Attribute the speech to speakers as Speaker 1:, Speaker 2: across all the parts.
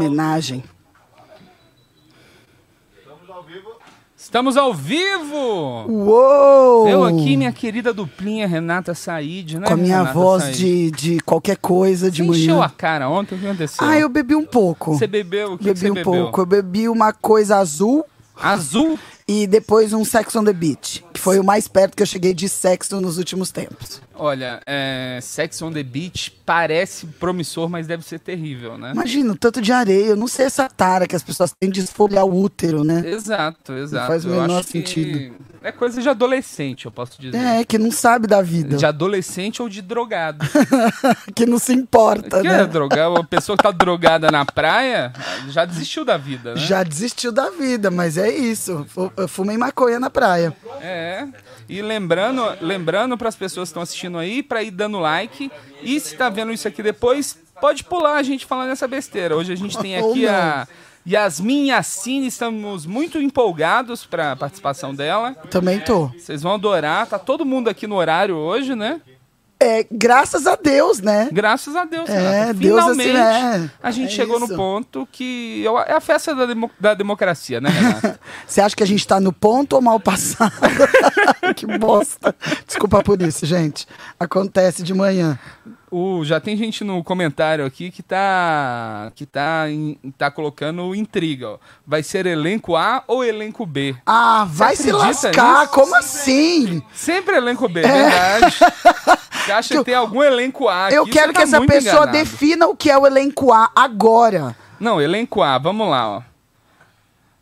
Speaker 1: homenagem.
Speaker 2: Estamos ao vivo!
Speaker 1: Uou!
Speaker 2: Eu aqui, minha querida duplinha Renata Said, né?
Speaker 1: Com a minha
Speaker 2: Renata
Speaker 1: voz
Speaker 2: Said?
Speaker 1: de, de qualquer coisa de
Speaker 2: Você
Speaker 1: manhã.
Speaker 2: encheu a cara ontem, o que aconteceu?
Speaker 1: Ah, eu bebi um pouco.
Speaker 2: Você bebeu? O que, que
Speaker 1: bebi
Speaker 2: você
Speaker 1: um
Speaker 2: bebeu?
Speaker 1: pouco. Eu bebi uma coisa azul
Speaker 2: Azul?
Speaker 1: e depois um Sex on the Beach, que foi o mais perto que eu cheguei de sexo nos últimos tempos.
Speaker 2: Olha, é, Sex on the Beach parece promissor, mas deve ser terrível, né?
Speaker 1: Imagina, o tanto de areia. Eu não sei essa tara que as pessoas têm de esfolhar o útero, né?
Speaker 2: Exato, exato.
Speaker 1: faz o
Speaker 2: Eu
Speaker 1: menor
Speaker 2: acho que
Speaker 1: sentido.
Speaker 2: É coisa de adolescente, eu posso dizer.
Speaker 1: É, que não sabe da vida.
Speaker 2: De adolescente ou de drogado.
Speaker 1: Que não se importa,
Speaker 2: Que
Speaker 1: né?
Speaker 2: é drogar, uma pessoa que tá drogada na praia já desistiu da vida, né?
Speaker 1: Já desistiu da vida, mas é isso. Fu- Eu fumei maconha na praia.
Speaker 2: É. E lembrando, lembrando para as pessoas que estão assistindo aí, para ir dando like. E se tá vendo isso aqui depois, pode pular a gente falando essa besteira. Hoje a gente tem
Speaker 1: Ou
Speaker 2: aqui
Speaker 1: não.
Speaker 2: a Yasmin Yassine, estamos muito empolgados para a participação dela.
Speaker 1: Também tô.
Speaker 2: Vocês vão adorar, tá todo mundo aqui no horário hoje, né?
Speaker 1: É, graças a Deus, né?
Speaker 2: Graças a Deus,
Speaker 1: É,
Speaker 2: Renata.
Speaker 1: Deus assim,
Speaker 2: finalmente
Speaker 1: né?
Speaker 2: a gente
Speaker 1: É
Speaker 2: chegou
Speaker 1: isso.
Speaker 2: no ponto que eu- é a festa da, demo- da democracia, né, Renata?
Speaker 1: Você acha que a gente tá no ponto ou mal passado? que bosta. Desculpa por isso, gente. Acontece de manhã.
Speaker 2: O- já tem gente no comentário aqui que tá que tá, em- tá colocando intriga, ó. Vai ser elenco A ou elenco B?
Speaker 1: Ah, vai se
Speaker 2: acredita
Speaker 1: lascar,
Speaker 2: nisso?
Speaker 1: como assim?
Speaker 2: Sempre elenco B, é. verdade. Você acha que tem algum elenco A aqui?
Speaker 1: Eu
Speaker 2: você
Speaker 1: quero
Speaker 2: tá
Speaker 1: que essa
Speaker 2: muito
Speaker 1: pessoa
Speaker 2: enganado.
Speaker 1: defina o que é o elenco A agora.
Speaker 2: Não, elenco A, vamos lá, ó.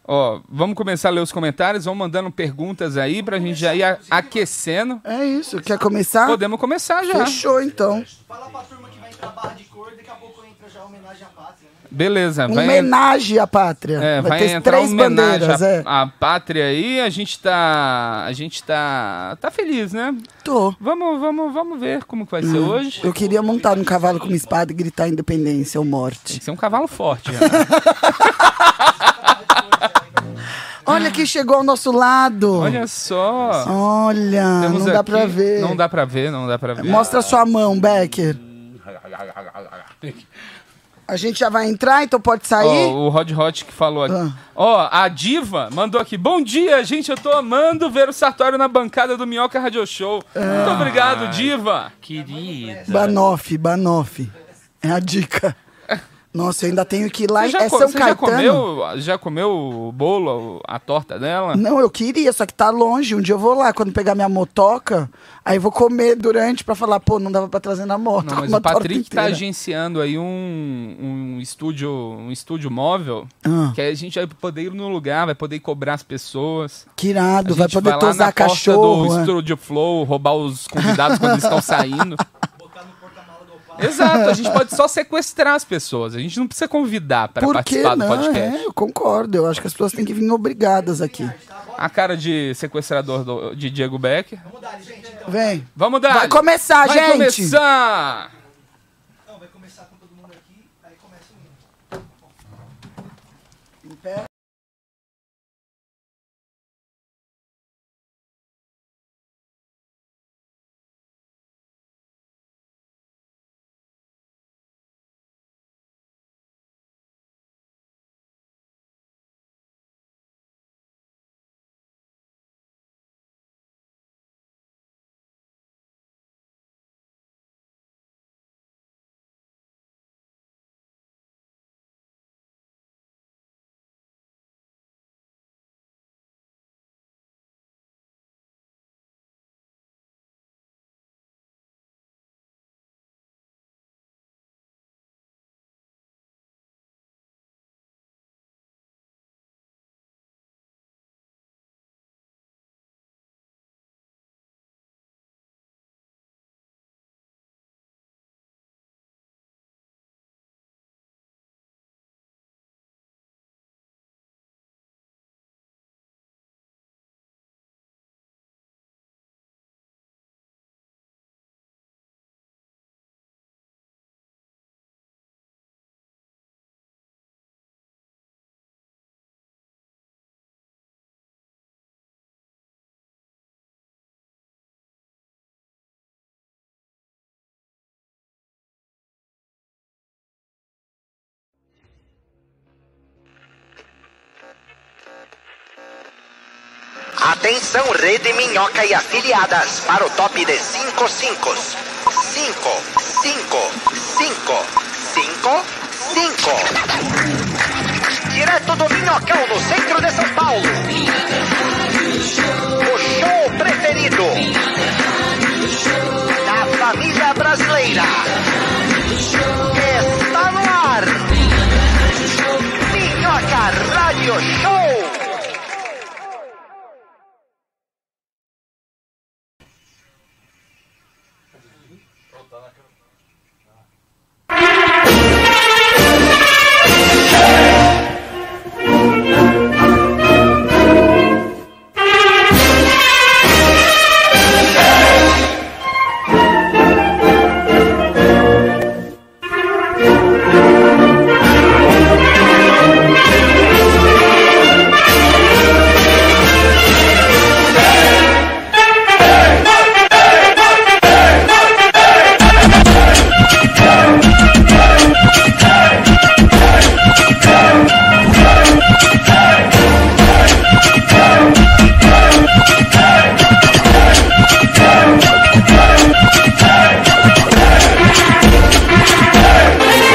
Speaker 2: Ó, vamos começar a ler os comentários, vão mandando perguntas aí pra gente já ir a- aquecendo.
Speaker 1: É isso, quer começar?
Speaker 2: Podemos começar já.
Speaker 1: Fechou, então.
Speaker 3: Fala pra turma que vai entrar barra de cor, daqui a pouco entra já homenagem à pátria, né?
Speaker 2: Beleza,
Speaker 1: Um
Speaker 2: vai
Speaker 1: homenagem à pátria.
Speaker 2: É,
Speaker 1: vai,
Speaker 2: vai
Speaker 1: ter
Speaker 2: entrar
Speaker 1: três
Speaker 2: homenagem
Speaker 1: bandeiras,
Speaker 2: à,
Speaker 1: é.
Speaker 2: à pátria aí, a gente tá. A gente tá. tá feliz, né?
Speaker 1: Tô.
Speaker 2: Vamos, vamos, vamos ver como que vai
Speaker 1: Hum.
Speaker 2: ser hoje.
Speaker 1: Eu queria montar um cavalo com uma espada e gritar independência ou morte.
Speaker 2: Tem que ser um cavalo forte, Renato.
Speaker 1: Olha quem chegou ao nosso lado.
Speaker 2: É. Olha só.
Speaker 1: Olha,
Speaker 2: Temos
Speaker 1: não dá
Speaker 2: aqui-
Speaker 1: pra ver. É,
Speaker 2: Não dá pra ver, não dá pra ver.
Speaker 1: Mostra sua mão, Becker. A gente já vai entrar, então pode
Speaker 2: Ó,
Speaker 1: sair?
Speaker 2: o Rod Hot que falou aqui.
Speaker 1: Ah.
Speaker 2: Ó, a diva mandou aqui. Bom dia, gente. Eu tô amando ver o Sartório na bancada do Minhoca Radio Show.
Speaker 1: Ah.
Speaker 2: Muito obrigado, diva.
Speaker 4: Querida.
Speaker 1: Banoff, Banoff. É a dica. Nossa, eu ainda tenho que ir lá.
Speaker 2: Você
Speaker 1: em-
Speaker 2: já,
Speaker 1: é
Speaker 2: co-
Speaker 1: São
Speaker 2: você já
Speaker 1: Caetano?
Speaker 2: comeu, já comeu o bolo, a torta dela?
Speaker 1: Não, eu queria, só que tá longe. Um dia eu vou lá, quando pegar minha motoca, aí eu vou comer durante pra falar, pô, não dava pra trazer na moto.
Speaker 2: Não, mas
Speaker 1: uma
Speaker 2: o Patrick
Speaker 1: torta
Speaker 2: tá
Speaker 1: inteira.
Speaker 2: agenciando aí um, um estúdio, um estúdio móvel,
Speaker 1: Ah.
Speaker 2: que aí a gente vai poder ir no lugar, vai poder cobrar as pessoas.
Speaker 1: Que
Speaker 2: A
Speaker 1: irado, vai
Speaker 2: gente
Speaker 1: poder
Speaker 2: lá na
Speaker 1: tosar
Speaker 2: porta
Speaker 1: cachorro.
Speaker 2: do
Speaker 1: é.
Speaker 2: estúdio Flow, roubar os convidados quando eles estão saindo. Exato, a gente pode só sequestrar as pessoas, a gente não precisa convidar para
Speaker 1: Por que
Speaker 2: participar do
Speaker 1: não?
Speaker 2: podcast.
Speaker 1: É, eu concordo. Eu acho que as pessoas têm que vir obrigadas aqui.
Speaker 2: A cara de sequestrador do- de Diego Becker.
Speaker 1: Vem.
Speaker 2: Vamos dar.
Speaker 1: Vai começar,
Speaker 2: Vai
Speaker 1: gente!
Speaker 2: começar!
Speaker 3: Não, vai começar com todo mundo aqui, aí começa o hino.
Speaker 4: Atenção, Rede Minhoca e afiliadas, para o top de 5 5. 5, 5, 5, 5, 5. Direto do Minhocão, no centro de São Paulo. O show preferido da família brasileira. Está no ar. Minhoca Radio Show.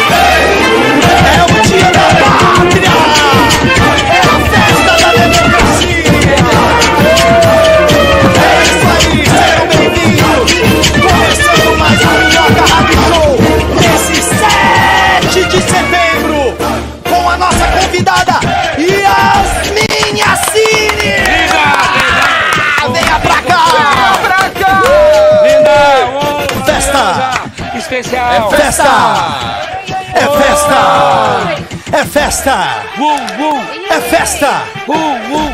Speaker 5: É o dia da pátria, é a festa da democracia. É isso aí, sejam bem-vindos. Começando mais um Minhoca Rap Show nesse 7 de setembro com a nossa convidada Yasmin Yassine. Ah, Venha pra cá, Uh!
Speaker 2: Pra cá! Linda! um uma
Speaker 5: Festa!
Speaker 2: homenagem Especial!
Speaker 5: É festa, é festa, é festa,
Speaker 2: Woo, woo,
Speaker 5: é festa.
Speaker 2: woo, woo.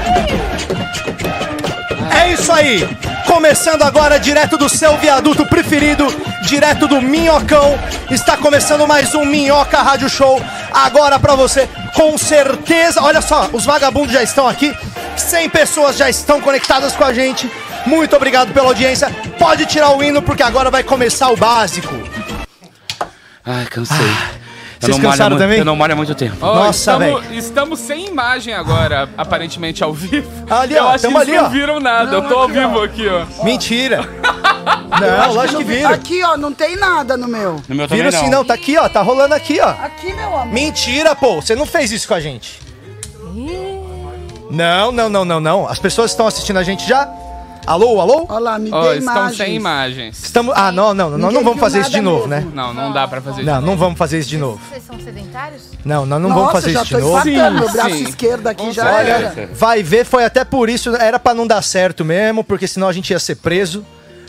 Speaker 5: É isso aí! Começando agora direto do seu viaduto preferido, direto do Minhocão. Está começando mais um Minhoca Rádio Show. Agora pra você, com certeza. Olha só, os vagabundos já estão aqui. 100 pessoas já estão conectadas com a gente. Muito obrigado pela audiência. Pode tirar o hino porque agora vai começar o básico.
Speaker 6: Ai, cansei. Eu
Speaker 5: Ah, vocês
Speaker 6: não malho
Speaker 5: cansaram
Speaker 6: muito-
Speaker 5: também?
Speaker 6: Eu não malho há muito tempo.
Speaker 2: Ó,
Speaker 5: Nossa,
Speaker 2: estamos, estamos sem imagem agora, aparentemente ao vivo.
Speaker 5: Ah, Ali,
Speaker 2: eu
Speaker 5: ó,
Speaker 2: acho que
Speaker 5: tamo
Speaker 2: eles
Speaker 5: ali,
Speaker 2: não
Speaker 5: ó.
Speaker 2: viram nada. eu tô ao vivo aqui, ó.
Speaker 5: Mentira. Não, lógico que vira.
Speaker 1: Aqui, ó, não tem nada no meu.
Speaker 6: No meu
Speaker 5: Vira sim, não. Tá aqui, ó. Tá rolando aqui, ó.
Speaker 1: Aqui, meu amor.
Speaker 5: Mentira, pô! Você não fez isso com a gente. Não, não, não, não, não. As pessoas estão assistindo a gente já? Alô, alô?
Speaker 1: Olha lá, me
Speaker 2: Ó,
Speaker 1: dê
Speaker 2: estão
Speaker 1: imagens.
Speaker 2: sem imagens.
Speaker 5: Estamos. Ah, não, não, não, não,
Speaker 1: Ninguém
Speaker 5: vamos
Speaker 1: viu
Speaker 5: fazer isso de
Speaker 1: nada
Speaker 5: novo, né?
Speaker 1: mesmo.
Speaker 2: Não, não dá pra fazer
Speaker 5: Não, não vamos fazer isso de novo.
Speaker 7: Vocês são sedentários?
Speaker 5: Não, não, não
Speaker 1: Nossa,
Speaker 5: vamos fazer
Speaker 1: já
Speaker 5: isso de
Speaker 1: tô assim, né? infartando.
Speaker 5: novo.
Speaker 2: Sim,
Speaker 1: Meu braço
Speaker 2: sim.
Speaker 1: esquerdo aqui já
Speaker 2: certeza.
Speaker 1: era.
Speaker 5: Vai ver, foi até por isso, era pra não dar certo mesmo, porque senão a gente ia ser preso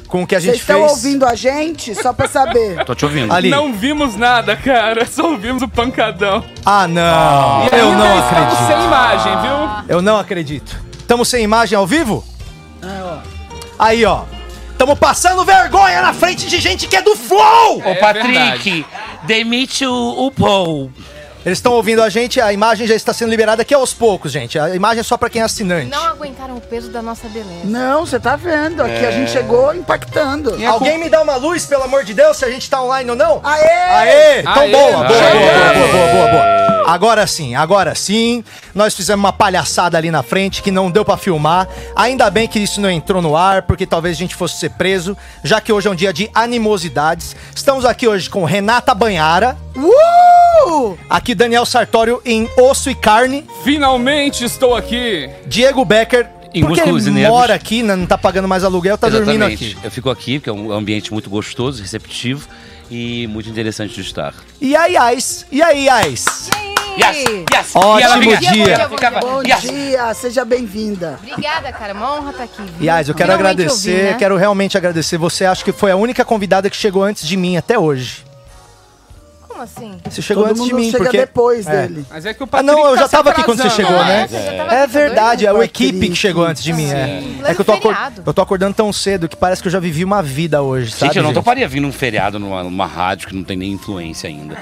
Speaker 5: com o que a
Speaker 1: Vocês
Speaker 5: gente
Speaker 1: estão
Speaker 5: fez.
Speaker 1: ouvindo a gente? Só pra saber.
Speaker 6: Tô te ouvindo.
Speaker 5: Ali.
Speaker 2: Não vimos nada, cara. Só ouvimos o pancadão.
Speaker 5: Ah, não.
Speaker 2: E
Speaker 5: Eu
Speaker 2: ainda
Speaker 5: não
Speaker 2: estamos
Speaker 5: acredito.
Speaker 2: sem imagem, viu?
Speaker 5: Eu não acredito. Estamos sem imagem ao vivo? Aí, ó. Tamo passando vergonha na frente de gente que é do Flow!
Speaker 2: É
Speaker 8: Ô, Patrick,
Speaker 2: verdade.
Speaker 8: demite o, o Paul.
Speaker 5: Eles estão ouvindo a gente, a imagem já está sendo liberada aqui aos poucos, gente. A imagem é só pra quem é assinante.
Speaker 7: Não aguentaram o peso da nossa beleza.
Speaker 1: Não, você tá vendo. Aqui a gente chegou impactando.
Speaker 2: E é- a
Speaker 5: Alguém me dá uma luz, pelo amor de Deus, se a gente tá online ou não?
Speaker 1: Aê!
Speaker 5: Aê! Então
Speaker 2: Aê!
Speaker 5: boa, boa, boa,
Speaker 2: Aê!
Speaker 5: boa, boa, boa, boa, boa. Agora sim, agora sim. Nós fizemos uma palhaçada ali na frente que não deu pra filmar. Ainda bem que isso não entrou no ar, porque talvez a gente fosse ser preso, já que hoje é um dia de animosidades. Estamos aqui hoje com Renata Banhara,
Speaker 1: Uh!
Speaker 5: aqui Daniel Sartório em Osso e Carne,
Speaker 2: Finalmente estou aqui.
Speaker 5: Diego Becker,
Speaker 6: Em
Speaker 5: porque
Speaker 6: Guscus e
Speaker 5: ele
Speaker 6: Negros.
Speaker 5: mora aqui, né, não tá pagando mais aluguel, tá dormindo aqui.
Speaker 6: Eu fico aqui, que é um ambiente muito gostoso, receptivo e muito interessante de estar.
Speaker 5: E aí, Ais? E aí, Ais?
Speaker 8: Yes, yes.
Speaker 5: Ótimo
Speaker 8: E ela vinha-
Speaker 5: dia.
Speaker 8: e ela ficava-
Speaker 1: Bom
Speaker 8: yes.
Speaker 1: dia, seja bem-vinda.
Speaker 7: Obrigada, cara. Uma honra estar aqui. viu?
Speaker 5: E Ais, eu quero
Speaker 7: Finalmente
Speaker 5: agradecer,
Speaker 7: ouvi, né?
Speaker 5: quero realmente agradecer. Você acho que foi a única convidada que chegou antes de mim até hoje.
Speaker 7: Como assim?
Speaker 5: Você chegou
Speaker 1: Todo
Speaker 5: antes de
Speaker 1: mundo
Speaker 5: mim,
Speaker 1: chega
Speaker 5: porque.
Speaker 1: depois
Speaker 5: É.
Speaker 1: dele.
Speaker 2: Mas é que o
Speaker 5: Ah,
Speaker 2: Patrick
Speaker 5: não, eu
Speaker 2: tá
Speaker 5: já
Speaker 2: se
Speaker 5: tava aqui quando você
Speaker 2: atrasando.
Speaker 5: chegou, né?
Speaker 7: Você já tava
Speaker 5: É
Speaker 7: aqui, tá
Speaker 5: verdade, é
Speaker 7: doido?
Speaker 5: a equipe que
Speaker 1: Patrick.
Speaker 5: chegou antes de mim. É, é que eu tô, acor-
Speaker 7: Feriado.
Speaker 5: eu tô acordando tão cedo que parece que eu já vivi uma vida hoje, sabe?
Speaker 6: gente, eu não toparia vir num feriado numa, numa rádio que não tem nem influência ainda.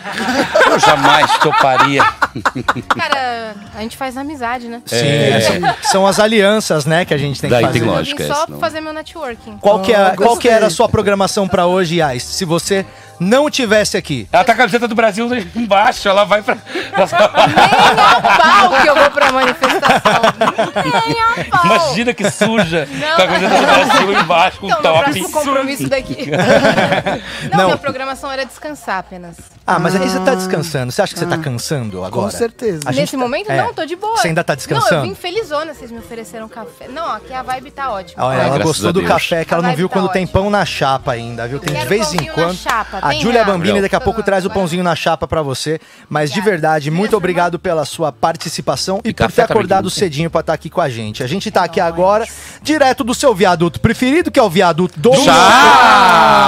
Speaker 6: eu jamais toparia.
Speaker 7: Cara, a gente faz amizade, né?
Speaker 5: Sim, é, são, são as alianças, né, que a gente tem
Speaker 6: Daí
Speaker 5: que
Speaker 6: tem
Speaker 5: fazer.
Speaker 6: lógica. Lógico,
Speaker 7: Eu vim
Speaker 6: é,
Speaker 7: só
Speaker 6: senão-
Speaker 7: fazer meu networking.
Speaker 5: Qual que, é,
Speaker 1: Ah,
Speaker 5: qual que era a
Speaker 1: gostei.
Speaker 5: sua programação pra hoje, Ais? Se você não tivesse aqui,
Speaker 6: Ela tá com a camiseta do Brasil embaixo, ela vai pra.
Speaker 7: Nem é o pau que eu vou pra manifestação. Ganha-pau.
Speaker 6: Imagina que suja.
Speaker 7: Não.
Speaker 6: Com a coisa toda pra cima e embaixo, com
Speaker 7: Então,
Speaker 6: o
Speaker 7: meu
Speaker 6: top.
Speaker 7: próximo compromisso daqui. não,
Speaker 5: Não.
Speaker 7: minha programação era descansar apenas.
Speaker 5: Ah, mas aí você tá descansando. Você acha que você
Speaker 1: Ah.
Speaker 5: tá cansando agora?
Speaker 1: certeza.
Speaker 5: A gente
Speaker 7: Nesse
Speaker 5: tá-
Speaker 7: momento,
Speaker 5: é.
Speaker 7: não, tô de boa.
Speaker 5: Você ainda tá
Speaker 7: Não, eu
Speaker 5: descansando?
Speaker 7: vim felizona, vocês me ofereceram café. Não, aqui a vibe tá ótima.
Speaker 5: Ah, Olha,
Speaker 6: Ai,
Speaker 5: ela
Speaker 6: graças
Speaker 5: gostou
Speaker 6: a
Speaker 5: do
Speaker 6: Deus.
Speaker 5: café que ela
Speaker 7: A
Speaker 5: não
Speaker 7: vibe
Speaker 5: viu
Speaker 7: tá
Speaker 5: quando tem
Speaker 7: ótima.
Speaker 5: pão na chapa ainda, viu? Tem de
Speaker 7: Quero
Speaker 5: vez em
Speaker 7: pãozinho na
Speaker 5: quando.
Speaker 7: chapa,
Speaker 5: A
Speaker 7: tem,
Speaker 5: Júlia
Speaker 7: Renato?
Speaker 5: Bambini daqui a pouco
Speaker 7: Obrigada.
Speaker 5: traz o pãozinho na chapa pra você. Mas de verdade, muito obrigado pela sua participação e, por
Speaker 6: café
Speaker 5: ter
Speaker 6: também,
Speaker 5: acordado
Speaker 6: não tem.
Speaker 5: cedinho pra estar aqui com a gente. A gente tá aqui agora, direto do seu viaduto preferido, que é o viaduto do Minhocão.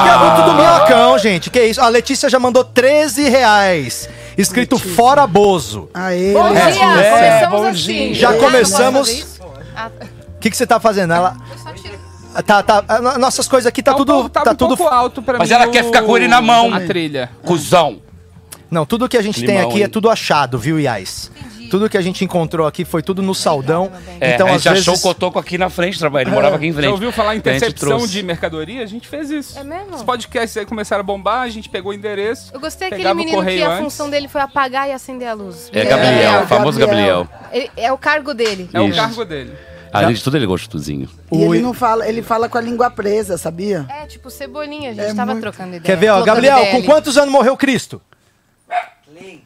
Speaker 5: Viaduto do Minhocão, gente. Que é isso? A Letícia já mandou 13 reais. Escrito Fora Bozo.
Speaker 1: Aê,
Speaker 7: Bom
Speaker 1: Letícia.
Speaker 7: dia,
Speaker 2: é,
Speaker 7: começamos
Speaker 2: bom
Speaker 7: assim.
Speaker 2: dia.
Speaker 5: Já
Speaker 7: Ah, não posso
Speaker 5: começamos-
Speaker 7: fazer isso? Ah,
Speaker 5: O que, que você tá fazendo? Ela.
Speaker 7: eu só tiro.
Speaker 5: Tá, tá. a- Nossas coisas aqui tá
Speaker 2: um
Speaker 5: tudo.
Speaker 2: pouco-
Speaker 5: Tá,
Speaker 2: um
Speaker 5: tudo.
Speaker 2: pouco alto pra
Speaker 6: Mas
Speaker 2: mim
Speaker 6: ela quer ficar com ele na mão.
Speaker 2: A trilha.
Speaker 6: Cusão.
Speaker 5: Não, tudo que a gente tem
Speaker 6: Limão,
Speaker 5: aqui é
Speaker 6: hein?
Speaker 5: tudo achado, viu, Iás? Tudo que a gente encontrou aqui foi tudo no
Speaker 7: Tá
Speaker 5: saldão.
Speaker 6: É,
Speaker 5: então,
Speaker 6: a
Speaker 5: às
Speaker 6: gente
Speaker 5: vezes. É.
Speaker 6: achou o Cotoco aqui na frente, traba- ele morava aqui em frente.
Speaker 2: Já ouviu falar em
Speaker 6: Então a gente
Speaker 2: intercepção
Speaker 6: trouxe.
Speaker 2: de mercadoria? A gente fez isso.
Speaker 7: É mesmo?
Speaker 2: Os podcasts aí começaram a bombar, a gente pegou o endereço.
Speaker 7: Eu gostei daquele
Speaker 2: pegava o
Speaker 7: menino que
Speaker 2: correio
Speaker 7: a
Speaker 2: antes.
Speaker 7: função dele foi apagar e acender a luz.
Speaker 6: É Gabriel,
Speaker 1: É,
Speaker 6: o famoso
Speaker 1: Gabriel.
Speaker 6: Gabriel.
Speaker 7: Ele- é o cargo dele.
Speaker 2: É o
Speaker 6: Isso.
Speaker 2: cargo dele.
Speaker 6: Além de tudo, ele é gostosinho.
Speaker 1: E
Speaker 5: Ui.
Speaker 1: ele não fala, ele fala com a língua presa, sabia?
Speaker 7: É, tipo cebolinha, a gente tava trocando ideia.
Speaker 5: Quer ver, ó?
Speaker 7: Trocando
Speaker 5: Gabriel,
Speaker 7: ideia
Speaker 5: com
Speaker 7: ali.
Speaker 5: quantos anos morreu Cristo?
Speaker 1: E tem.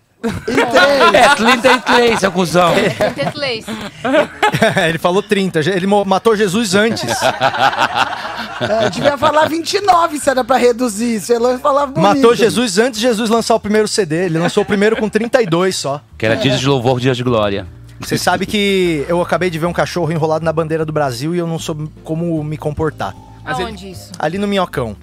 Speaker 6: É, 33, seu cuzão.
Speaker 7: É 33.
Speaker 5: ele falou 30. Ele mo- matou Jesus antes.
Speaker 1: É, devia falar 29 se era pra reduzir. Se ela falava bonito.
Speaker 5: matou Jesus antes de Jesus lançar o primeiro CD. Ele lançou o primeiro com 32 só.
Speaker 6: Que era dia de louvor, dia de glória.
Speaker 5: Você sabe que eu acabei de ver um cachorro enrolado na bandeira do Brasil e eu não soube como me comportar.
Speaker 2: Mas ele-
Speaker 7: Aonde isso?
Speaker 5: Ali no Minhocão.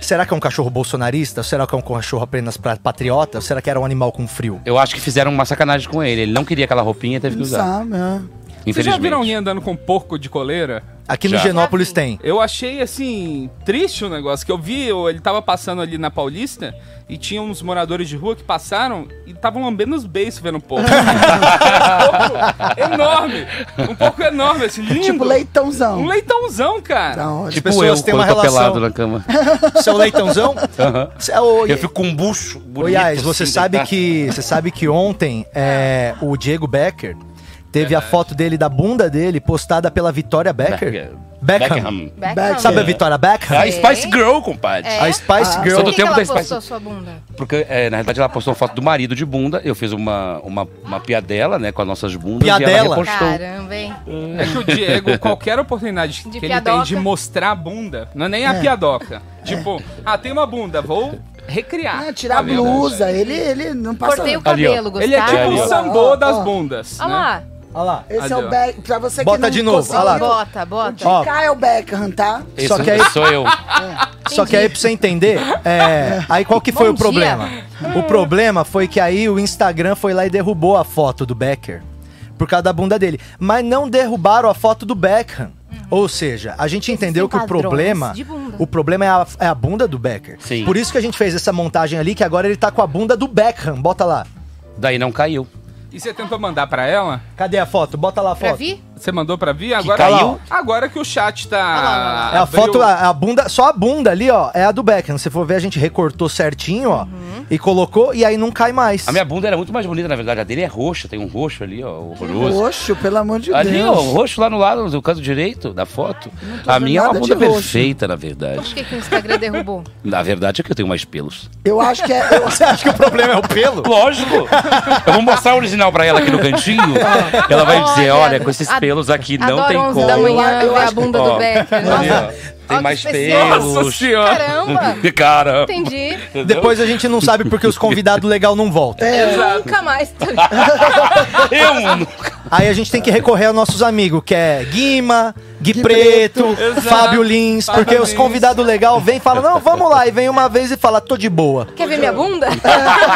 Speaker 5: Será que é um cachorro bolsonarista? Ou será que é um cachorro apenas pra patriota? Ou será que era um animal com frio?
Speaker 6: Eu acho que fizeram uma sacanagem com ele. Ele não queria aquela roupinha e teve que
Speaker 1: Não
Speaker 6: usar.
Speaker 1: sabe, é.
Speaker 2: Vocês já viram
Speaker 6: Infelizmente.
Speaker 2: alguém andando com um porco de coleira?
Speaker 5: Aqui no
Speaker 6: Já.
Speaker 5: Genópolis
Speaker 7: Já vi.
Speaker 5: tem.
Speaker 2: Eu achei, assim, triste o negócio. Que eu vi, eu- ele tava passando ali na Paulista e tinha uns moradores de rua que passaram e estavam lambendo os beiços vendo o porco. um porco enorme. Um porco enorme, assim, lindo.
Speaker 1: Tipo leitãozão.
Speaker 2: Um leitãozão, cara.
Speaker 1: Da hora.
Speaker 5: As
Speaker 6: Tipo
Speaker 5: pessoas
Speaker 6: eu,
Speaker 5: têm uma
Speaker 6: quando eu tô
Speaker 5: relação.
Speaker 6: pelado na cama.
Speaker 5: Seu é leitãozão? é
Speaker 6: Aham.
Speaker 5: Cê- ô,
Speaker 6: Eu fico com um bucho
Speaker 5: ô,
Speaker 6: bonito.
Speaker 5: Yas, você
Speaker 6: assim,
Speaker 5: sabe
Speaker 6: deitado.
Speaker 5: que você sabe que ontem é, o Diego Becker teve a foto dele da bunda dele postada pela Vitória Becker.
Speaker 6: Beckham.
Speaker 5: Beckham.
Speaker 6: É, Beckham. É
Speaker 7: Beckham.
Speaker 5: Sabe a Vitória Beckham?
Speaker 6: A Spice Ah. Girl, compadre.
Speaker 7: É.
Speaker 5: A Spice
Speaker 6: Eu
Speaker 5: Girl.
Speaker 6: tô
Speaker 7: Por que, que
Speaker 6: tempo
Speaker 7: ela
Speaker 6: da Spice-
Speaker 7: postou a sua bunda?
Speaker 6: Porque, é, na realidade, ela postou foto do marido de bunda. Eu fiz uma, uma, uma piadela, né, com as nossas bundas. E
Speaker 5: Piadela?
Speaker 6: ela repostou.
Speaker 7: Caramba, hein?
Speaker 2: É que o Diego, qualquer oportunidade que ele tem
Speaker 7: piadoca.
Speaker 2: de mostrar a bunda, não é nem a piadoca. Tipo, ah, tem uma bunda, vou recriar.
Speaker 1: Ah, tirar a
Speaker 2: Tá vendo?
Speaker 5: né,
Speaker 1: blusa, ele, ele não passa.
Speaker 7: Cortei o
Speaker 6: Ali, ó.
Speaker 7: cabelo, gostaram?
Speaker 2: Ele é tipo
Speaker 6: Ali,
Speaker 2: o
Speaker 6: ó.
Speaker 2: sambô das
Speaker 1: Ó, ó.
Speaker 2: bundas.
Speaker 7: Olha
Speaker 2: né?
Speaker 7: lá.
Speaker 5: Olha lá.
Speaker 1: Esse é
Speaker 2: Ali,
Speaker 1: o
Speaker 2: ó.
Speaker 1: Beck. Pra você
Speaker 5: Bota
Speaker 1: que não
Speaker 5: de novo,
Speaker 1: conseguiu,
Speaker 5: olha lá.
Speaker 7: Bota,
Speaker 1: O de
Speaker 7: bota.
Speaker 5: Ó.
Speaker 1: cá é o Beckham, tá?
Speaker 6: Esse
Speaker 5: Só que aí-
Speaker 6: sou eu.
Speaker 5: Só que aí, pra você entender, é, aí qual que foi
Speaker 7: Bom
Speaker 5: o problema?
Speaker 7: dia. Hum.
Speaker 5: O problema foi que aí o Instagram foi lá e derrubou a foto do Becker por causa da bunda dele. Mas não derrubaram a foto do Beckham. Ou seja, a gente entendeu que o
Speaker 7: Uhum. padrões
Speaker 5: problema,
Speaker 7: de bunda.
Speaker 5: o problema é a, é a bunda do Becker.
Speaker 6: Sim.
Speaker 5: Por isso que a gente fez essa montagem ali, que agora ele tá com a bunda do Beckham. Bota lá.
Speaker 6: Daí não caiu.
Speaker 2: E você tentou mandar pra ela?
Speaker 5: Cadê a foto? Bota lá a
Speaker 7: Pra
Speaker 5: foto.
Speaker 7: vir?
Speaker 2: Você mandou pra vir? Agora
Speaker 6: caiu?
Speaker 2: Agora que o chat
Speaker 7: Olha lá, olha
Speaker 2: tá.
Speaker 5: É a
Speaker 2: abriu-
Speaker 5: foto, a, a bunda, só a bunda ali, ó, é a do Beckham. Se for ver, a gente recortou certinho, ó,
Speaker 7: Uhum.
Speaker 5: e colocou, e aí não cai mais.
Speaker 6: A minha bunda era muito mais bonita, na verdade. A dele é roxa, tem um roxo ali, ó, horroroso.
Speaker 1: Roxo, pelo amor de
Speaker 6: Ali, ó, o
Speaker 1: Deus.
Speaker 6: roxo lá no lado, do canto direito da foto.
Speaker 1: tô
Speaker 6: A
Speaker 1: vendo
Speaker 6: minha é uma
Speaker 1: nada de
Speaker 6: bunda
Speaker 1: roxo.
Speaker 6: perfeita, na
Speaker 7: Por
Speaker 6: verdade.
Speaker 7: que, que o Instagram derrubou?
Speaker 6: Na verdade é que eu tenho mais pelos.
Speaker 1: Eu acho que é. eu-
Speaker 5: Você acha que o problema é o pelo?
Speaker 6: Lógico! Eu vou mostrar o original pra ela aqui no cantinho. Ela vai dizer,
Speaker 7: Olha,
Speaker 6: olha, com esses
Speaker 7: ad-
Speaker 6: pelos aqui não
Speaker 7: Adoro
Speaker 6: tem
Speaker 7: 11
Speaker 6: como.
Speaker 7: da manhã
Speaker 1: Eu- eu
Speaker 7: ver a
Speaker 1: acho que-
Speaker 7: bunda
Speaker 6: Ó,
Speaker 7: do Becker.
Speaker 6: ali,
Speaker 7: Nossa,
Speaker 6: ó,
Speaker 7: ó,
Speaker 6: Tem
Speaker 7: que
Speaker 6: mais
Speaker 7: especial.
Speaker 6: pelos.
Speaker 2: Nossa senhora!
Speaker 7: caramba.
Speaker 6: Cara.
Speaker 7: Entendi.
Speaker 5: Depois a gente não sabe porque os convidados legal não voltam.
Speaker 7: Nunca mais.
Speaker 6: Eu
Speaker 5: Aí a gente tem que recorrer aos nossos amigos, que é Guima, Gui Preto,
Speaker 2: Exato.
Speaker 5: Fábio Lins,
Speaker 2: Fábio
Speaker 5: porque os
Speaker 2: Lins.
Speaker 5: convidados legal vêm e falam, não, vamos lá, e vem uma vez e fala, tô de boa.
Speaker 7: Quer ver minha bunda?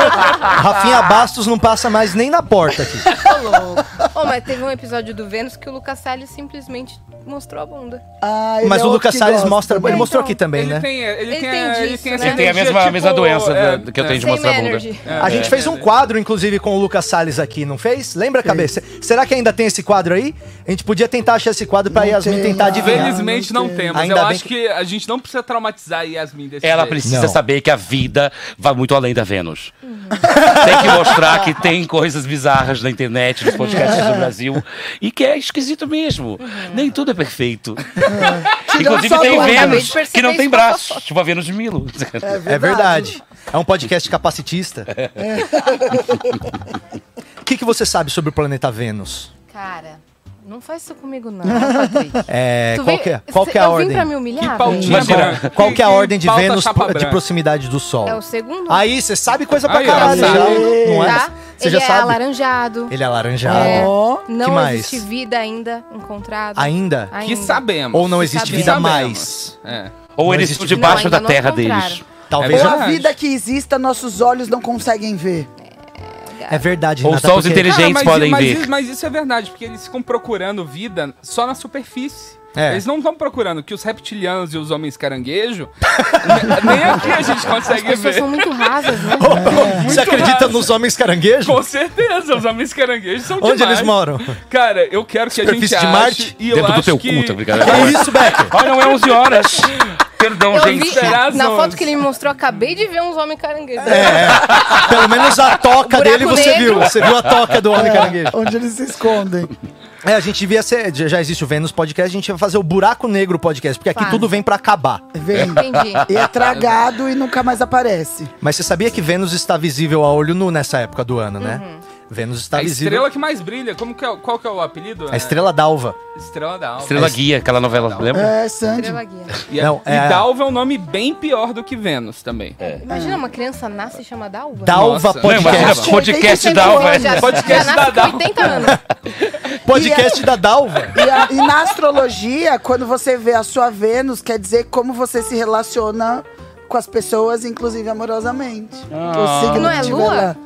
Speaker 5: Rafinha Bastos não passa mais nem na porta aqui.
Speaker 7: Ô, louco. Ô, mas teve um episódio do Vênus que o Lucas Salles simplesmente mostrou a bunda.
Speaker 1: Ah, ele
Speaker 5: Mas
Speaker 1: é
Speaker 5: o
Speaker 1: outro
Speaker 5: Lucas
Speaker 1: que
Speaker 5: Salles
Speaker 1: gosta
Speaker 5: mostra, ele
Speaker 1: também.
Speaker 5: mostrou
Speaker 7: Então,
Speaker 5: aqui também,
Speaker 2: Ele
Speaker 5: né?
Speaker 2: tem, ele
Speaker 7: Ele
Speaker 2: tem,
Speaker 7: tem
Speaker 2: ele
Speaker 7: disso,
Speaker 2: tem
Speaker 7: né?
Speaker 2: essa
Speaker 7: Ele
Speaker 6: tem a
Speaker 2: energia,
Speaker 6: mesma, a mesma
Speaker 2: tipo,
Speaker 6: doença
Speaker 2: é,
Speaker 6: da- que eu
Speaker 2: é.
Speaker 6: tenho de
Speaker 7: Same
Speaker 6: mostrar a bunda.
Speaker 5: um
Speaker 7: energy.
Speaker 5: A gente fez um quadro, inclusive, com o Lucas Salles aqui, não fez? Lembra, cabeça? Será Será que ainda tem esse quadro aí? A gente podia tentar achar esse quadro pra
Speaker 1: Não
Speaker 5: Yasmin
Speaker 1: tem,
Speaker 5: tentar
Speaker 1: não.
Speaker 5: adivinhar.
Speaker 2: Felizmente não,
Speaker 1: não tem.
Speaker 2: temos.
Speaker 5: né? É. Ainda
Speaker 2: eu
Speaker 5: bem
Speaker 2: acho que a gente não precisa traumatizar a Yasmin desse
Speaker 6: Ela
Speaker 2: jeito.
Speaker 6: precisa
Speaker 5: Não.
Speaker 6: saber que a vida vai muito além da Vênus. tem que mostrar que tem coisas bizarras na internet, nos podcasts do Brasil, e que é esquisito mesmo. Nem tudo é perfeito. Inclusive
Speaker 1: só
Speaker 6: tem
Speaker 1: do lado.
Speaker 7: Acabei de
Speaker 6: Vênus
Speaker 7: perceber
Speaker 6: que não
Speaker 7: isso
Speaker 6: tem
Speaker 7: na
Speaker 6: braços, tipo a Vênus de Milo.
Speaker 5: É verdade. É um podcast capacitista.
Speaker 2: É.
Speaker 5: O que, que você sabe sobre o planeta Vênus?
Speaker 7: Cara, não faz isso comigo, não, Patrick.
Speaker 5: É,
Speaker 7: Tu
Speaker 5: qual
Speaker 7: veio-
Speaker 5: que é, qual
Speaker 7: cê-
Speaker 5: que é a
Speaker 7: eu vim
Speaker 5: ordem?
Speaker 7: pra me humilhar?
Speaker 2: Que pautinha
Speaker 7: velho?
Speaker 6: Imagina,
Speaker 2: branca.
Speaker 5: Qual que é a ordem de
Speaker 2: pauta
Speaker 5: Vênus
Speaker 2: chapa
Speaker 5: de
Speaker 2: branca.
Speaker 5: proximidade do Sol?
Speaker 7: É o segundo? É
Speaker 5: Aí, você sabe coisa pra
Speaker 2: Aí, ó,
Speaker 5: caralho já,
Speaker 2: sabe.
Speaker 5: não é?
Speaker 7: tá?
Speaker 5: Você
Speaker 7: Ele
Speaker 5: já
Speaker 7: é
Speaker 5: sabe?
Speaker 7: alaranjado.
Speaker 5: Ele é alaranjado.
Speaker 7: É.
Speaker 1: Ó,
Speaker 5: que
Speaker 7: Não
Speaker 5: mais?
Speaker 7: existe vida ainda encontrada.
Speaker 5: Ainda?
Speaker 2: Que sabemos.
Speaker 5: Ou não existe
Speaker 7: Sabemos.
Speaker 5: vida
Speaker 2: Sabemos.
Speaker 5: mais?
Speaker 2: É.
Speaker 6: Ou
Speaker 5: Não
Speaker 6: eles
Speaker 5: existe
Speaker 6: estão debaixo
Speaker 7: Não,
Speaker 6: da
Speaker 7: ainda não
Speaker 6: terra
Speaker 7: encontraram.
Speaker 6: deles.
Speaker 5: Talvez.
Speaker 1: Ou
Speaker 5: já-
Speaker 2: verdade.
Speaker 1: a vida que exista, nossos olhos não conseguem ver.
Speaker 5: É verdade,
Speaker 6: Ou
Speaker 5: Renata,
Speaker 6: só os
Speaker 5: porque-
Speaker 6: inteligentes. Inteligentes
Speaker 2: mas,
Speaker 6: podem
Speaker 2: mas,
Speaker 6: ver.
Speaker 2: isso- Mas isso é verdade, porque eles ficam procurando vida só na superfície.
Speaker 5: É.
Speaker 2: Eles não estão procurando que os reptilianos e os homens caranguejo. ne- nem aqui a gente
Speaker 7: As
Speaker 2: consegue
Speaker 7: pessoas
Speaker 2: ver.
Speaker 7: são muito rasas, né?
Speaker 5: Você acredita
Speaker 2: raso.
Speaker 5: nos homens caranguejos?
Speaker 2: Com certeza, os homens caranguejos são
Speaker 5: Onde
Speaker 2: demais.
Speaker 5: eles moram?
Speaker 2: Cara, eu quero que a gente
Speaker 5: Superfície
Speaker 2: ache,
Speaker 5: de Marte?
Speaker 2: e eu
Speaker 6: Dentro do
Speaker 2: acho
Speaker 6: teu
Speaker 2: que... Ah,
Speaker 6: cu, tá brincando?
Speaker 5: É isso, Becker.
Speaker 6: Olha, não é 11 horas. Perdão,
Speaker 7: Eu
Speaker 6: gente.
Speaker 7: vi,
Speaker 2: será as
Speaker 7: na
Speaker 2: onze?
Speaker 7: foto que ele me mostrou, acabei de ver uns homens caranguejos.
Speaker 5: É. Pelo menos a toca
Speaker 7: Buraco
Speaker 5: dele você
Speaker 7: negro.
Speaker 5: viu. Você viu a toca do homem caranguejo.
Speaker 1: Onde eles se escondem.
Speaker 5: É, a gente devia ser. já- Já existe o Vênus Podcast, a gente vai fazer o Buraco Negro Podcast, porque aqui
Speaker 7: Faz.
Speaker 5: tudo vem pra acabar.
Speaker 1: Vem.
Speaker 7: Entendi.
Speaker 1: E é tragado e nunca mais aparece.
Speaker 5: Mas você sabia que Vênus está visível a olho nu nessa época do ano, né? Vênus está
Speaker 2: A
Speaker 5: visível.
Speaker 2: estrela que mais brilha. Como que é, qual que é o apelido?
Speaker 5: A estrela d'alva.
Speaker 2: Estrela da Alva.
Speaker 6: Estrela Guia, aquela novela, lembra?
Speaker 1: É, Sandy.
Speaker 7: Estrela guia.
Speaker 2: E,
Speaker 5: Não,
Speaker 2: não,
Speaker 5: é a-
Speaker 2: e Dalva é um nome bem pior do que Vênus também.
Speaker 7: Imagina, uma criança nasce e chama Dalva.
Speaker 5: Dalva
Speaker 2: Nossa. é
Speaker 6: Não, imagina,
Speaker 5: É. Podcast.
Speaker 6: podcast
Speaker 7: 80
Speaker 6: da Alva.
Speaker 7: anos, já-
Speaker 2: Podcast
Speaker 7: já
Speaker 2: da
Speaker 7: nasce com
Speaker 2: Dalva.
Speaker 7: 80 anos.
Speaker 5: Podcast da Dalva.
Speaker 1: E, a- e na astrologia, quando você vê a sua Vênus, quer dizer como você se relaciona com as pessoas, inclusive amorosamente.
Speaker 5: Ah.
Speaker 1: O signo
Speaker 7: Não é
Speaker 1: que
Speaker 7: lua?
Speaker 1: tiver lá.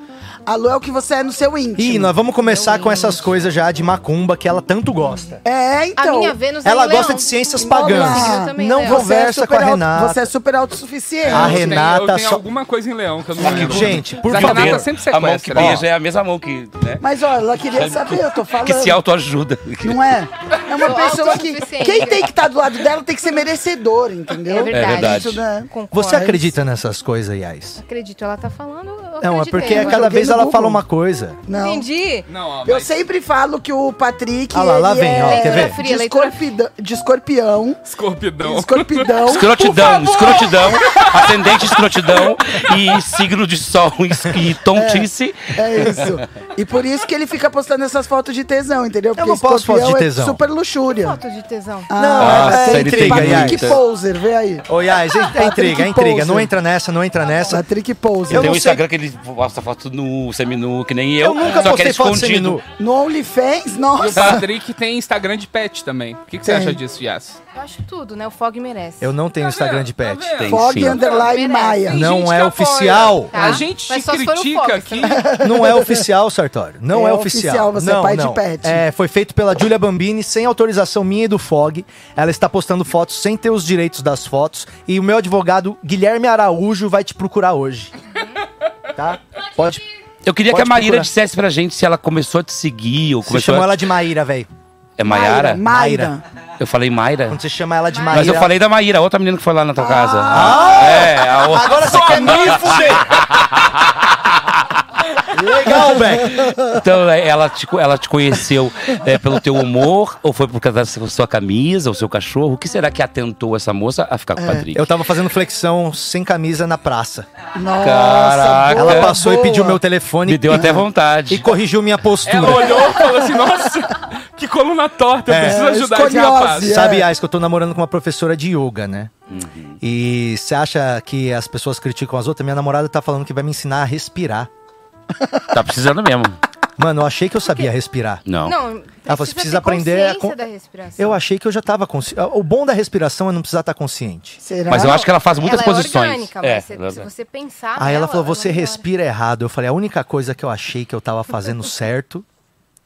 Speaker 1: A lua é o que você é no seu íntimo.
Speaker 5: Ih, nós vamos começar com essas coisas já de macumba que ela tanto gosta.
Speaker 1: É,
Speaker 7: A
Speaker 1: então.
Speaker 7: minha Vênus é
Speaker 5: Ela
Speaker 7: em Leão.
Speaker 5: gosta de ciências
Speaker 1: Olá.
Speaker 5: pagãs.
Speaker 7: Eu também, né?
Speaker 5: Não
Speaker 7: Leão.
Speaker 1: Você é
Speaker 5: conversa
Speaker 1: super
Speaker 5: com a
Speaker 1: auto-
Speaker 5: Renata.
Speaker 1: Você é super autossuficiente.
Speaker 5: A
Speaker 2: Eu tenho-
Speaker 5: Renata
Speaker 2: eu tenho
Speaker 5: só-
Speaker 2: alguma coisa em leão que eu não lembro.
Speaker 5: Gente, por
Speaker 2: Mas a
Speaker 5: favor.
Speaker 2: Renata tá sempre
Speaker 6: A mão que
Speaker 2: sequestra. né?
Speaker 6: beija é a mesma mão que, né,
Speaker 1: Mas olha, ela queria saber, eu tô falando.
Speaker 6: que se autoajuda.
Speaker 1: Não é? É uma
Speaker 7: Sou
Speaker 1: pessoa que.
Speaker 7: autossuficiente.
Speaker 1: Quem tem que estar do lado dela tem que ser merecedor, entendeu?
Speaker 7: É verdade.
Speaker 6: É verdade.
Speaker 1: Isso, né?
Speaker 7: Concordo.
Speaker 5: Você acredita nessas coisas, Yas?
Speaker 7: Acredito, ela tá falando. eu
Speaker 5: Não, é
Speaker 7: acreditei
Speaker 5: porque a
Speaker 7: agora.
Speaker 5: cada
Speaker 1: Joguei
Speaker 5: vez
Speaker 1: no
Speaker 5: ela
Speaker 1: Google.
Speaker 5: fala uma coisa.
Speaker 1: Não.
Speaker 7: Entendi.
Speaker 6: é-
Speaker 2: Não, ó,
Speaker 1: Eu
Speaker 2: mas-
Speaker 1: sempre falo que o Patrick.
Speaker 5: Ah lá, lá
Speaker 1: ele
Speaker 5: vem,
Speaker 1: é
Speaker 5: ó, quer
Speaker 7: ver?
Speaker 1: de, escorpidão, de escorpião.
Speaker 2: Escorpidão.
Speaker 1: Escorpidão.
Speaker 5: um
Speaker 6: Escrotidão, escrotidão, ascendente escrotidão e signo de sol e, e tontice.
Speaker 1: É isso. E por isso que ele fica postando essas fotos de tesão, entendeu? Porque
Speaker 5: não posto
Speaker 1: escorpião
Speaker 5: foto de tesão.
Speaker 1: é super luxúria. Ah,
Speaker 7: Foto de tesão.
Speaker 5: Não,
Speaker 6: Nossa,
Speaker 5: é, é
Speaker 6: ele
Speaker 5: intriga,
Speaker 6: tem
Speaker 5: Yas.
Speaker 1: Patrick Poser,
Speaker 5: então.
Speaker 1: vê aí.
Speaker 5: Ô, Yas, é, é intriga, é intriga.
Speaker 1: Pose.
Speaker 5: Não entra nessa, não entra nessa.
Speaker 1: Patrick Poser.
Speaker 5: Eu
Speaker 6: Tem
Speaker 5: não
Speaker 6: um
Speaker 5: sei-
Speaker 6: Instagram que ele posta foto nu, seminu, que nem eu.
Speaker 5: Eu nunca
Speaker 6: só que
Speaker 5: postei
Speaker 6: é
Speaker 5: foto
Speaker 6: escondido.
Speaker 5: seminu.
Speaker 1: No OnlyFans,
Speaker 2: E o
Speaker 1: nossa.
Speaker 2: Patrick tem Instagram de pet também. O que, que você
Speaker 1: Tem.
Speaker 2: acha disso, Yas?
Speaker 7: Eu acho tudo, né? O Fog merece.
Speaker 5: Eu não tenho Instagram de pet.
Speaker 2: Tá vendo?
Speaker 1: Fog
Speaker 6: sim.
Speaker 1: underline
Speaker 7: Merece.
Speaker 1: Maia.
Speaker 2: Tem
Speaker 5: Não
Speaker 2: gente
Speaker 5: é
Speaker 2: que apoia.
Speaker 5: oficial.
Speaker 7: Tá?
Speaker 2: A gente
Speaker 7: Mas
Speaker 2: te
Speaker 7: só se for o
Speaker 2: critica
Speaker 7: Fox, né?
Speaker 2: aqui.
Speaker 5: Não é oficial, Sartório. Não é,
Speaker 1: É
Speaker 5: oficial.
Speaker 1: oficial, você é
Speaker 5: não,
Speaker 1: pai de
Speaker 5: não.
Speaker 1: pet.
Speaker 5: É, foi feito pela Julia Bambini, sem autorização minha e do Fog. Ela está postando fotos sem ter os direitos das fotos. E o meu advogado, Guilherme Araújo, vai te procurar hoje. Tá? Pode.
Speaker 6: Eu queria
Speaker 5: Pode
Speaker 6: que a Maíra
Speaker 5: procurar.
Speaker 6: dissesse pra gente se ela começou a te seguir ou
Speaker 5: Você
Speaker 6: começou
Speaker 5: chamou
Speaker 6: a...
Speaker 5: ela de Maíra, velho.
Speaker 6: É Maiara?
Speaker 1: Maíra.
Speaker 6: Eu falei Maíra?
Speaker 5: Quando você chama ela de Maíra.
Speaker 6: Mas eu falei da Maíra, outra menina que foi lá na tua casa. É, a outra.
Speaker 5: Ah! Agora você quer me fuder! Legal, velho.
Speaker 6: Então, é, ela te, co- ela te conheceu é, pelo teu humor, ou foi por causa da su- sua camisa, ou seu cachorro? O que será que atentou essa moça a ficar com o Patrick?
Speaker 5: É, Eu tava fazendo flexão sem camisa na praça.
Speaker 1: Nossa,
Speaker 6: Caraca.
Speaker 1: boa,
Speaker 5: Ela passou e
Speaker 1: boa.
Speaker 5: pediu meu telefone
Speaker 6: Me deu até vontade. É,
Speaker 5: e corrigiu minha postura.
Speaker 2: Ela olhou e falou assim: nossa, que coluna torta, eu
Speaker 5: É.
Speaker 2: preciso ajudar esse
Speaker 1: Escoliose.
Speaker 2: rapaz.
Speaker 1: Yeah.
Speaker 5: Sabe, Ais, que eu tô namorando com uma professora de yoga, né? E você acha que as pessoas criticam as outras? Minha namorada tá falando que vai me ensinar a respirar.
Speaker 6: Tá precisando mesmo.
Speaker 5: Mano, eu achei que eu sabia respirar.
Speaker 6: Não.
Speaker 7: Não,
Speaker 5: Ah, você precisa aprender a
Speaker 7: consciência
Speaker 5: con-
Speaker 7: da respiração.
Speaker 5: Eu achei que eu já tava consciente. O bom da respiração é não precisar estar consciente.
Speaker 1: Será?
Speaker 6: Mas eu acho que ela faz muitas
Speaker 7: ela
Speaker 6: posições.
Speaker 7: É orgânica, mas
Speaker 6: É,
Speaker 7: se-
Speaker 6: ela-
Speaker 7: se você pensar.
Speaker 5: Aí ela
Speaker 7: nela,
Speaker 5: falou, você
Speaker 7: vai embora."
Speaker 5: respira errado. Eu falei, a única coisa que eu achei que eu tava fazendo certo.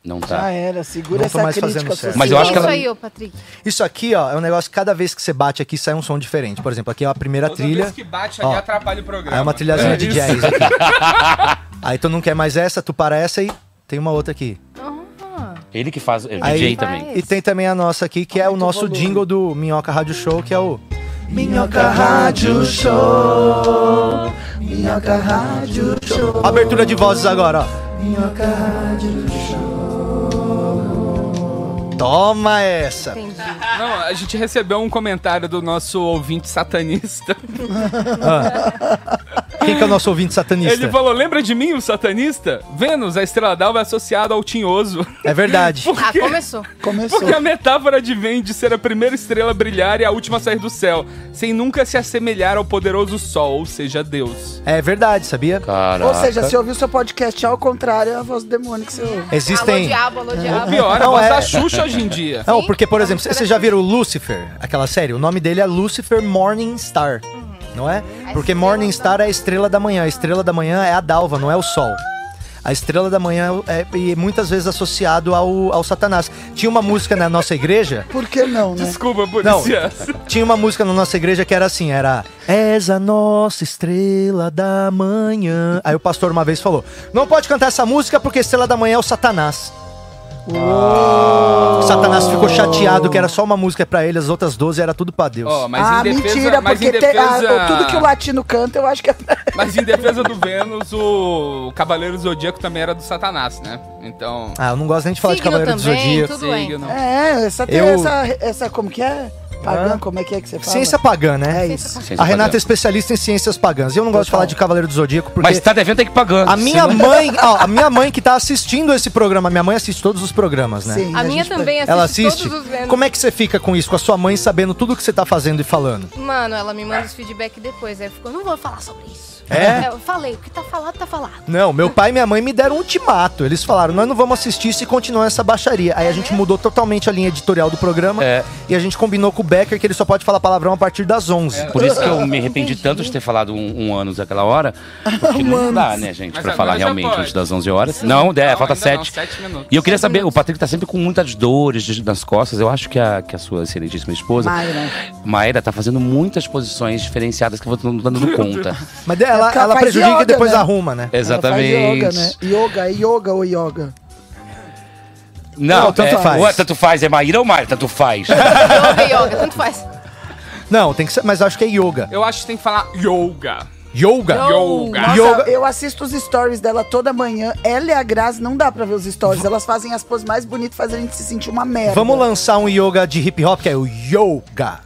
Speaker 6: Não
Speaker 1: Já
Speaker 6: tá.
Speaker 1: era, segura
Speaker 5: Não tô
Speaker 1: essa
Speaker 5: mais
Speaker 1: crítica.
Speaker 5: fazendo certo.
Speaker 1: social.
Speaker 6: Mas eu
Speaker 7: E
Speaker 6: acho que
Speaker 7: isso
Speaker 6: ela-
Speaker 7: aí, ô Patrick.
Speaker 5: Isso aqui, ó, é um negócio que cada vez que você bate aqui sai um som diferente. Por exemplo, aqui é a primeira
Speaker 2: Toda
Speaker 5: trilha.
Speaker 2: vez que bate ali
Speaker 5: Ó,
Speaker 2: atrapalha o programa.
Speaker 5: Aí é uma trilhazinha de
Speaker 2: isso.
Speaker 5: jazz aqui. Aí tu não quer mais essa, tu para essa e tem uma outra aqui.
Speaker 7: Ah,
Speaker 6: Ele que faz. É o
Speaker 5: Aí-
Speaker 6: DJ também.
Speaker 7: Faz.
Speaker 5: E tem também a nossa aqui, que é o nosso jingle do Minhoca Rádio Show, que é o. Minhoca Rádio Show. Minhoca Rádio Show. Abertura de vozes agora, ó. Minhoca Rádio Show. Toma essa.
Speaker 7: Entendi.
Speaker 2: Não, a gente recebeu um comentário do nosso ouvinte satanista.
Speaker 5: Quem que é o nosso ouvinte satanista?
Speaker 2: Ele falou: lembra de mim, o satanista? Vênus, a estrela d'alva é associada ao tinhoso.
Speaker 5: É verdade.
Speaker 7: Ah, começou.
Speaker 1: Começou.
Speaker 2: Porque a metáfora advém de ser a primeira estrela a brilhar e a última a sair do céu, sem nunca se assemelhar ao poderoso sol, ou seja, Deus.
Speaker 5: É verdade, sabia?
Speaker 6: Caraca.
Speaker 1: Ou seja, se ouviu seu podcast ao contrário, é a voz do demônio que você ouve.
Speaker 7: Alô,
Speaker 5: Existem.
Speaker 7: diabo, alô, diabo.
Speaker 2: Pior, a
Speaker 5: Não,
Speaker 2: voz
Speaker 5: é-
Speaker 2: da Xuxa hoje em dia.
Speaker 5: Não,
Speaker 7: Sim,
Speaker 5: porque, por
Speaker 7: tá
Speaker 5: exemplo,
Speaker 7: muito
Speaker 5: vocês já viram o Lucifer, aquela série? O nome dele é Lucifer Morningstar, não é? Porque
Speaker 7: Uhum. estrela
Speaker 5: Morningstar é a estrela da manhã. A estrela da manhã é a dalva, não é o sol. A estrela da manhã é o- é, e muitas vezes associado ao, ao Satanás. Tinha uma música na nossa igreja.
Speaker 1: Por que não, né?
Speaker 2: Desculpa,
Speaker 5: Não,
Speaker 2: polícia.
Speaker 5: tinha uma música na nossa igreja que era assim, era És a nossa estrela da manhã. Aí o pastor uma vez falou, não pode cantar essa música porque estrela da manhã é o Satanás. O Satanás ficou chateado que era só uma música pra ele, as outras 12 era tudo pra Deus.
Speaker 2: Ó, mas
Speaker 1: ah,
Speaker 2: em defesa,
Speaker 1: mentira,
Speaker 2: mas
Speaker 1: porque
Speaker 2: em
Speaker 1: tem- ah,
Speaker 2: defesa,
Speaker 1: tudo que o latino canta, eu acho que é.
Speaker 2: Mas em defesa do Vênus, o Cavaleiro Zodíaco também era do Satanás, né? Então.
Speaker 5: Ah, eu não gosto nem de falar de
Speaker 7: Signo
Speaker 5: Cavaleiro do
Speaker 7: também,
Speaker 5: Zodíaco.
Speaker 7: Tudo bem.
Speaker 2: não.
Speaker 1: É, essa tem
Speaker 5: Eu-
Speaker 1: essa, essa. Como que é? Pagã, como é que é que você fala?
Speaker 5: Ciência pagã,
Speaker 1: É
Speaker 5: né?
Speaker 1: isso.
Speaker 6: Ciência
Speaker 5: A Renata é
Speaker 6: pagã.
Speaker 5: especialista em ciências pagãs. E eu não gosto de falar de Cavaleiro do Zodíaco porque
Speaker 6: Mas tá devendo ter que pagar.
Speaker 5: a minha
Speaker 6: Senão- é
Speaker 5: mãe, ó, a minha mãe que tá assistindo esse programa, minha mãe assiste todos os programas, né?
Speaker 1: Sim,
Speaker 7: A minha
Speaker 1: gente-
Speaker 7: também assiste,
Speaker 5: Ela assiste?
Speaker 7: todos os Vênus.
Speaker 5: Como é que você fica com isso, com a sua mãe sabendo tudo que você tá fazendo e falando?
Speaker 7: Mano, ela me manda os feedback depois. Aí ficou, não vou falar sobre isso.
Speaker 5: É?
Speaker 7: Eu falei, o que tá falado, tá falado.
Speaker 5: Não, meu pai e minha mãe me deram um ultimato. Eles falaram, nós não vamos assistir se continuar essa baixaria. Aí a gente mudou totalmente a linha editorial do programa
Speaker 6: É.
Speaker 5: e a gente combinou com o Becker que ele só pode falar palavrão a partir das 11.
Speaker 6: É. Por isso que eu me arrependi tanto de ter falado um, um anos aquela hora. Porque não
Speaker 5: Um
Speaker 6: dá, né, gente,
Speaker 2: Mas
Speaker 6: pra
Speaker 2: agora
Speaker 6: falar
Speaker 2: já
Speaker 6: realmente
Speaker 2: pode.
Speaker 6: antes das 11 horas. Não, é,
Speaker 2: Não,
Speaker 6: falta
Speaker 2: ainda não,
Speaker 6: sete.
Speaker 2: sete minutos.
Speaker 6: E eu queria saber, o Patrick tá sempre com muitas dores de- nas costas. Eu acho que a, que a sua excelentíssima esposa,
Speaker 1: Mayra.
Speaker 6: Maíra, tá fazendo muitas posições diferenciadas que eu vou não tô dando conta.
Speaker 5: Mas ela,
Speaker 1: porque ela
Speaker 5: ela
Speaker 1: faz
Speaker 5: prejudica e
Speaker 1: yoga,
Speaker 5: depois
Speaker 1: né?
Speaker 5: arruma, né?
Speaker 6: Exatamente.
Speaker 1: Ela faz yoga, né? Yoga, é yoga ou yoga?
Speaker 6: Não,
Speaker 5: Não, tanto
Speaker 6: é,
Speaker 5: faz.
Speaker 6: ué, tanto faz, é Maíra ou Maíra? Tanto faz. É,
Speaker 7: Yoga, yoga, tanto faz.
Speaker 5: Não, tem que ser, mas acho que é yoga.
Speaker 2: Eu acho que tem que falar yoga.
Speaker 5: Yoga?
Speaker 2: Yoga.
Speaker 1: Nossa,
Speaker 5: Yoga.
Speaker 1: eu assisto os stories dela toda manhã. Ela e a Grazi não dá pra ver os stories. Elas fazem as poses mais bonitas, fazem a gente se sentir uma merda.
Speaker 5: Vamos lançar um yoga de hip hop, que é o yoga.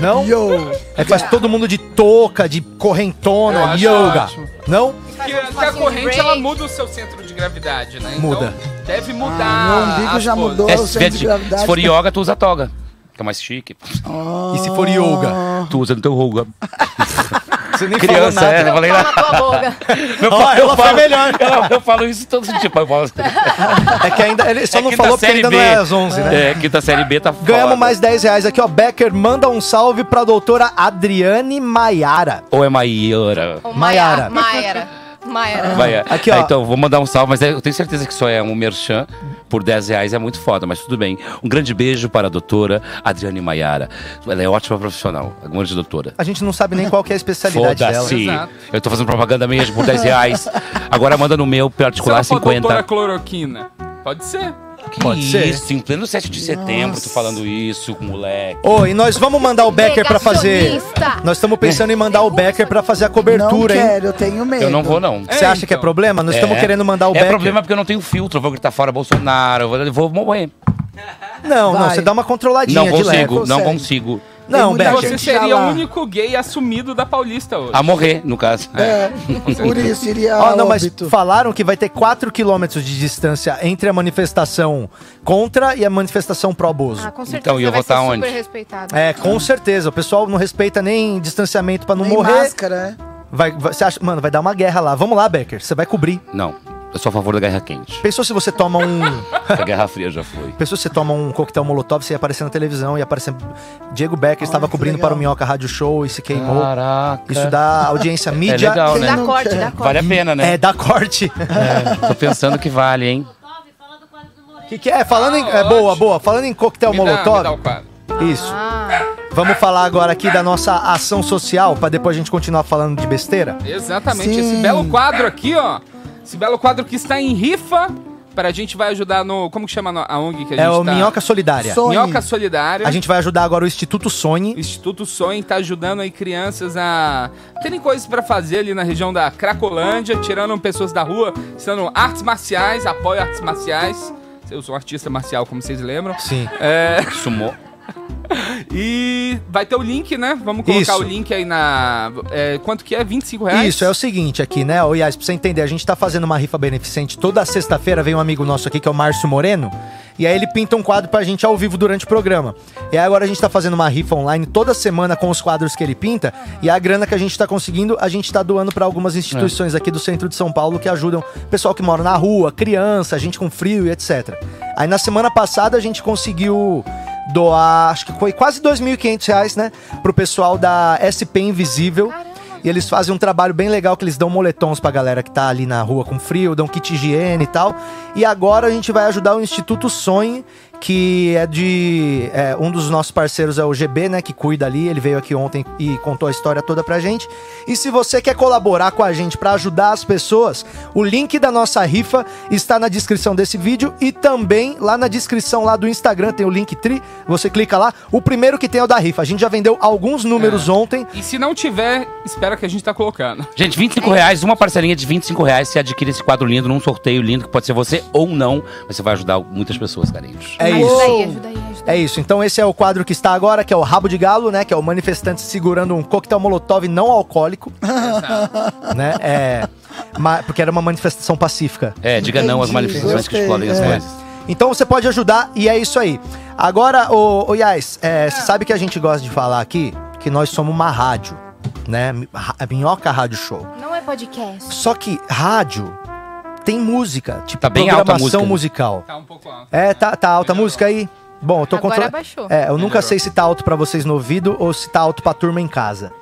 Speaker 5: não?
Speaker 1: Yo.
Speaker 5: É que faz todo mundo de touca, de
Speaker 2: Eu
Speaker 5: correntona,
Speaker 2: acho
Speaker 5: yoga.
Speaker 2: ótimo.
Speaker 5: Não?
Speaker 2: Porque
Speaker 7: um
Speaker 2: a
Speaker 7: passinho
Speaker 2: corrente
Speaker 7: break.
Speaker 2: ela muda o seu centro de gravidade, né?
Speaker 5: Muda.
Speaker 2: Então, deve mudar.
Speaker 1: Ah, meu umbigo
Speaker 2: as
Speaker 1: já
Speaker 2: poses.
Speaker 1: mudou.
Speaker 6: É,
Speaker 1: o
Speaker 6: se,
Speaker 1: centro de gravidade
Speaker 6: se for
Speaker 1: tá-
Speaker 6: yoga, tu usa toga. Fica mais chique.
Speaker 5: E se for yoga?
Speaker 6: Tu usa no teu ruga.
Speaker 5: Você nem
Speaker 6: Criança,
Speaker 5: Ah. falou
Speaker 6: é,
Speaker 5: nada.
Speaker 6: não falei nada.
Speaker 7: Toma na tua boca.
Speaker 6: Meu
Speaker 5: Ó,
Speaker 6: pai-
Speaker 5: ela foi melhor.
Speaker 6: Ela- eu falo isso todo dia. pai, eu falo- assim,
Speaker 5: É que ainda. Ele só
Speaker 6: É
Speaker 5: não
Speaker 6: quinta
Speaker 5: falou porque
Speaker 6: série
Speaker 5: ainda
Speaker 6: B.
Speaker 5: não é às 11, né?
Speaker 6: É, quinta série B tá foda.
Speaker 5: Ganhamos mais 10 reais aqui, ó. Becker manda um salve pra doutora Adriane Maiara.
Speaker 6: Ou é Maíra?
Speaker 7: Ô,
Speaker 5: Maiara.
Speaker 7: Maiara. Maiara. Maiara.
Speaker 6: Vai, é.
Speaker 5: Aqui,
Speaker 6: Ah,
Speaker 5: ó.
Speaker 6: então, vou mandar um salve, mas eu tenho certeza que só é um merchan por 10 reais, é muito foda, mas tudo bem. Um grande beijo para a doutora Adriane Maiara. Ela é ótima profissional, uma grande doutora.
Speaker 5: A gente não sabe nem qual que é a especialidade dela.
Speaker 6: Foda-se.
Speaker 2: Exato.
Speaker 6: Eu tô fazendo propaganda mesmo por 10 reais. Agora manda no meu
Speaker 2: Se ela
Speaker 6: particular
Speaker 2: for é doutora
Speaker 6: 50.
Speaker 2: cloroquina, pode ser.
Speaker 6: Que
Speaker 5: Pode ser.
Speaker 6: Isso, em pleno 7 de setembro, tu falando isso, com o moleque.
Speaker 5: Ô, e nós vamos mandar o Becker pra fazer.
Speaker 7: Negacionista.
Speaker 5: Nós estamos pensando em mandar o Becker pra fazer a
Speaker 1: Não
Speaker 5: cobertura, hein?
Speaker 1: quero, eu tenho medo.
Speaker 6: Eu não vou, não.
Speaker 5: Você
Speaker 2: É,
Speaker 5: acha que é
Speaker 2: então.
Speaker 5: problema? Nós estamos
Speaker 6: É.
Speaker 5: querendo mandar o
Speaker 6: É
Speaker 5: Becker.
Speaker 6: problema porque eu não tenho filtro. Eu vou gritar fora Bolsonaro, eu vou, eu vou morrer.
Speaker 5: Não, não,
Speaker 1: Vai.
Speaker 5: você dá uma controladinha
Speaker 6: Não
Speaker 5: de leve.
Speaker 6: consigo, não
Speaker 1: consegue.
Speaker 6: consigo.
Speaker 5: Não,
Speaker 1: Tem muita
Speaker 5: Becker.
Speaker 2: Você
Speaker 1: gente já
Speaker 2: seria
Speaker 1: lá.
Speaker 2: o único gay assumido da Paulista hoje.
Speaker 6: A morrer, no caso.
Speaker 1: É, por isso iria.
Speaker 5: Ó, não, mas
Speaker 1: óbito.
Speaker 5: falaram que vai ter 4 quilômetros de distância entre a manifestação contra e a manifestação pró-boso.
Speaker 7: Ah, com certeza
Speaker 6: Então, e eu
Speaker 7: vai
Speaker 6: vou
Speaker 7: ser
Speaker 6: tá
Speaker 7: super
Speaker 6: onde?
Speaker 7: respeitado.
Speaker 5: É, com certeza. O pessoal não respeita nem distanciamento pra não
Speaker 1: Nem
Speaker 5: morrer.
Speaker 1: máscara, né?
Speaker 5: Vai, vai- você acha, mano, vai dar uma guerra lá. Vamos lá, Becker. Você vai cobrir.
Speaker 6: Não, eu sou a favor da guerra quente.
Speaker 5: Pensou se você toma um.
Speaker 6: A guerra fria já foi.
Speaker 5: Pensou se você toma um coquetel molotov, você ia aparecer na televisão, ia aparecer. Diego Becker estava
Speaker 1: que
Speaker 5: cobrindo
Speaker 1: legal.
Speaker 5: para o Minhoca Rádio Show e se queimou.
Speaker 6: Caraca.
Speaker 5: Isso dá audiência mídia.
Speaker 6: legal, né?
Speaker 7: Dá
Speaker 1: não
Speaker 7: corte,
Speaker 1: quer.
Speaker 7: dá corte.
Speaker 6: Vale a pena, né?
Speaker 5: É, dá corte. É.
Speaker 6: Tô pensando que vale, hein?
Speaker 5: O que, que é? Falando em.
Speaker 2: Ah,
Speaker 5: É boa,
Speaker 2: ótimo.
Speaker 5: boa. Falando em coquetel
Speaker 2: Me dá- me dá o
Speaker 5: molotov.
Speaker 2: quadro.
Speaker 5: Isso.
Speaker 7: Ah,
Speaker 5: Vamos falar agora aqui da nossa ação social, para depois a gente continuar falando de besteira.
Speaker 2: Exatamente.
Speaker 1: Sim.
Speaker 2: Esse belo quadro aqui, ó. Esse belo quadro que está em rifa Pra gente vai ajudar no. Como que chama a ONG que a gente
Speaker 5: É o
Speaker 2: tá?
Speaker 5: Minhoca Solidária.
Speaker 1: Sonho.
Speaker 2: Minhoca Solidária.
Speaker 5: A gente vai ajudar agora o Instituto
Speaker 2: O
Speaker 5: Sony.
Speaker 2: Instituto Sonho tá ajudando aí crianças a terem coisas pra fazer ali na região da Cracolândia, tirando pessoas da rua, sendo artes marciais, apoio a artes marciais. Eu sou um artista marcial, como vocês lembram.
Speaker 5: Sim.
Speaker 6: Sumou.
Speaker 2: E vai ter o link, né? Vamos colocar
Speaker 5: Isso.
Speaker 2: o link aí na. é, quanto que é? 25 reais?
Speaker 5: Isso, é o seguinte aqui, né? Ô, Iás, pra você entender, a gente tá fazendo uma rifa beneficente. Toda sexta-feira vem um amigo nosso aqui, que é o Márcio Moreno. E aí ele pinta um quadro pra gente ao vivo durante o programa. E aí agora a gente tá fazendo uma rifa online toda semana com os quadros que ele pinta. E a grana que a gente tá conseguindo, a gente tá doando pra algumas instituições aqui do centro de São Paulo que ajudam pessoal que mora na rua, criança, gente com frio e etc. Aí na semana passada a gente conseguiu doar, acho que foi quase R$ 2.500 reais, né? Pro pessoal da SP Invisível. E eles fazem um trabalho bem legal que eles dão moletons pra galera que tá ali na rua com frio, dão kit higiene e tal. E agora a gente vai ajudar o Instituto Sonhe, que é de. é, um dos nossos parceiros é o GB, né? Que cuida ali. Ele veio aqui ontem e contou a história toda pra gente. E se você quer colaborar com a gente pra ajudar as pessoas, o link da nossa rifa está na descrição desse vídeo e também lá na descrição lá do Instagram tem o link Tri. Você clica lá. O primeiro que tem é o da rifa. A gente já vendeu alguns números ontem.
Speaker 2: E se não tiver, espera que a gente tá colocando.
Speaker 6: Gente, 25 reais, uma parcelinha de 25 reais. Você adquire esse quadro lindo num sorteio lindo, que pode ser você ou não. Mas você vai ajudar muitas pessoas, carinhos.
Speaker 5: É
Speaker 7: ajuda
Speaker 5: isso.
Speaker 7: aí, ajuda aí, ajuda
Speaker 5: É isso, então esse é o quadro que está agora, que é o rabo de galo, né? Que é o manifestante segurando um coquetel molotov não alcoólico, né? É, ma- porque era uma manifestação pacífica.
Speaker 6: É, diga não às
Speaker 1: Entendi,
Speaker 6: manifestações que
Speaker 1: gostei,
Speaker 6: explodem as
Speaker 1: é.
Speaker 6: coisas.
Speaker 5: Então você pode ajudar e é isso aí. Agora, o, Yas, é, você sabe que a gente gosta de falar aqui que nós somos uma rádio, né? Mi- ra- Minhoca Rádio Show.
Speaker 7: aí. Não é podcast.
Speaker 5: Só que rádio tem música, tipo
Speaker 6: Tá bem alta a
Speaker 5: programação
Speaker 6: música, né?
Speaker 5: musical.
Speaker 2: Tá um pouco alto.
Speaker 5: É, tá, tá alta a
Speaker 2: Melhorou.
Speaker 5: música aí? Bom, eu tô
Speaker 7: Agora
Speaker 5: controlando.
Speaker 7: abaixou.
Speaker 5: É, eu nunca sei se tá alto pra vocês no ouvido ou se tá alto pra turma em casa.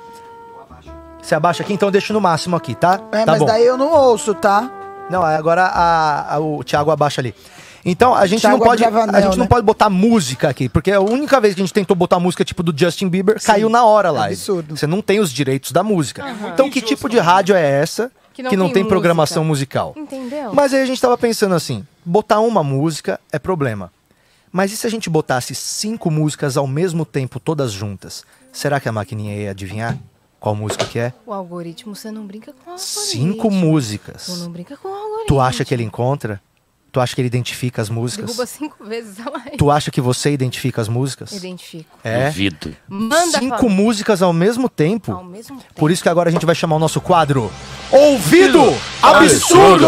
Speaker 5: Você abaixa aqui, então eu deixo no máximo aqui, tá?
Speaker 1: É,
Speaker 5: tá
Speaker 1: mas daí eu não ouço, tá?
Speaker 5: Não, aí agora a- a- o Thiago abaixa ali. Então, a gente,
Speaker 1: Thiago
Speaker 5: não pode,
Speaker 1: Abravanel,
Speaker 5: a gente não
Speaker 1: né?
Speaker 5: pode botar música aqui, porque a única vez que a gente tentou botar música tipo do Justin Bieber, caiu na hora lá.
Speaker 1: absurdo.
Speaker 5: Você não tem os direitos da música. Então, que tipo de
Speaker 2: Injusto, né?
Speaker 5: rádio é essa que não, tem,
Speaker 7: música.
Speaker 5: programação musical?
Speaker 7: Entendeu?
Speaker 5: Mas aí a gente tava pensando assim: botar uma música é problema. Mas e se a gente botasse cinco músicas ao mesmo tempo, todas juntas? Será que a maquininha ia adivinhar qual música que é?
Speaker 7: O algoritmo, você não brinca com o algoritmo.
Speaker 5: Cinco
Speaker 7: Tu
Speaker 5: músicas.
Speaker 7: não brinca com o algoritmo.
Speaker 5: Tu acha que ele encontra? Tu acha que ele identifica as
Speaker 7: Derruba assim.
Speaker 5: músicas?
Speaker 7: cinco vezes a live.
Speaker 5: Tu acha que você identifica as músicas?
Speaker 7: Identifico.
Speaker 5: É.
Speaker 6: Duvido.
Speaker 7: Manda
Speaker 5: Cinco
Speaker 7: pra-
Speaker 5: músicas ao mesmo
Speaker 7: ao
Speaker 5: tempo.
Speaker 7: mesmo tempo.
Speaker 5: Por isso que agora a gente vai chamar o nosso quadro Ouvido Absurdo!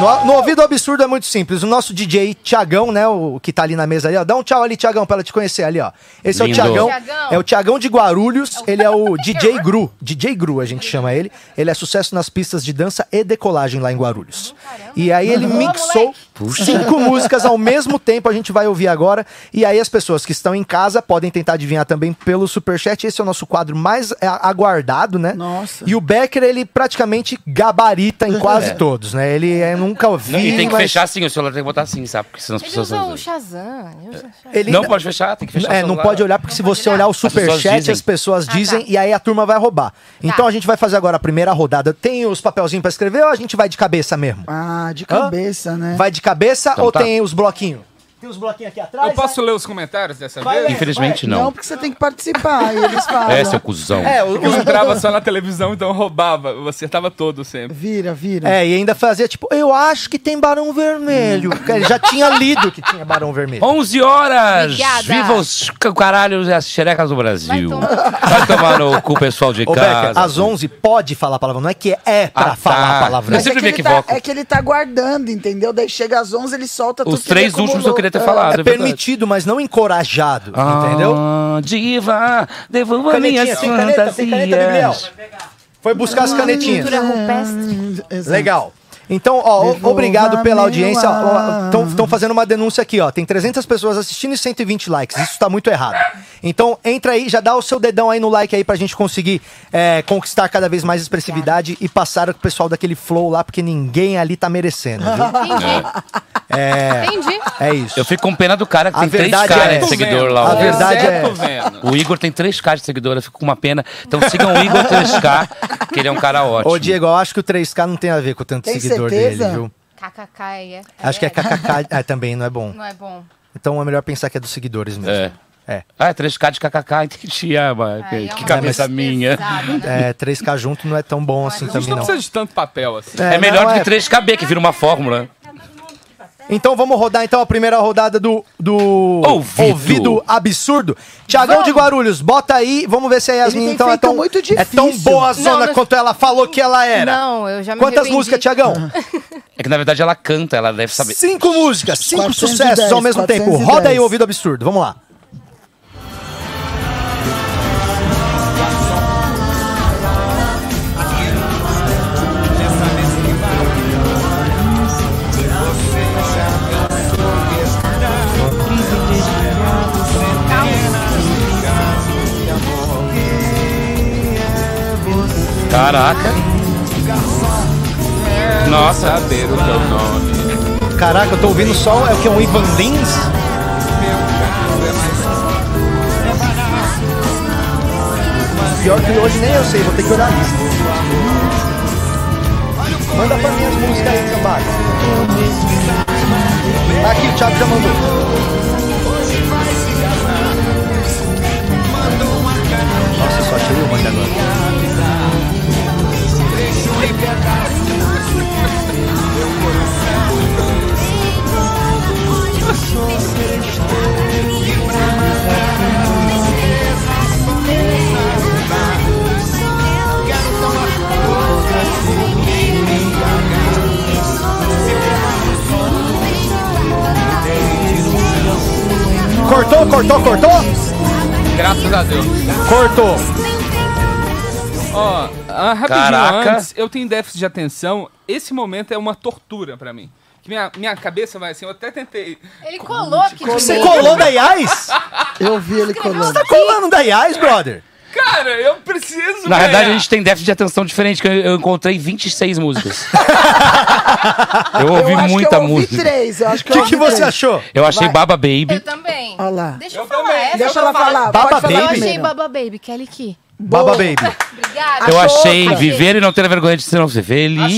Speaker 5: No, no ouvido absurdo é muito simples. O nosso DJ Tiagão, né? O que tá ali na mesa ali, ó. Dá um tchau ali, Tiagão, pra ela te conhecer ali, ó. Esse
Speaker 6: Lindo.
Speaker 5: é o Tiagão.
Speaker 7: Thiagão.
Speaker 5: É o Tiagão de Guarulhos. Ele é o DJ Gru. DJ Gru, a gente chama ele. Ele é sucesso nas pistas de dança e decolagem lá em Guarulhos. E aí ele mixou cinco músicas ao mesmo tempo, a gente vai ouvir agora. E aí as pessoas que estão em casa podem tentar adivinhar também pelo Superchat. Esse é o nosso quadro mais é, aguardado, né?
Speaker 1: Nossa.
Speaker 5: E o Becker, ele praticamente gabarita em quase todos, né? Ele é, nunca ouvi,
Speaker 6: e tem que
Speaker 5: mas-
Speaker 6: fechar assim, o celular tem que botar assim, sabe? Porque senão as
Speaker 7: Ele
Speaker 6: pessoas.
Speaker 7: usa o Shazam. ele usa o Shazam.
Speaker 5: Ele
Speaker 6: Não pode fechar, tem que fechar. o
Speaker 5: É, não
Speaker 6: celular.
Speaker 5: pode olhar, porque se você olhar o
Speaker 6: pessoas
Speaker 5: superchat,
Speaker 6: dizem.
Speaker 5: as pessoas dizem
Speaker 7: tá.
Speaker 5: e aí a turma vai roubar. Então a gente vai fazer agora a primeira rodada. Tem os papelzinhos pra escrever ou a gente vai de cabeça mesmo?
Speaker 1: Ah, de
Speaker 5: Hã?
Speaker 1: cabeça,
Speaker 7: É.
Speaker 1: né?
Speaker 5: Vai de cabeça
Speaker 6: Então
Speaker 5: ou
Speaker 6: tá.
Speaker 5: tem os bloquinhos? Tem os bloquinhos aqui atrás?
Speaker 2: Eu posso ler os comentários dessa vez?
Speaker 5: É,
Speaker 6: Infelizmente
Speaker 1: não.
Speaker 6: não.
Speaker 1: porque você tem que participar, e eles falam.
Speaker 6: É, seu cuzão.
Speaker 5: né? É, o-
Speaker 2: Porque eu entrava só na televisão, então eu roubava. Eu acertava todo sempre.
Speaker 1: Vira, vira.
Speaker 5: é, e ainda fazia tipo, eu acho que tem Barão Vermelho.
Speaker 6: Hum.
Speaker 5: Cara, Ele já tinha lido que tinha Barão Vermelho.
Speaker 6: 11 horas!
Speaker 7: Obrigada.
Speaker 6: Viva os c- caralhos e as xerecas do Brasil.
Speaker 7: Vai
Speaker 6: Vai tomar no cu, pessoal de
Speaker 5: Ô, Becker,
Speaker 6: casa.
Speaker 5: às 11 pode falar palavrão, não é que é pra
Speaker 6: assim. Ah, tá.
Speaker 5: falar palavrão.
Speaker 6: Eu sempre me
Speaker 1: ele tá,
Speaker 6: equivoco.
Speaker 1: é que ele tá guardando, entendeu? Daí chega às 11, ele solta tudo.
Speaker 6: Os
Speaker 1: que ele
Speaker 6: três últimos
Speaker 1: acumulou.
Speaker 6: eu queria ter
Speaker 1: É.
Speaker 6: falado.
Speaker 5: É
Speaker 6: verdade.
Speaker 5: permitido, mas não encorajado,
Speaker 6: Ah,
Speaker 5: entendeu?
Speaker 6: Diva, devolva
Speaker 5: Canetinha,
Speaker 6: minhas
Speaker 5: sem caneta, sem caneta, Gabriel.
Speaker 6: fantasias.
Speaker 5: Foi buscar as canetinhas.
Speaker 7: Pintura rupestre.
Speaker 1: Hum, Exato.
Speaker 5: Legal. Então, ó, o-
Speaker 1: Devolva
Speaker 5: obrigado pela
Speaker 1: meu
Speaker 5: audiência.
Speaker 1: ar.
Speaker 5: Estão fazendo uma denúncia aqui, ó. Tem 300 pessoas assistindo e 120 likes. Isso tá muito errado. Então, entra aí, já dá o seu dedão aí no like aí pra gente conseguir é, conquistar cada vez mais expressividade e passar o pessoal daquele flow lá, porque ninguém ali tá merecendo, viu?
Speaker 7: Entendi.
Speaker 5: É,
Speaker 7: Entendi.
Speaker 5: é isso.
Speaker 6: Eu fico com pena do cara que
Speaker 5: A
Speaker 6: tem três
Speaker 5: verdade
Speaker 6: caras
Speaker 5: é-
Speaker 6: de seguidor lá.
Speaker 5: A
Speaker 6: ó.
Speaker 5: verdade- é-
Speaker 2: Certo, vendo.
Speaker 6: O Igor tem 3K de seguidor, eu fico com uma pena. Então sigam o Igor 3K, que ele é um cara ótimo.
Speaker 5: Ô, Diego, eu acho que o 3K não tem a ver com tanto
Speaker 1: Tem
Speaker 5: seguidor
Speaker 1: certeza?
Speaker 5: dele, viu?
Speaker 7: KKK é.
Speaker 5: Acho que é KKK. ah, também não é bom.
Speaker 7: Não é bom.
Speaker 5: Então é melhor pensar que é dos seguidores mesmo.
Speaker 6: É.
Speaker 5: É.
Speaker 6: Ah, é 3K de KKK, entendi. Ah, mas,
Speaker 7: Aí é
Speaker 6: que
Speaker 7: uma
Speaker 6: cabeça
Speaker 7: coisa
Speaker 6: minha.
Speaker 7: pesada, né?
Speaker 5: É, 3K junto não é tão bom assim
Speaker 7: não.
Speaker 2: A gente
Speaker 5: também
Speaker 2: não
Speaker 5: não.
Speaker 2: precisa de tanto papel assim.
Speaker 6: É,
Speaker 5: não,
Speaker 6: melhor
Speaker 5: é.
Speaker 6: do que 3KB, que vira uma fórmula.
Speaker 5: Então vamos rodar então a primeira rodada do, do
Speaker 6: Ouvido.
Speaker 5: absurdo. Tiagão de Guarulhos, bota aí, vamos ver se a Yasmin
Speaker 1: tem
Speaker 5: então é
Speaker 1: feito
Speaker 5: tão,
Speaker 1: muito
Speaker 5: é tão
Speaker 1: difícil.
Speaker 5: boa zona
Speaker 7: Não, não-
Speaker 5: quanto ela falou que ela era.
Speaker 7: Não, eu já me
Speaker 5: Quantas
Speaker 7: arrependi.
Speaker 5: músicas, Tiagão?
Speaker 6: É que na verdade ela canta, ela deve saber.
Speaker 5: Cinco músicas, cinco
Speaker 1: 410,
Speaker 5: sucessos ao mesmo tempo.
Speaker 1: 410.
Speaker 5: Roda aí o ouvido absurdo, vamos lá.
Speaker 6: Caraca.
Speaker 5: É.
Speaker 6: Nossa.
Speaker 2: Saber o teu nome.
Speaker 5: Caraca, eu tô ouvindo só, é o que, um Ivan Lins? Pior que hoje nem eu sei, vou ter que olhar a lista. Manda pra mim as músicas aí, Sambaga. Aqui, o Thiago já mandou. Nossa, só achei uma até agora. Cortou, cortou, cortou?
Speaker 2: Graças a Deus.
Speaker 5: Cortou.
Speaker 2: Ó, ah, rapidinho
Speaker 6: Caraca.
Speaker 2: antes, eu tenho déficit de atenção. Esse momento é uma tortura pra mim. Que minha, minha cabeça vai assim, eu até tentei.
Speaker 7: Ele colou aqui de
Speaker 5: Você
Speaker 7: mim.
Speaker 5: colou da Iais?
Speaker 1: Eu vi ele colando.
Speaker 5: Tá colando da Iais, brother?
Speaker 2: Cara, eu preciso.
Speaker 6: Na
Speaker 2: ganhar.
Speaker 6: verdade, a gente tem déficit de atenção diferente, que eu- eu encontrei 26 músicas. eu ouvi
Speaker 1: eu acho que
Speaker 6: muita
Speaker 1: eu ouvi
Speaker 6: música.
Speaker 1: Três, eu acho que
Speaker 5: O
Speaker 1: eu
Speaker 5: que, que
Speaker 1: ouvi
Speaker 5: você
Speaker 1: três.
Speaker 5: achou?
Speaker 6: Eu achei Baba Baby.
Speaker 7: Eu também.
Speaker 1: Olha lá.
Speaker 7: Deixa
Speaker 2: Eu
Speaker 7: eu falar
Speaker 2: também.
Speaker 7: essa.
Speaker 1: Deixa ela falar.
Speaker 5: Baba
Speaker 1: pode falar
Speaker 7: Eu
Speaker 5: Baby.
Speaker 7: achei
Speaker 1: primeiro.
Speaker 7: Baba Baby, Kelly Key.
Speaker 5: Baba Baby.
Speaker 7: Obrigada.
Speaker 6: Eu
Speaker 7: Achou,
Speaker 6: achei viver e não ter vergonha de ser não ser
Speaker 2: Achamos,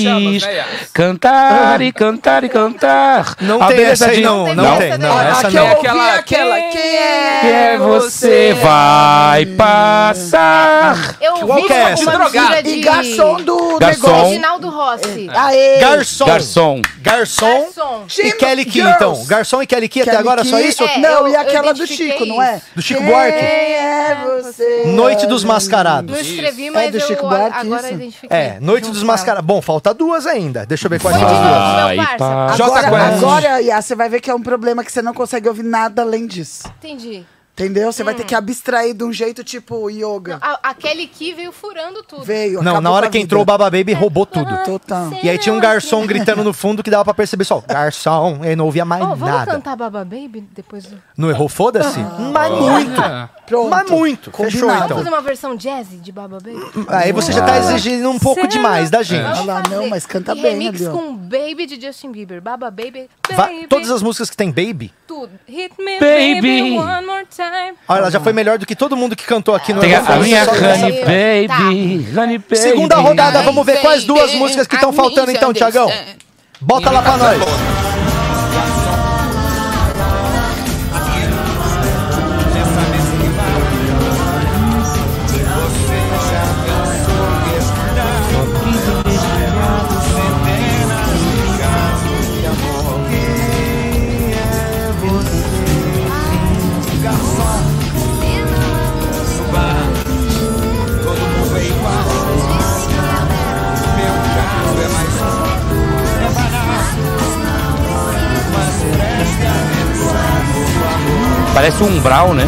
Speaker 6: feliz.
Speaker 2: né, Yas?
Speaker 6: cantar e cantar e cantar.
Speaker 5: Não
Speaker 6: A
Speaker 5: tem
Speaker 6: beleza
Speaker 5: essa aí,
Speaker 6: de-
Speaker 5: não.
Speaker 7: Não
Speaker 5: Não
Speaker 7: tem
Speaker 5: tem,
Speaker 7: essa
Speaker 5: não.
Speaker 7: daí.
Speaker 5: Essa
Speaker 1: Aquela
Speaker 5: não.
Speaker 1: que eu ouvi,
Speaker 2: Aquela
Speaker 1: aquela.
Speaker 2: quem
Speaker 1: Quem é,
Speaker 6: Que é você vai passar.
Speaker 7: Eu
Speaker 5: Qual
Speaker 7: ouvi
Speaker 5: que é essa?
Speaker 7: uma mistura
Speaker 2: Drogado.
Speaker 7: de...
Speaker 1: E garçom do É.
Speaker 6: Garçom.
Speaker 1: negócio.
Speaker 7: Reginaldo Rossi.
Speaker 1: Aê!
Speaker 5: é Garçom.
Speaker 6: Garçom.
Speaker 5: Garçom.
Speaker 7: Garçom.
Speaker 5: E Kelly Key,
Speaker 1: Girls.
Speaker 5: então. Garçom e Kelly Key até
Speaker 1: Kelly
Speaker 5: agora, só
Speaker 1: Key.
Speaker 5: isso?
Speaker 7: É,
Speaker 1: não,
Speaker 7: eu-
Speaker 1: e aquela
Speaker 7: eu
Speaker 1: do
Speaker 7: identifiquei
Speaker 1: Chico, não é?
Speaker 7: isso.
Speaker 5: Do Chico Buarque?
Speaker 1: Quem é você?
Speaker 5: Noite dos Mascarados.
Speaker 7: Não escrevi,
Speaker 1: É
Speaker 7: mas
Speaker 1: do
Speaker 7: eu
Speaker 1: Chico Buarque,
Speaker 7: agora
Speaker 1: isso?
Speaker 7: identifiquei.
Speaker 5: É, Noite
Speaker 7: junto
Speaker 5: dos
Speaker 7: com ela.
Speaker 5: Mascarados. Bom, falta duas ainda. Deixa eu ver quais são as duas.
Speaker 7: Meu
Speaker 6: Vai
Speaker 7: parça.
Speaker 6: passar.
Speaker 2: Jota
Speaker 1: Agora,
Speaker 2: Quest.
Speaker 1: agora Iá, você vai ver que é um problema que você não consegue ouvir nada além disso.
Speaker 7: Entendi.
Speaker 1: Entendeu? Você vai ter que
Speaker 7: Hum.
Speaker 1: abstrair de um jeito tipo yoga.
Speaker 7: A, a Kelly Key veio furando tudo.
Speaker 1: Veio.
Speaker 5: Não,
Speaker 1: acabou
Speaker 5: na
Speaker 1: com
Speaker 5: hora
Speaker 1: a
Speaker 5: que
Speaker 1: vida.
Speaker 5: entrou o Baba Baby, roubou tudo.
Speaker 1: Total.
Speaker 5: E aí tinha um garçom gritando no fundo que dava pra perceber só, garçom, e aí não ouvia mais
Speaker 7: Ô, vamos
Speaker 5: nada.
Speaker 7: cantar Baba Baby depois do...
Speaker 5: Não errou, foda-se? Mas muito.
Speaker 2: Ah,
Speaker 1: Pronto.
Speaker 5: Mas muito. Fechou,
Speaker 1: Combinado.
Speaker 5: então.
Speaker 7: Fazer uma versão jazz de Baba
Speaker 1: Hum,
Speaker 7: Baby? Ah.
Speaker 5: Aí você já tá exigindo um pouco demais da gente.
Speaker 1: Ah lá,
Speaker 7: Vamos
Speaker 1: não,
Speaker 7: fazer.
Speaker 1: mas canta
Speaker 7: e
Speaker 1: bem
Speaker 7: remix
Speaker 1: ali, ó.
Speaker 7: com Baby de Justin Bieber. Baba Baby, Baby,
Speaker 5: Va- todas as músicas que tem Baby,
Speaker 7: tudo. Hit me,
Speaker 6: Baby.
Speaker 7: baby, one more time.
Speaker 5: olha, ela já foi melhor do que todo mundo que cantou aqui no
Speaker 6: Tem a, a
Speaker 5: Eurofunk,
Speaker 6: minha
Speaker 5: só isso.
Speaker 6: Honey
Speaker 7: Tá.
Speaker 6: Baby. Honey Baby.
Speaker 5: Segunda rodada, vamos ver quais duas músicas que estão faltando então, Tiagão. Bota lá pra nós.
Speaker 6: Parece um umbral, né?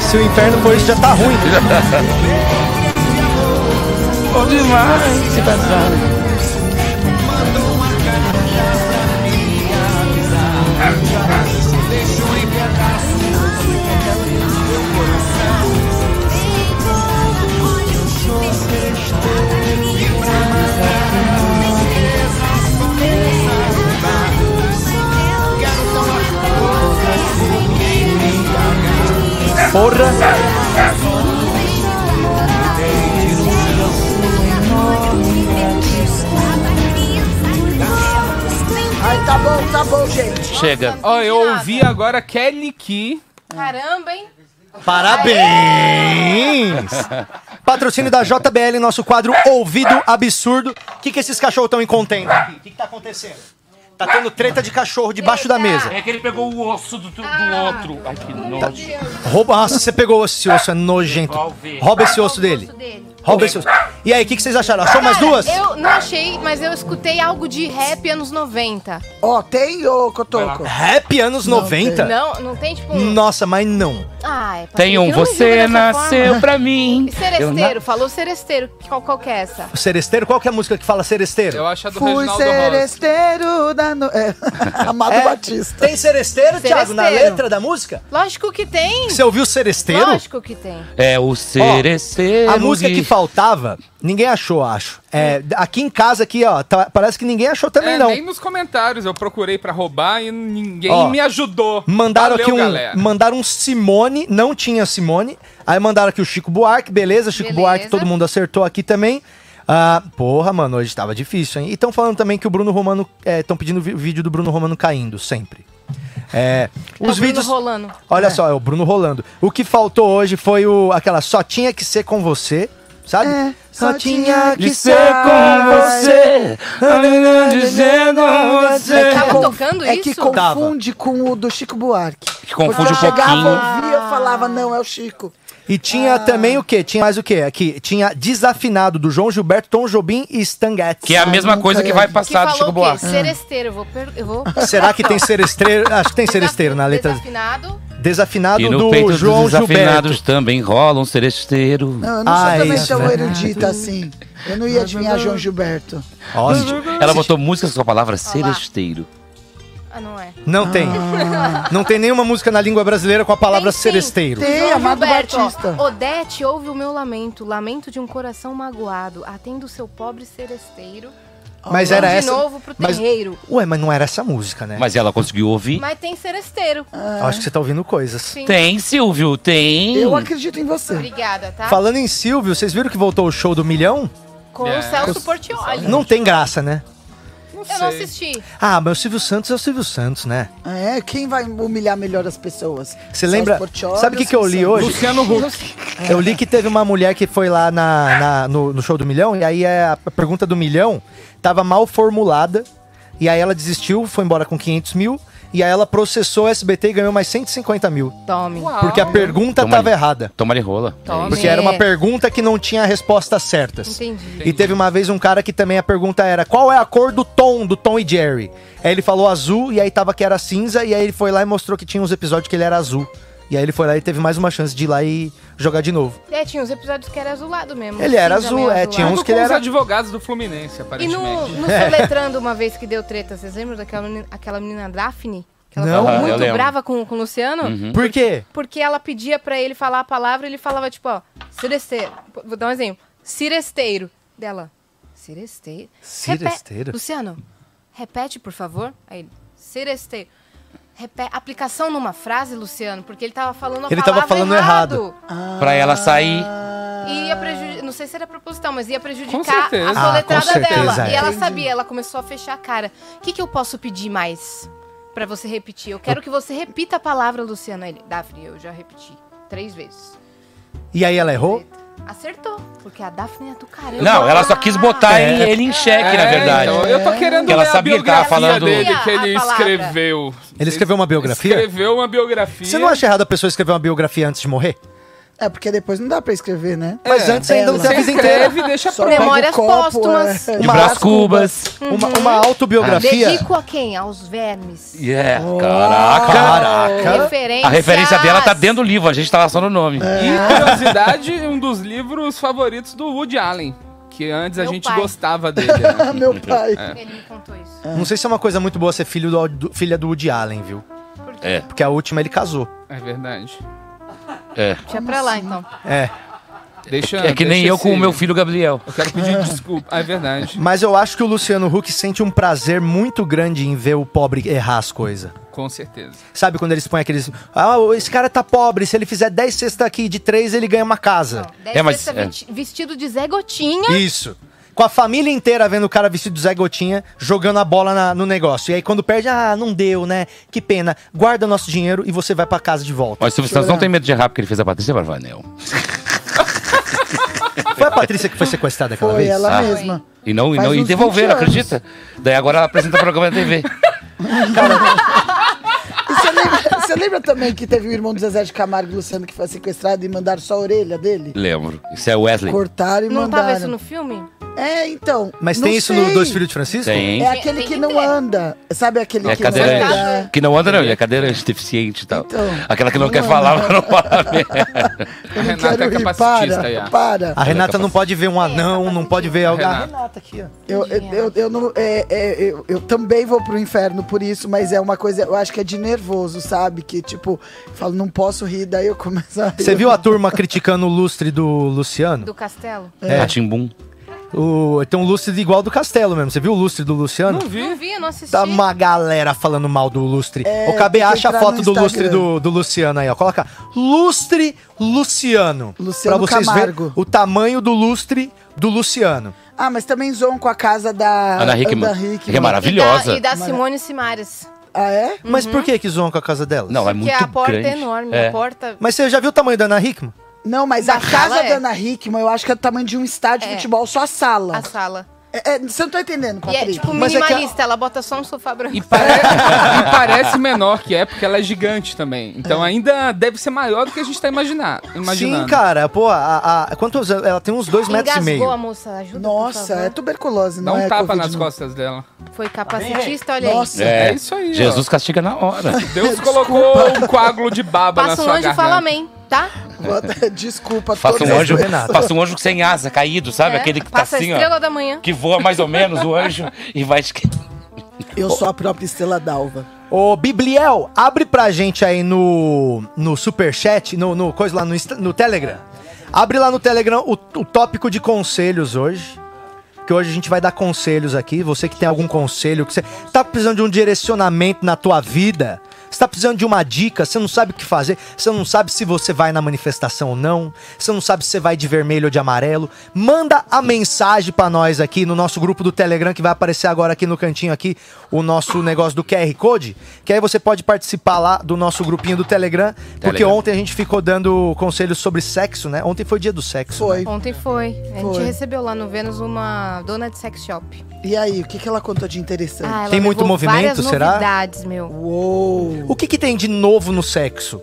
Speaker 5: Se o inferno for isso, já tá ruim.
Speaker 6: Bom demais.
Speaker 5: Porra.
Speaker 1: tá bom, gente.
Speaker 6: Chega.
Speaker 2: Ó, eu ouvi agora Kelly Key.
Speaker 7: Caramba, hein?
Speaker 5: Parabéns! Patrocínio da JBL, nosso quadro Ouvido Absurdo. O que, que esses cachorros estão em contenda aqui? O que, que tá acontecendo? Tá tendo treta de cachorro debaixo da mesa.
Speaker 6: É que ele pegou o osso do, do outro. Ai, que nojo.
Speaker 5: Rouba, nossa, você pegou esse osso, é nojento.
Speaker 6: Devolve.
Speaker 5: Rouba esse osso dele. Rouba esse osso. E aí, o que, que vocês acharam? Achou mais
Speaker 7: Cara,
Speaker 5: duas?
Speaker 7: Eu não achei, mas eu escutei algo de rap anos 90.
Speaker 1: Ó, tem, ô Cotoco?
Speaker 2: É
Speaker 5: Rap anos 90?
Speaker 7: Não, não tem tipo um. Ah, é,
Speaker 5: Nossa, mas não.
Speaker 7: Ai, Patrick,
Speaker 6: Tem
Speaker 7: eu
Speaker 6: um
Speaker 7: não
Speaker 6: você
Speaker 7: julgo dessa forma.
Speaker 6: nasceu pra mim.
Speaker 7: E Seresteiro, falou seresteiro. Qual, qual que é essa?
Speaker 5: O seresteiro, qual que é a música que fala seresteiro?
Speaker 2: Eu acho a do
Speaker 1: Fui
Speaker 2: Reginaldo Rossi.
Speaker 1: seresteiro da no... é. Amado
Speaker 5: É,
Speaker 1: Batista.
Speaker 5: Tem seresteiro, Thiago, na
Speaker 7: Seresteiro.
Speaker 5: letra da música?
Speaker 7: Lógico que tem.
Speaker 5: Você ouviu seresteiro?
Speaker 7: Lógico que tem. Tá
Speaker 6: É o seresteiro.
Speaker 5: A música que faltava, ninguém achou, acho. É, aqui em casa, aqui, ó, tá- parece que ninguém achou também,
Speaker 2: É,
Speaker 5: não.
Speaker 2: nem nos comentários eu procurei pra roubar e ninguém
Speaker 5: Ó,
Speaker 2: me ajudou.
Speaker 5: Mandaram
Speaker 2: Valeu,
Speaker 5: aqui um.
Speaker 2: galera.
Speaker 5: Mandaram um Simone, não tinha Simone. Aí mandaram aqui o Chico Buarque, beleza, Chico
Speaker 7: Beleza.
Speaker 5: Buarque, todo mundo acertou aqui também. Ah, porra, mano, hoje tava difícil, hein? E estão falando também que o Bruno Romano. Estão pedindo vi- vídeo do Bruno Romano caindo, sempre. É,
Speaker 7: É o
Speaker 5: os
Speaker 7: Bruno
Speaker 5: vídeos.
Speaker 7: rolando.
Speaker 5: Olha só, é o Bruno rolando. O que faltou hoje foi o aquela só tinha que ser com você, sabe?
Speaker 1: É, só tinha
Speaker 6: De ser com você, de ser com você.
Speaker 7: Tava
Speaker 1: Conf-
Speaker 7: tocando
Speaker 1: é
Speaker 7: isso?
Speaker 1: que confunde com o do Chico Buarque.
Speaker 6: Que confunde
Speaker 1: Porque eu
Speaker 6: um
Speaker 1: chegava,
Speaker 6: pouquinho.
Speaker 1: ouvia, eu falava, não, é o Chico.
Speaker 5: E tinha também o quê? Tinha mais o quê? Aqui, tinha Desafinado do João Gilberto, Tom Jobim e Stan Getz.
Speaker 6: Que é a mesma coisa que vai
Speaker 7: Que
Speaker 6: passar do Chico
Speaker 7: falou o quê?
Speaker 5: Hum.
Speaker 6: Buarque.
Speaker 7: Seresteiro, eu vou... per- Eu vou...
Speaker 5: Será que tem seresteiro? Acho que tem seresteiro na letra.
Speaker 7: Desafinado.
Speaker 5: Desafinado
Speaker 6: E no
Speaker 5: do
Speaker 6: peito
Speaker 5: João
Speaker 6: dos desafinados
Speaker 5: Gilberto.
Speaker 6: também rola um seresteiro.
Speaker 1: Não, eu não
Speaker 5: Ah,
Speaker 1: sou também
Speaker 5: isso, Ah.
Speaker 1: tão
Speaker 5: verdade.
Speaker 1: erudita assim. Eu não ia adivinhar João Gilberto.
Speaker 5: Nossa,
Speaker 6: Ela botou músicas com a palavra seresteiro.
Speaker 7: Ah, não é.
Speaker 5: não tem.
Speaker 1: Ah,
Speaker 5: Não tem nenhuma música na língua brasileira com a palavra
Speaker 7: Tem sim.
Speaker 5: seresteiro.
Speaker 1: Tem,
Speaker 7: João
Speaker 1: Amado
Speaker 7: Gilberto, ó.
Speaker 1: Batista.
Speaker 7: Odete ouve o meu lamento, lamento de um coração magoado. Atendo o seu pobre seresteiro.
Speaker 5: Mas era
Speaker 7: de
Speaker 5: essa.
Speaker 7: novo pro
Speaker 5: mas-
Speaker 7: terreiro.
Speaker 5: Ué, mas não era essa música,
Speaker 2: É.
Speaker 5: né?
Speaker 6: Mas ela conseguiu ouvir.
Speaker 7: Mas tem seresteiro.
Speaker 5: Acho que você tá ouvindo coisas.
Speaker 7: Sim.
Speaker 6: Tem, Silvio, tem.
Speaker 1: Eu acredito em você.
Speaker 7: Obrigada, tá?
Speaker 5: Falando em Silvio, vocês viram que voltou o show do milhão?
Speaker 7: Com
Speaker 2: É.
Speaker 7: o Celso Portioli.
Speaker 5: Não tem graça, né?
Speaker 7: Eu não
Speaker 2: sei.
Speaker 7: assisti.
Speaker 5: Ah, mas o Silvio Santos é o Silvio Santos, né?
Speaker 1: É, quem vai humilhar melhor as pessoas?
Speaker 5: Você lembra? Sabe o que, que eu li hoje?
Speaker 2: Luciano Huck.
Speaker 5: Eu li que teve uma mulher que foi lá na, na- no, no show do milhão, e aí é, a pergunta do milhão tava mal formulada, e aí ela desistiu, foi embora com 500 mil, e aí ela processou o SBT e ganhou mais 150 mil.
Speaker 7: Tome.
Speaker 5: Porque a pergunta
Speaker 6: Ah. Toma
Speaker 5: tava
Speaker 6: aí.
Speaker 5: errada.
Speaker 6: Toma de rola.
Speaker 7: Toma.
Speaker 5: Porque era uma
Speaker 7: É.
Speaker 5: pergunta que não tinha respostas certas.
Speaker 7: Entendi.
Speaker 5: E teve uma vez um cara que também a pergunta era: qual é a cor do Tom, do Tom e Jerry? Aí ele falou azul, e aí tava que era cinza, e aí ele foi lá e mostrou que tinha uns episódios que ele era azul. E aí ele foi lá e teve mais uma chance de ir lá e jogar de novo.
Speaker 7: É, tinha uns episódios que era azulado mesmo.
Speaker 5: Ele era
Speaker 7: cinza
Speaker 5: azul,
Speaker 7: meio
Speaker 5: é, tinha uns
Speaker 7: azulado.
Speaker 5: É.
Speaker 2: Junto
Speaker 5: que
Speaker 2: com
Speaker 5: ele
Speaker 2: os
Speaker 5: era-
Speaker 2: advogados do Fluminense,
Speaker 7: E no,
Speaker 2: aparentemente.
Speaker 7: no Soletrando, uma vez que deu treta, vocês lembram daquela menina, aquela menina Daphne? Que ela
Speaker 5: Não.
Speaker 7: ficou
Speaker 6: Aham, Ah, eu
Speaker 7: muito
Speaker 6: lembro. Uhum.
Speaker 7: brava com, com o Luciano?
Speaker 6: Hum.
Speaker 5: Por quê?
Speaker 7: Porque ela pedia pra ele falar a palavra e ele falava, tipo, ó, seresteiro. Vou dar um exemplo. Ciresteiro. Dela. Ciresteiro.
Speaker 5: Ciresteiro?
Speaker 7: Luciano, repete, por favor. Aí ele. Ciresteiro. Repe... Aplicação numa frase, Luciano, porque ele tava falando a
Speaker 5: Ele tava
Speaker 7: palavra
Speaker 5: falando errado.
Speaker 6: Pra ela sair.
Speaker 2: Ah,
Speaker 7: E ia prejudicar, não sei se era proposital, mas ia
Speaker 2: Com
Speaker 7: prejudicar
Speaker 2: certeza.
Speaker 7: a
Speaker 5: Ah,
Speaker 7: soletrada
Speaker 5: com certeza,
Speaker 7: dela.
Speaker 5: é.
Speaker 7: E ela sabia, ela começou a fechar a cara. O que, que eu posso pedir mais pra você repetir? Eu quero que você repita a palavra, Luciana. Ele, Daphne, eu já repeti três vezes.
Speaker 5: E aí ela errou?
Speaker 7: Acertou, porque a Daphne é do caramba. Ah,
Speaker 6: Não, ela só quis botar
Speaker 5: É.
Speaker 6: ele em xeque, na verdade.
Speaker 2: então, eu tô querendo
Speaker 6: Que ela
Speaker 2: ler
Speaker 6: sabia
Speaker 2: a
Speaker 6: que tava
Speaker 2: biografia
Speaker 6: falando-
Speaker 2: dele, que
Speaker 7: A
Speaker 2: ele
Speaker 7: palavra.
Speaker 2: escreveu.
Speaker 5: Ele escreveu uma biografia?
Speaker 2: Escreveu uma biografia.
Speaker 5: Você não acha errado a pessoa escrever uma biografia antes de morrer?
Speaker 1: É, porque depois não dá pra escrever, né?
Speaker 6: É,
Speaker 5: Mas antes ainda não
Speaker 1: Ela.
Speaker 5: tem
Speaker 2: Você
Speaker 5: a vida inteira.
Speaker 2: escreve e deixa
Speaker 1: Só
Speaker 2: pra...
Speaker 1: pega o
Speaker 7: É Memórias
Speaker 1: copo,
Speaker 7: póstumas.
Speaker 1: é.
Speaker 6: De Brás Cubas. Uhum.
Speaker 5: Uma, uma autobiografia.
Speaker 7: Dedico a quem? Aos vermes.
Speaker 6: Yeah. é,
Speaker 2: Oh,
Speaker 6: Caraca.
Speaker 5: Caraca.
Speaker 7: Referência.
Speaker 6: A referência dela tá dentro do livro, a gente tava só no nome.
Speaker 2: E,
Speaker 1: Ah.
Speaker 2: curiosidade, um dos livros favoritos do Woody Allen. Que antes a
Speaker 7: Meu
Speaker 2: gente
Speaker 7: pai.
Speaker 2: gostava dele. né?
Speaker 1: Ah, meu
Speaker 5: Então,
Speaker 1: pai.
Speaker 5: é,
Speaker 7: Ele me contou isso.
Speaker 5: Não sei se é uma coisa muito boa ser filho do, do- filha do Woody Allen, viu?
Speaker 6: É,
Speaker 5: Porque a última ele casou.
Speaker 2: É verdade.
Speaker 6: é.
Speaker 7: Deixa pra lá, então.
Speaker 5: É.
Speaker 2: Deixa,
Speaker 6: É que
Speaker 2: deixa
Speaker 6: nem
Speaker 2: assim.
Speaker 6: eu com
Speaker 2: esse-
Speaker 6: o meu filho Gabriel.
Speaker 2: Eu quero pedir desculpa. Ah, é verdade.
Speaker 5: Mas eu acho que o Luciano Huck sente um prazer muito grande em ver o pobre errar as coisas.
Speaker 2: Com certeza.
Speaker 5: Sabe quando eles põem aqueles. Ah, esse cara tá pobre, se ele fizer 10 cestas aqui de 3, ele ganha uma casa.
Speaker 7: Deve
Speaker 6: É, mas-
Speaker 7: ser
Speaker 6: é.
Speaker 7: vesti- vestido de Zé Gotinha.
Speaker 5: Isso. com a família inteira vendo o cara vestido de Zé Gotinha jogando a bola na- no negócio. E aí quando perde, ah, não deu, né? Que pena. Guarda o nosso dinheiro e você vai pra casa de volta.
Speaker 6: Mas Silvio Santos não tem medo de errar porque ele fez a Patrícia Barvanel.
Speaker 5: Foi a Patrícia que foi sequestrada aquela
Speaker 1: Foi
Speaker 5: vez?
Speaker 1: ela
Speaker 6: Ah.
Speaker 1: mesma.
Speaker 6: E não, e
Speaker 1: Faz
Speaker 6: não e
Speaker 1: uns
Speaker 6: devolveram,
Speaker 1: 20 anos.
Speaker 6: acredita? Daí agora ela apresenta programa na TV.
Speaker 1: E você lembra, você lembra também que teve o irmão do Zezé de Camargo e Luciano que foi sequestrado e mandaram só a orelha dele?
Speaker 6: Lembro. Isso é Wesley.
Speaker 1: Cortaram e
Speaker 7: Não
Speaker 1: mandaram.
Speaker 7: tava isso no filme?
Speaker 1: É, então.
Speaker 5: Mas
Speaker 1: não
Speaker 5: tem isso
Speaker 1: sei.
Speaker 5: no Dois Filhos de Francisco?
Speaker 6: Tem.
Speaker 1: É aquele
Speaker 7: Tem
Speaker 1: que
Speaker 7: que
Speaker 1: não
Speaker 7: ter.
Speaker 1: anda. Sabe aquele
Speaker 6: É
Speaker 1: que não
Speaker 6: cadeirante.
Speaker 1: anda?
Speaker 6: Que não anda, não. Ele é cadeirante, deficiente e tal.
Speaker 1: Então.
Speaker 6: Aquela que não, quer falar, mas não fala mesmo.
Speaker 1: Eu não
Speaker 2: Renata
Speaker 1: quero
Speaker 2: é
Speaker 1: ir,
Speaker 2: capacitista,
Speaker 1: para,
Speaker 2: Iá.
Speaker 1: para.
Speaker 5: A Renata não pode ver um anão, não pode ver alguém.
Speaker 2: Renata.
Speaker 5: Ah, Renata aqui, ó.
Speaker 1: Eu, eu, eu, eu não. é, é, eu, eu também vou pro inferno por isso, mas é uma coisa, eu acho que é de nervoso, sabe? Que tipo, eu falo, não posso rir, daí eu começo a rir.
Speaker 5: Você viu a turma criticando o lustre do Luciano?
Speaker 7: Do castelo?
Speaker 5: É.
Speaker 6: Catimbum.
Speaker 5: O, tem um lustre igual do Castelo mesmo. Você viu o lustre do Luciano?
Speaker 2: Não vi.
Speaker 7: Não vi, eu não assisti.
Speaker 5: Tá uma galera falando mal do lustre.
Speaker 1: É,
Speaker 5: o KB
Speaker 1: tem que
Speaker 5: acha a
Speaker 1: entrar
Speaker 5: foto
Speaker 1: no
Speaker 5: do
Speaker 1: Instagram.
Speaker 5: lustre do, do Luciano aí, ó. Coloca lustre Luciano.
Speaker 1: Luciano
Speaker 5: pra vocês
Speaker 1: Camargo.
Speaker 5: verem o tamanho do lustre do Luciano.
Speaker 1: Ah, mas também zoam com a casa da
Speaker 6: Ana Hickman.
Speaker 1: Ana Hickman.
Speaker 6: Que é
Speaker 7: E da-
Speaker 6: maravilhosa.
Speaker 7: E da, Simone Simares.
Speaker 1: Ah, é?
Speaker 5: Mas por que que zoam com a casa dela?
Speaker 6: Não, é muito
Speaker 7: que a porta
Speaker 6: grande.
Speaker 7: é enorme.
Speaker 6: É.
Speaker 7: A porta.
Speaker 5: Mas você já viu o tamanho da Ana Hickman?
Speaker 1: Não, mas
Speaker 7: Da
Speaker 1: a casa
Speaker 7: sala é.
Speaker 1: da Ana Hickman, eu acho que é do tamanho de um estádio de
Speaker 7: É.
Speaker 1: futebol, só a sala.
Speaker 7: A sala.
Speaker 1: É, é, você não tá entendendo,
Speaker 7: E
Speaker 1: Patrícia.
Speaker 7: é tipo
Speaker 5: Mas é que a-
Speaker 7: minimalista, ela bota só um sofá branco.
Speaker 2: E, pare- e parece menor que é, porque ela é gigante também. Então ainda deve ser maior do que a gente tá imaginar, imaginando.
Speaker 5: Sim, cara. Pô, a, a- quantos anos? Ela tem uns dois metros e
Speaker 7: Engasgou
Speaker 5: meio.
Speaker 7: a moça, ajuda. por
Speaker 1: Nossa,
Speaker 7: favor.
Speaker 1: é tuberculose,
Speaker 2: Dá
Speaker 1: não
Speaker 2: um
Speaker 1: é
Speaker 2: tapa
Speaker 1: Covid,
Speaker 2: nas
Speaker 1: não.
Speaker 2: costas dela.
Speaker 7: Foi capacitista, olha
Speaker 1: Nossa.
Speaker 7: aí.
Speaker 2: É isso aí, ó.
Speaker 6: Jesus castiga na hora.
Speaker 2: Deus colocou um coágulo de baba na
Speaker 7: Passa um
Speaker 2: sua
Speaker 7: anjo e
Speaker 2: garganta.
Speaker 7: fala amém, tá?
Speaker 1: Vou até- Desculpa,
Speaker 6: É. Faça
Speaker 1: todas
Speaker 6: um
Speaker 1: as
Speaker 6: anjo,
Speaker 1: vezes.
Speaker 5: Renato.
Speaker 6: faça um anjo sem asa, caído, sabe?
Speaker 7: É.
Speaker 6: Aquele que tá
Speaker 7: Passa
Speaker 6: assim,
Speaker 7: a estrela
Speaker 6: ó.
Speaker 7: da manhã.
Speaker 6: Que voa mais ou menos o anjo e vai. esque-
Speaker 1: Eu sou a própria Estrela Dalva.
Speaker 5: Ô, Bibliel, abre pra gente aí no, no superchat, no, no coisa lá no, Insta- no Telegram. Abre lá no Telegram o, o tópico de conselhos hoje. Que hoje a gente vai dar conselhos aqui. Você que tem algum conselho, que você tá precisando de um direcionamento na tua vida. Você tá precisando de uma dica, você não sabe o que fazer, você não sabe se você vai na manifestação ou não, você não sabe se você vai de vermelho ou de amarelo. Manda a mensagem pra nós aqui no nosso grupo do Telegram que vai aparecer agora aqui no cantinho aqui, o nosso negócio do QR Code, que aí você pode participar lá do nosso grupinho do Telegram, porque
Speaker 6: Telegram.
Speaker 5: ontem a gente ficou dando conselhos sobre sexo, né? Ontem foi dia do sexo.
Speaker 1: Foi.
Speaker 7: Ontem foi. A gente
Speaker 1: Foi.
Speaker 7: recebeu lá no Vênus uma dona de sex shop.
Speaker 1: E aí, o que, que ela contou de interessante?
Speaker 7: Ah, ela
Speaker 5: Tem muito
Speaker 7: levou
Speaker 5: movimento,
Speaker 7: várias
Speaker 5: será?
Speaker 7: novidades, meu.
Speaker 1: Uou!
Speaker 5: O que que tem de novo no sexo?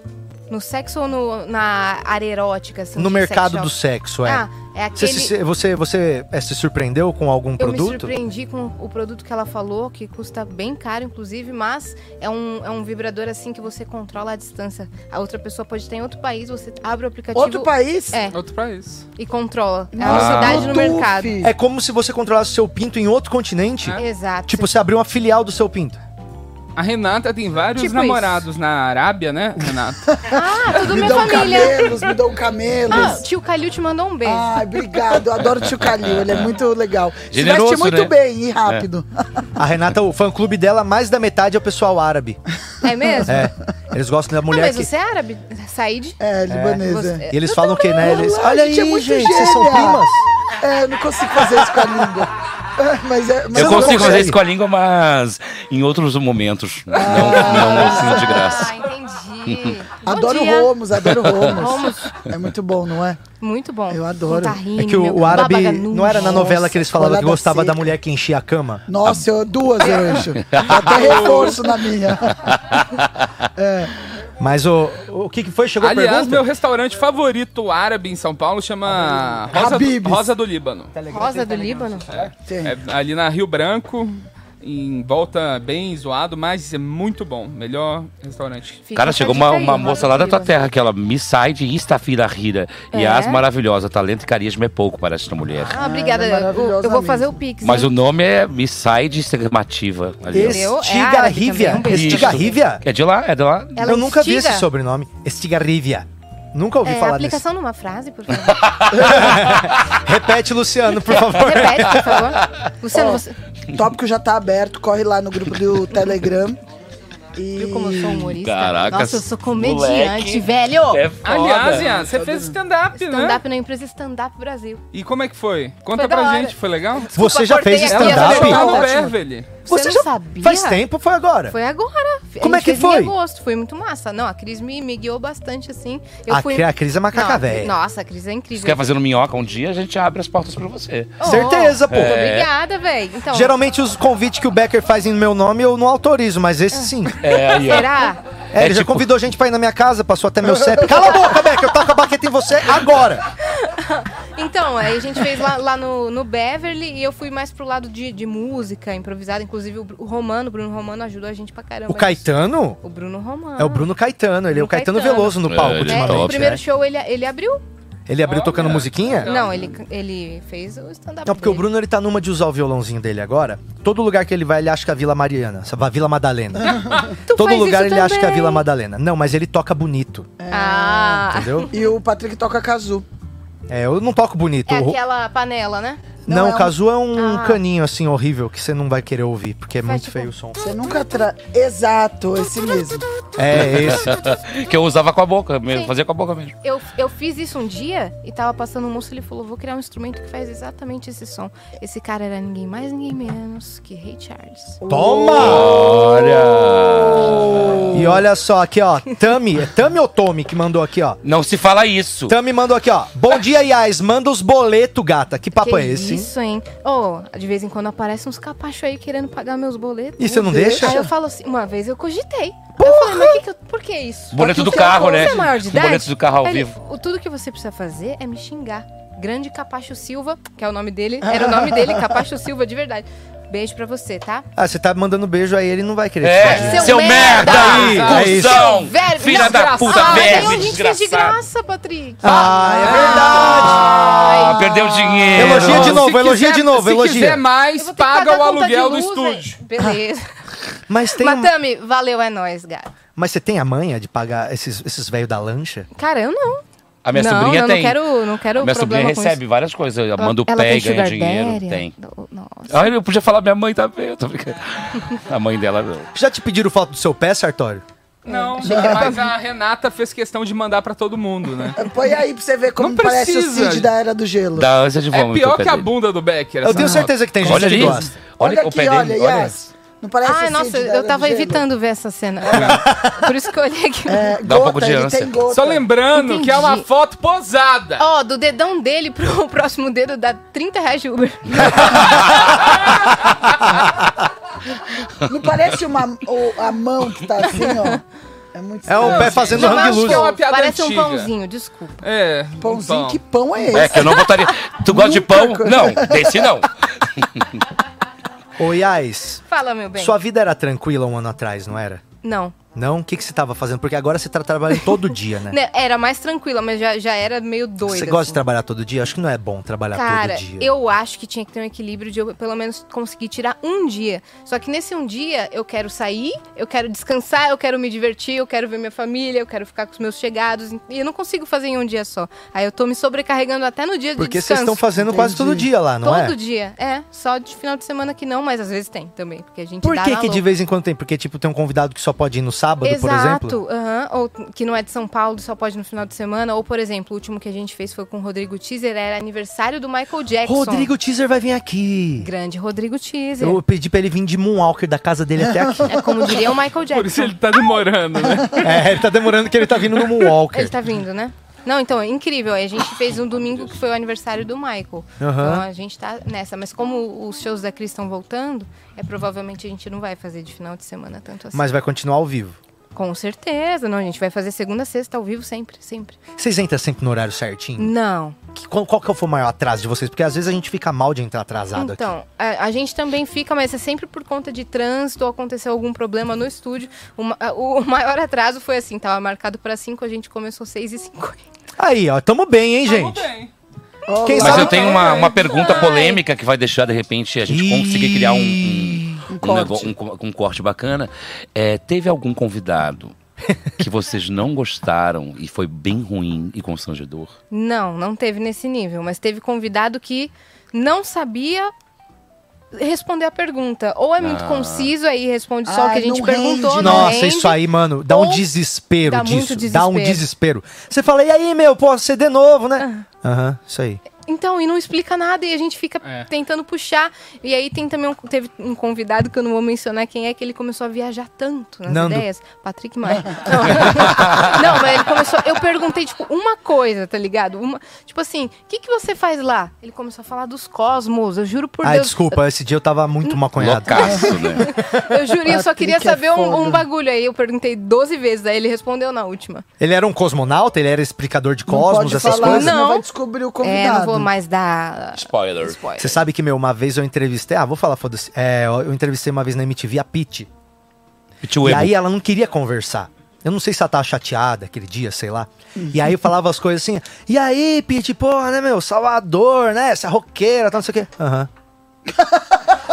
Speaker 7: No sexo ou no- na área erótica, assim,
Speaker 5: no
Speaker 7: de
Speaker 5: mercado
Speaker 7: sex
Speaker 5: do
Speaker 7: shop?
Speaker 5: sexo, é.
Speaker 7: Ah, é
Speaker 5: Você,
Speaker 7: aquele...
Speaker 5: se, você, você é, se surpreendeu com algum
Speaker 7: Eu me
Speaker 5: Um produto?
Speaker 7: surpreendi com o produto que ela falou, que custa bem caro, inclusive, mas é um, é um vibrador assim que você controla a distância. A outra pessoa pode estar em outro país, você abre o aplicativo
Speaker 1: Outro país? Ah.
Speaker 7: É.
Speaker 2: Outro pra isso.
Speaker 7: e controla. É
Speaker 1: Nossa,
Speaker 7: uma novidade no
Speaker 1: Bluetooth.
Speaker 7: mercado.
Speaker 5: É como se você controlasse seu pinto em outro continente.
Speaker 7: Ah, Exato.
Speaker 5: Tipo, você abriu uma filial do seu pinto.
Speaker 2: A Renata tem vários
Speaker 7: Tipo
Speaker 2: namorados na Arábia, né, Renata?
Speaker 7: ah, tudo
Speaker 1: Me
Speaker 7: minha
Speaker 1: dão
Speaker 7: família.
Speaker 1: camelos, me dão Ah. camelos.
Speaker 7: Ah, tio Calil te mandou um beijo.
Speaker 1: Ai, obrigado. Eu adoro o tio Calil, ele é muito legal.
Speaker 6: Generoso,
Speaker 1: Se veste muito
Speaker 6: né?
Speaker 1: bem e rápido.
Speaker 5: A Renata, o fã-clube dela, mais da metade é o pessoal árabe.
Speaker 7: É mesmo?
Speaker 5: É. Eles gostam da
Speaker 7: Não,
Speaker 5: mulher
Speaker 7: mas
Speaker 5: que...
Speaker 7: você é árabe, Said?
Speaker 1: É, libanesa.
Speaker 7: Você-
Speaker 5: E eles falam que, né? Eles...
Speaker 1: Olá,
Speaker 5: Olha aí,
Speaker 1: gente, é
Speaker 5: gente,
Speaker 1: muito
Speaker 5: vocês são
Speaker 1: gêmea.
Speaker 5: primas.
Speaker 1: É, eu não consigo fazer isso com a língua. É, mas é, mas
Speaker 6: Eu
Speaker 1: não
Speaker 6: consigo fazer
Speaker 1: consegue.
Speaker 6: isso com a língua, mas em outros momentos. Não, não assim de graça.
Speaker 7: Ah, entendi. Bom
Speaker 1: Adoro
Speaker 7: dia.
Speaker 1: Romos, adoro Romos.
Speaker 7: Romos.
Speaker 1: É muito bom, não é?
Speaker 7: Muito bom.
Speaker 1: Eu adoro.
Speaker 7: Com
Speaker 5: É
Speaker 7: tahine,
Speaker 5: que o,
Speaker 7: meu-
Speaker 5: o árabe
Speaker 7: baba ganoush.
Speaker 5: não era na novela que eles falavam que
Speaker 1: Nossa,
Speaker 5: gostava
Speaker 1: colada
Speaker 5: da mulher que enchia a cama.
Speaker 1: Nossa, eu, duas eu acho. Tá até reforço na minha.
Speaker 5: Mas o, o que que foi? Chegou a
Speaker 2: Aliás,
Speaker 5: pergunta?
Speaker 2: meu restaurante favorito árabe em São Paulo chama Rosa do,
Speaker 1: Habib's.
Speaker 2: Rosa do Líbano.
Speaker 5: Tá
Speaker 7: Rosa do Líbano?
Speaker 1: Tem.
Speaker 2: É ali na Rio Branco, em volta bem zoado, mas é muito bom. Melhor restaurante.
Speaker 7: Fica
Speaker 6: Cara,
Speaker 7: essa
Speaker 6: chegou
Speaker 7: dica
Speaker 6: uma,
Speaker 7: aí,
Speaker 6: uma
Speaker 7: Rosa
Speaker 6: moça
Speaker 7: do
Speaker 6: lá da tua
Speaker 7: Líbano.
Speaker 6: terra, que ela me sai de Istafira Rira. E
Speaker 7: É?
Speaker 6: as maravilhosa, talento e carisma é pouco para esta mulher.
Speaker 7: Ah, obrigada.
Speaker 5: é
Speaker 7: eu- eu vou
Speaker 1: maravilhosamente.
Speaker 7: fazer o Pix. né?
Speaker 6: Mas
Speaker 7: hein?
Speaker 6: o nome é Misside Extremativa. aliás.
Speaker 7: Esse- Entendeu? É
Speaker 5: Estigarrivia.
Speaker 7: árabe também, um beijo.
Speaker 5: Estigarrivia?
Speaker 6: É de lá, é de lá.
Speaker 7: Ela
Speaker 5: eu nunca vi
Speaker 7: instiga.
Speaker 5: esse sobrenome. Estigarrivia. Nunca ouvi
Speaker 7: É,
Speaker 5: falar
Speaker 7: aplicação numa frase, por favor.
Speaker 5: disso. Repete, Luciano, por favor.
Speaker 7: Repete, por favor. Luciano, você...
Speaker 1: O tópico já tá aberto, corre lá no grupo do Telegram. E...
Speaker 7: Viu como eu sou um humorista?
Speaker 6: Caraca,
Speaker 7: Nossa, eu sou
Speaker 6: moleque.
Speaker 7: comediante, velho!
Speaker 6: É foda.
Speaker 2: Aliás, Ian, você fez stand-up, né?
Speaker 7: Stand-up na empresa Stand-up Brasil.
Speaker 2: E como é que foi? Conta
Speaker 7: Foi da
Speaker 2: pra
Speaker 7: hora.
Speaker 2: gente, foi legal?
Speaker 5: Você já fez
Speaker 7: cortei aqui,
Speaker 5: stand-up?
Speaker 2: Ela tá no
Speaker 1: Ótimo.
Speaker 2: Beverly.
Speaker 7: Você
Speaker 5: Você
Speaker 7: não
Speaker 5: já
Speaker 7: sabia?
Speaker 5: Faz tempo, foi agora.
Speaker 7: Foi agora. A
Speaker 5: Como
Speaker 7: gente
Speaker 5: é que
Speaker 7: fez
Speaker 5: foi?
Speaker 7: Em agosto. Foi muito massa. Não, a Cris me, me guiou bastante, assim. Eu
Speaker 5: a,
Speaker 7: fui...
Speaker 5: Cri- a Cris é macaca
Speaker 7: Não,
Speaker 5: velha.
Speaker 7: Nossa, a Cris é
Speaker 6: Você quer
Speaker 7: incrível.
Speaker 6: fazer no Minhoca um dia, a gente abre as portas pra você.
Speaker 7: Oh,
Speaker 5: Certeza, pô.
Speaker 7: Muito
Speaker 6: É.
Speaker 7: obrigada, velho. Então,
Speaker 5: Geralmente os convites que o Becker faz em meu nome eu não autorizo, mas esse sim.
Speaker 6: É, aí, ó.
Speaker 7: será?
Speaker 5: É, ele já
Speaker 6: tipo-
Speaker 5: convidou gente pra ir na minha casa, passou até meu CEP. Cala a boca, Becker, eu taco a baqueta em você agora.
Speaker 7: Então, aí a gente fez lá, lá no, no Beverly e eu fui mais pro lado de, de música improvisada. Inclusive, o Bru- o Romano, o Bruno Romano ajudou a gente pra caramba.
Speaker 5: O Caetano
Speaker 7: O Bruno Romano.
Speaker 5: é o Bruno Caetano, ele é o
Speaker 7: Ah. Bruno
Speaker 5: Caetano,
Speaker 7: Caetano.
Speaker 5: Veloso no palco
Speaker 6: É, ele
Speaker 7: É,
Speaker 5: ultimamente. né?
Speaker 7: o
Speaker 6: top,
Speaker 7: primeiro show ele, ele abriu.
Speaker 5: Ele abriu tocando musiquinha?
Speaker 7: Não, ele, ele fez o stand-up.
Speaker 5: Não, porque o
Speaker 7: dele.
Speaker 5: Bruno ele tá numa de usar o violãozinho dele agora. Todo lugar que ele vai, ele acha que é a Vila Mariana, a Vila Madalena.
Speaker 7: Tu
Speaker 5: Todo
Speaker 7: faz
Speaker 5: lugar ele
Speaker 7: isso
Speaker 5: acha que é a
Speaker 7: também.
Speaker 5: Vila É, Madalena. Não, mas ele toca bonito,
Speaker 7: Ah,
Speaker 5: entendeu?
Speaker 1: E o Patrick toca Kazu.
Speaker 5: É, eu não toco bonito.
Speaker 7: é
Speaker 5: O-
Speaker 7: aquela panela, né?
Speaker 5: Não,
Speaker 1: Não, é
Speaker 5: o
Speaker 1: um-
Speaker 5: Kazu é um
Speaker 7: Ah.
Speaker 5: caninho assim horrível que você não vai querer ouvir, porque é
Speaker 7: Faz
Speaker 5: muito
Speaker 7: tipo-
Speaker 5: feio o som.
Speaker 1: Você nunca tra... Exato, esse mesmo.
Speaker 5: É esse.
Speaker 6: que eu usava com a boca mesmo,
Speaker 7: Sim.
Speaker 6: fazia com a boca mesmo.
Speaker 7: Eu, eu fiz isso um dia e tava passando um moço ele falou: vou criar um instrumento que faz exatamente esse som. Esse cara era ninguém mais, ninguém menos que Ray Charles.
Speaker 5: Toma!
Speaker 6: Olha!
Speaker 5: E olha só aqui, ó. Tami, é Tami ou Tommy que mandou aqui, ó.
Speaker 6: Não se fala isso.
Speaker 5: Tami mandou aqui, ó. Bom dia, Iás. Manda os boletos, gata. Que papo
Speaker 7: que
Speaker 5: é esse? hein?
Speaker 7: Isso, hein? Ô, de vez em quando aparecem uns capachos aí querendo pagar meus boletos.
Speaker 5: E você não deixa?
Speaker 7: Aí eu falo assim, uma vez eu cogitei. Eu falei, mas que que eu- por que isso?
Speaker 6: Boleto do
Speaker 7: Porque o seu
Speaker 6: carro,
Speaker 7: bolso
Speaker 6: né?
Speaker 7: é maior de
Speaker 6: Boleto
Speaker 7: idade?
Speaker 6: do carro ao
Speaker 7: Aí ele,
Speaker 6: vivo.
Speaker 7: "O- tudo que você precisa fazer é me xingar. Grande Capacho Silva, que é o nome dele, era o nome dele, Capacho Silva, de verdade. Beijo pra você, tá?
Speaker 5: Ah, você tá mandando beijo aí, ele não vai querer. te
Speaker 6: É,
Speaker 5: fazer.
Speaker 7: Seu
Speaker 6: seu merda!
Speaker 7: merda!
Speaker 5: Aí, é isso.
Speaker 6: Cusão!
Speaker 7: Velho,
Speaker 6: Filha da
Speaker 7: desgraçado.
Speaker 6: puta,
Speaker 7: Ah,
Speaker 6: velho,
Speaker 7: ganhou a gente fez de
Speaker 6: desgraçado!
Speaker 7: graça, Patrick.
Speaker 5: Ah, é verdade!
Speaker 6: Ah, perdeu dinheiro!
Speaker 5: Elogia de novo,
Speaker 2: Se
Speaker 5: elogia
Speaker 2: quiser-
Speaker 5: de novo,
Speaker 2: Se quiser
Speaker 5: elogia.
Speaker 7: Eu
Speaker 2: mais,
Speaker 7: vou ter que
Speaker 2: paga
Speaker 7: pagar
Speaker 2: o
Speaker 7: a conta de
Speaker 2: aluguel do
Speaker 7: luz, hein?
Speaker 2: estúdio.
Speaker 7: Beleza.
Speaker 5: Mas tem. um
Speaker 7: Matami, valeu, é nóis, gato.
Speaker 5: Mas você tem a manha de pagar esses, esses velhos da lancha?
Speaker 7: Cara, eu não.
Speaker 6: A minha
Speaker 7: não,
Speaker 6: sobrinha
Speaker 7: eu
Speaker 6: tem.
Speaker 7: não quero, não quero
Speaker 6: Minha sobrinha
Speaker 7: problema com
Speaker 6: recebe
Speaker 7: isso.
Speaker 6: várias coisas. Ela manda o
Speaker 7: Ela
Speaker 6: pé e
Speaker 7: tem
Speaker 6: ganha
Speaker 7: sugar
Speaker 6: é dinheiro.
Speaker 7: daddy?
Speaker 6: Tem.
Speaker 7: Do- Nossa.
Speaker 6: Ai, eu podia falar, minha mãe tá vendo. Tô brincando. A mãe dela não.
Speaker 5: Já te pediram foto do seu pé, Sartório?
Speaker 2: Não, mas a Renata fez questão de mandar pra todo mundo, né?
Speaker 1: Põe aí pra você ver como
Speaker 2: Não
Speaker 1: parece o
Speaker 2: precisa.
Speaker 1: Cid da Era do Gelo.
Speaker 6: Dá ânsia de
Speaker 2: É
Speaker 6: vômito.
Speaker 2: pior que a
Speaker 6: Pedro.
Speaker 2: bunda do Becker.
Speaker 5: Eu
Speaker 2: essa
Speaker 5: tenho
Speaker 2: foto.
Speaker 5: certeza que tem gente
Speaker 6: Olha
Speaker 5: que
Speaker 6: ali.
Speaker 5: gosta.
Speaker 6: Olha o pé dele. Olha.
Speaker 1: Yes. Não parece o
Speaker 7: Ai,
Speaker 1: Cid
Speaker 7: nossa,
Speaker 1: da Era
Speaker 7: eu
Speaker 1: do
Speaker 7: tava
Speaker 1: Gelo?
Speaker 7: evitando ver essa cena. Por isso que eu olhei aqui.
Speaker 1: É,
Speaker 6: Dá um pouco de
Speaker 1: ele
Speaker 6: ânsia.
Speaker 1: tem gota.
Speaker 2: Só lembrando que é uma
Speaker 7: Entendi.
Speaker 2: foto posada.
Speaker 7: Ó, do dedão dele pro próximo dedo dá 30 reais de Uber.
Speaker 1: Não parece uma, o- a mão que tá assim, ó. É muito
Speaker 5: É o
Speaker 1: estranho.
Speaker 5: pé fazendo
Speaker 2: eu acho
Speaker 5: hang
Speaker 2: que é
Speaker 5: loose.
Speaker 2: uma piada
Speaker 7: Parece
Speaker 2: antiga.
Speaker 7: um pãozinho, desculpa.
Speaker 2: É. um
Speaker 1: Pãozinho,
Speaker 2: pão.
Speaker 1: que pão é esse?
Speaker 6: É que eu não botaria. Tu gosta de pão?
Speaker 1: Nunca.
Speaker 6: Não, desse não.
Speaker 5: Ô, Iás,
Speaker 7: Fala, meu bem.
Speaker 5: sua vida era tranquila um ano atrás, não era?
Speaker 7: Não.
Speaker 5: Não? O que, que você tava fazendo? Porque agora você tá trabalhando todo dia, né?
Speaker 7: Né, Era mais tranquila, mas já, já era meio doida.
Speaker 5: Você gosta
Speaker 7: assim.
Speaker 5: de trabalhar todo dia? Acho que não é bom trabalhar
Speaker 7: Cara,
Speaker 5: todo dia.
Speaker 7: eu acho que tinha que ter um equilíbrio de eu, pelo menos, conseguir tirar um dia. Só que nesse um dia, eu quero sair, eu quero descansar, eu quero me divertir, eu quero ver minha família, eu quero ficar com os meus chegados. E eu não consigo fazer em um dia só. Aí eu tô me sobrecarregando até no dia
Speaker 5: Porque
Speaker 7: de descanso.
Speaker 5: vocês estão fazendo quase todo
Speaker 1: Entendi.
Speaker 5: dia lá, não
Speaker 7: Todo
Speaker 5: é?
Speaker 7: dia. É, só de final de semana que não, mas às vezes tem também. Porque a gente
Speaker 5: Por
Speaker 7: dá
Speaker 5: que,
Speaker 7: na
Speaker 5: que de
Speaker 7: louca.
Speaker 5: vez em quando tem? Porque, tipo, tem um convidado que só pode ir no sábado, por
Speaker 7: Exato,
Speaker 5: exemplo?
Speaker 7: aham. ou que não é de São Paulo, só pode no final de semana. Ou, por exemplo, o último que a gente fez foi com o Rodrigo Teaser, era aniversário do Michael Jackson.
Speaker 5: Rodrigo Teaser vai vir aqui.
Speaker 7: Grande Rodrigo Teaser.
Speaker 5: Eu pedi pra ele vir de Moonwalker da casa dele até aqui.
Speaker 7: É como diria o Michael Jackson.
Speaker 2: Por isso ele tá demorando, né?
Speaker 5: é, ele tá demorando que ele tá vindo no Moonwalker.
Speaker 7: Ele tá vindo, né? Não, então, é incrível. Aí A gente fez um domingo que foi o aniversário do Michael. Então a gente tá nessa. Mas como os shows da Cris estão voltando, é provavelmente a gente não vai fazer de final de semana tanto assim.
Speaker 5: Mas vai continuar ao vivo.
Speaker 7: Com certeza, não. A gente vai fazer segunda, sexta, ao vivo, sempre, sempre.
Speaker 5: Vocês entram sempre no horário
Speaker 7: Hum.
Speaker 5: certinho?
Speaker 7: Não.
Speaker 5: Que- qual, qual que foi o maior atraso de vocês? Porque às vezes a gente fica mal de entrar atrasado aqui.
Speaker 7: Então, a, a gente também fica, mas é sempre por conta de trânsito, ou aconteceu algum problema no estúdio. O, ma- o maior atraso foi assim, tava marcado pra 5, a gente começou 6 e 50
Speaker 5: Aí, ó, tamo bem, hein, gente?
Speaker 2: Tudo bem.
Speaker 1: Olá.
Speaker 5: Quem
Speaker 6: Mas
Speaker 5: sabe- é?
Speaker 6: eu tenho uma, uma pergunta
Speaker 7: Ai.
Speaker 6: polêmica que vai deixar, de repente, a gente conseguir criar um, um, um,
Speaker 1: corte.
Speaker 6: nego- um co- um corte bacana. É, teve algum convidado que vocês não gostaram e foi bem ruim e constrangedor?
Speaker 7: Não, não teve nesse nível, mas teve convidado que não sabia responder a pergunta. Ou é muito conciso, aí responde só o
Speaker 1: Ai,
Speaker 7: que a gente
Speaker 1: não
Speaker 7: perguntou.
Speaker 1: rende,
Speaker 7: não
Speaker 5: Ah. Nossa,
Speaker 7: rende.
Speaker 5: isso aí, mano, dá um
Speaker 7: Ou
Speaker 5: desespero
Speaker 7: dá
Speaker 5: disso.
Speaker 7: muito
Speaker 5: Dá um desespero. Você fala, e aí, meu, posso ser de novo, né?
Speaker 7: Ah.
Speaker 5: Aham, isso aí.
Speaker 7: Então, e não explica nada, e a gente fica
Speaker 2: É.
Speaker 7: tentando puxar. E aí tem também um, teve um convidado que eu não vou mencionar quem é, que ele começou a viajar tanto nas
Speaker 5: Nando.
Speaker 7: ideias. Patrick Maia. Não. Não, mas ele começou. Eu perguntei, tipo, uma coisa, tá ligado? Uma, tipo assim, o que, que você faz lá? Ele começou a falar dos cosmos, eu juro por
Speaker 5: Ai,
Speaker 7: Deus. Hum.
Speaker 5: desculpa, esse dia eu tava muito maconhado.
Speaker 6: Loucaço, né?
Speaker 7: Eu juro, e eu só
Speaker 1: Patrick
Speaker 7: queria
Speaker 1: é
Speaker 7: saber um, um
Speaker 1: foda.
Speaker 7: bagulho aí. Eu perguntei 12 vezes, aí ele respondeu na última.
Speaker 5: Ele era um cosmonauta, ele era explicador de
Speaker 1: Não
Speaker 5: cosmos,
Speaker 1: pode
Speaker 5: essas
Speaker 1: falar,
Speaker 5: coisas.
Speaker 1: senão
Speaker 7: Não.
Speaker 1: vai descobrir o
Speaker 7: É,
Speaker 1: convidado.
Speaker 7: não vou mais dar
Speaker 6: Spoiler.
Speaker 7: spoiler.
Speaker 5: Você sabe que, meu, uma vez eu entrevistei. Ah, vou falar, foda-se. É, eu eu entrevistei uma vez na MTV a Pete. E aí ela não queria conversar. Eu não sei se ela tava chateada aquele dia, sei lá. E
Speaker 1: Uhum.
Speaker 5: aí eu falava as coisas assim, e aí, Pete, porra, né, meu, Salvador, né, essa roqueira, tal, não sei o quê. Aham.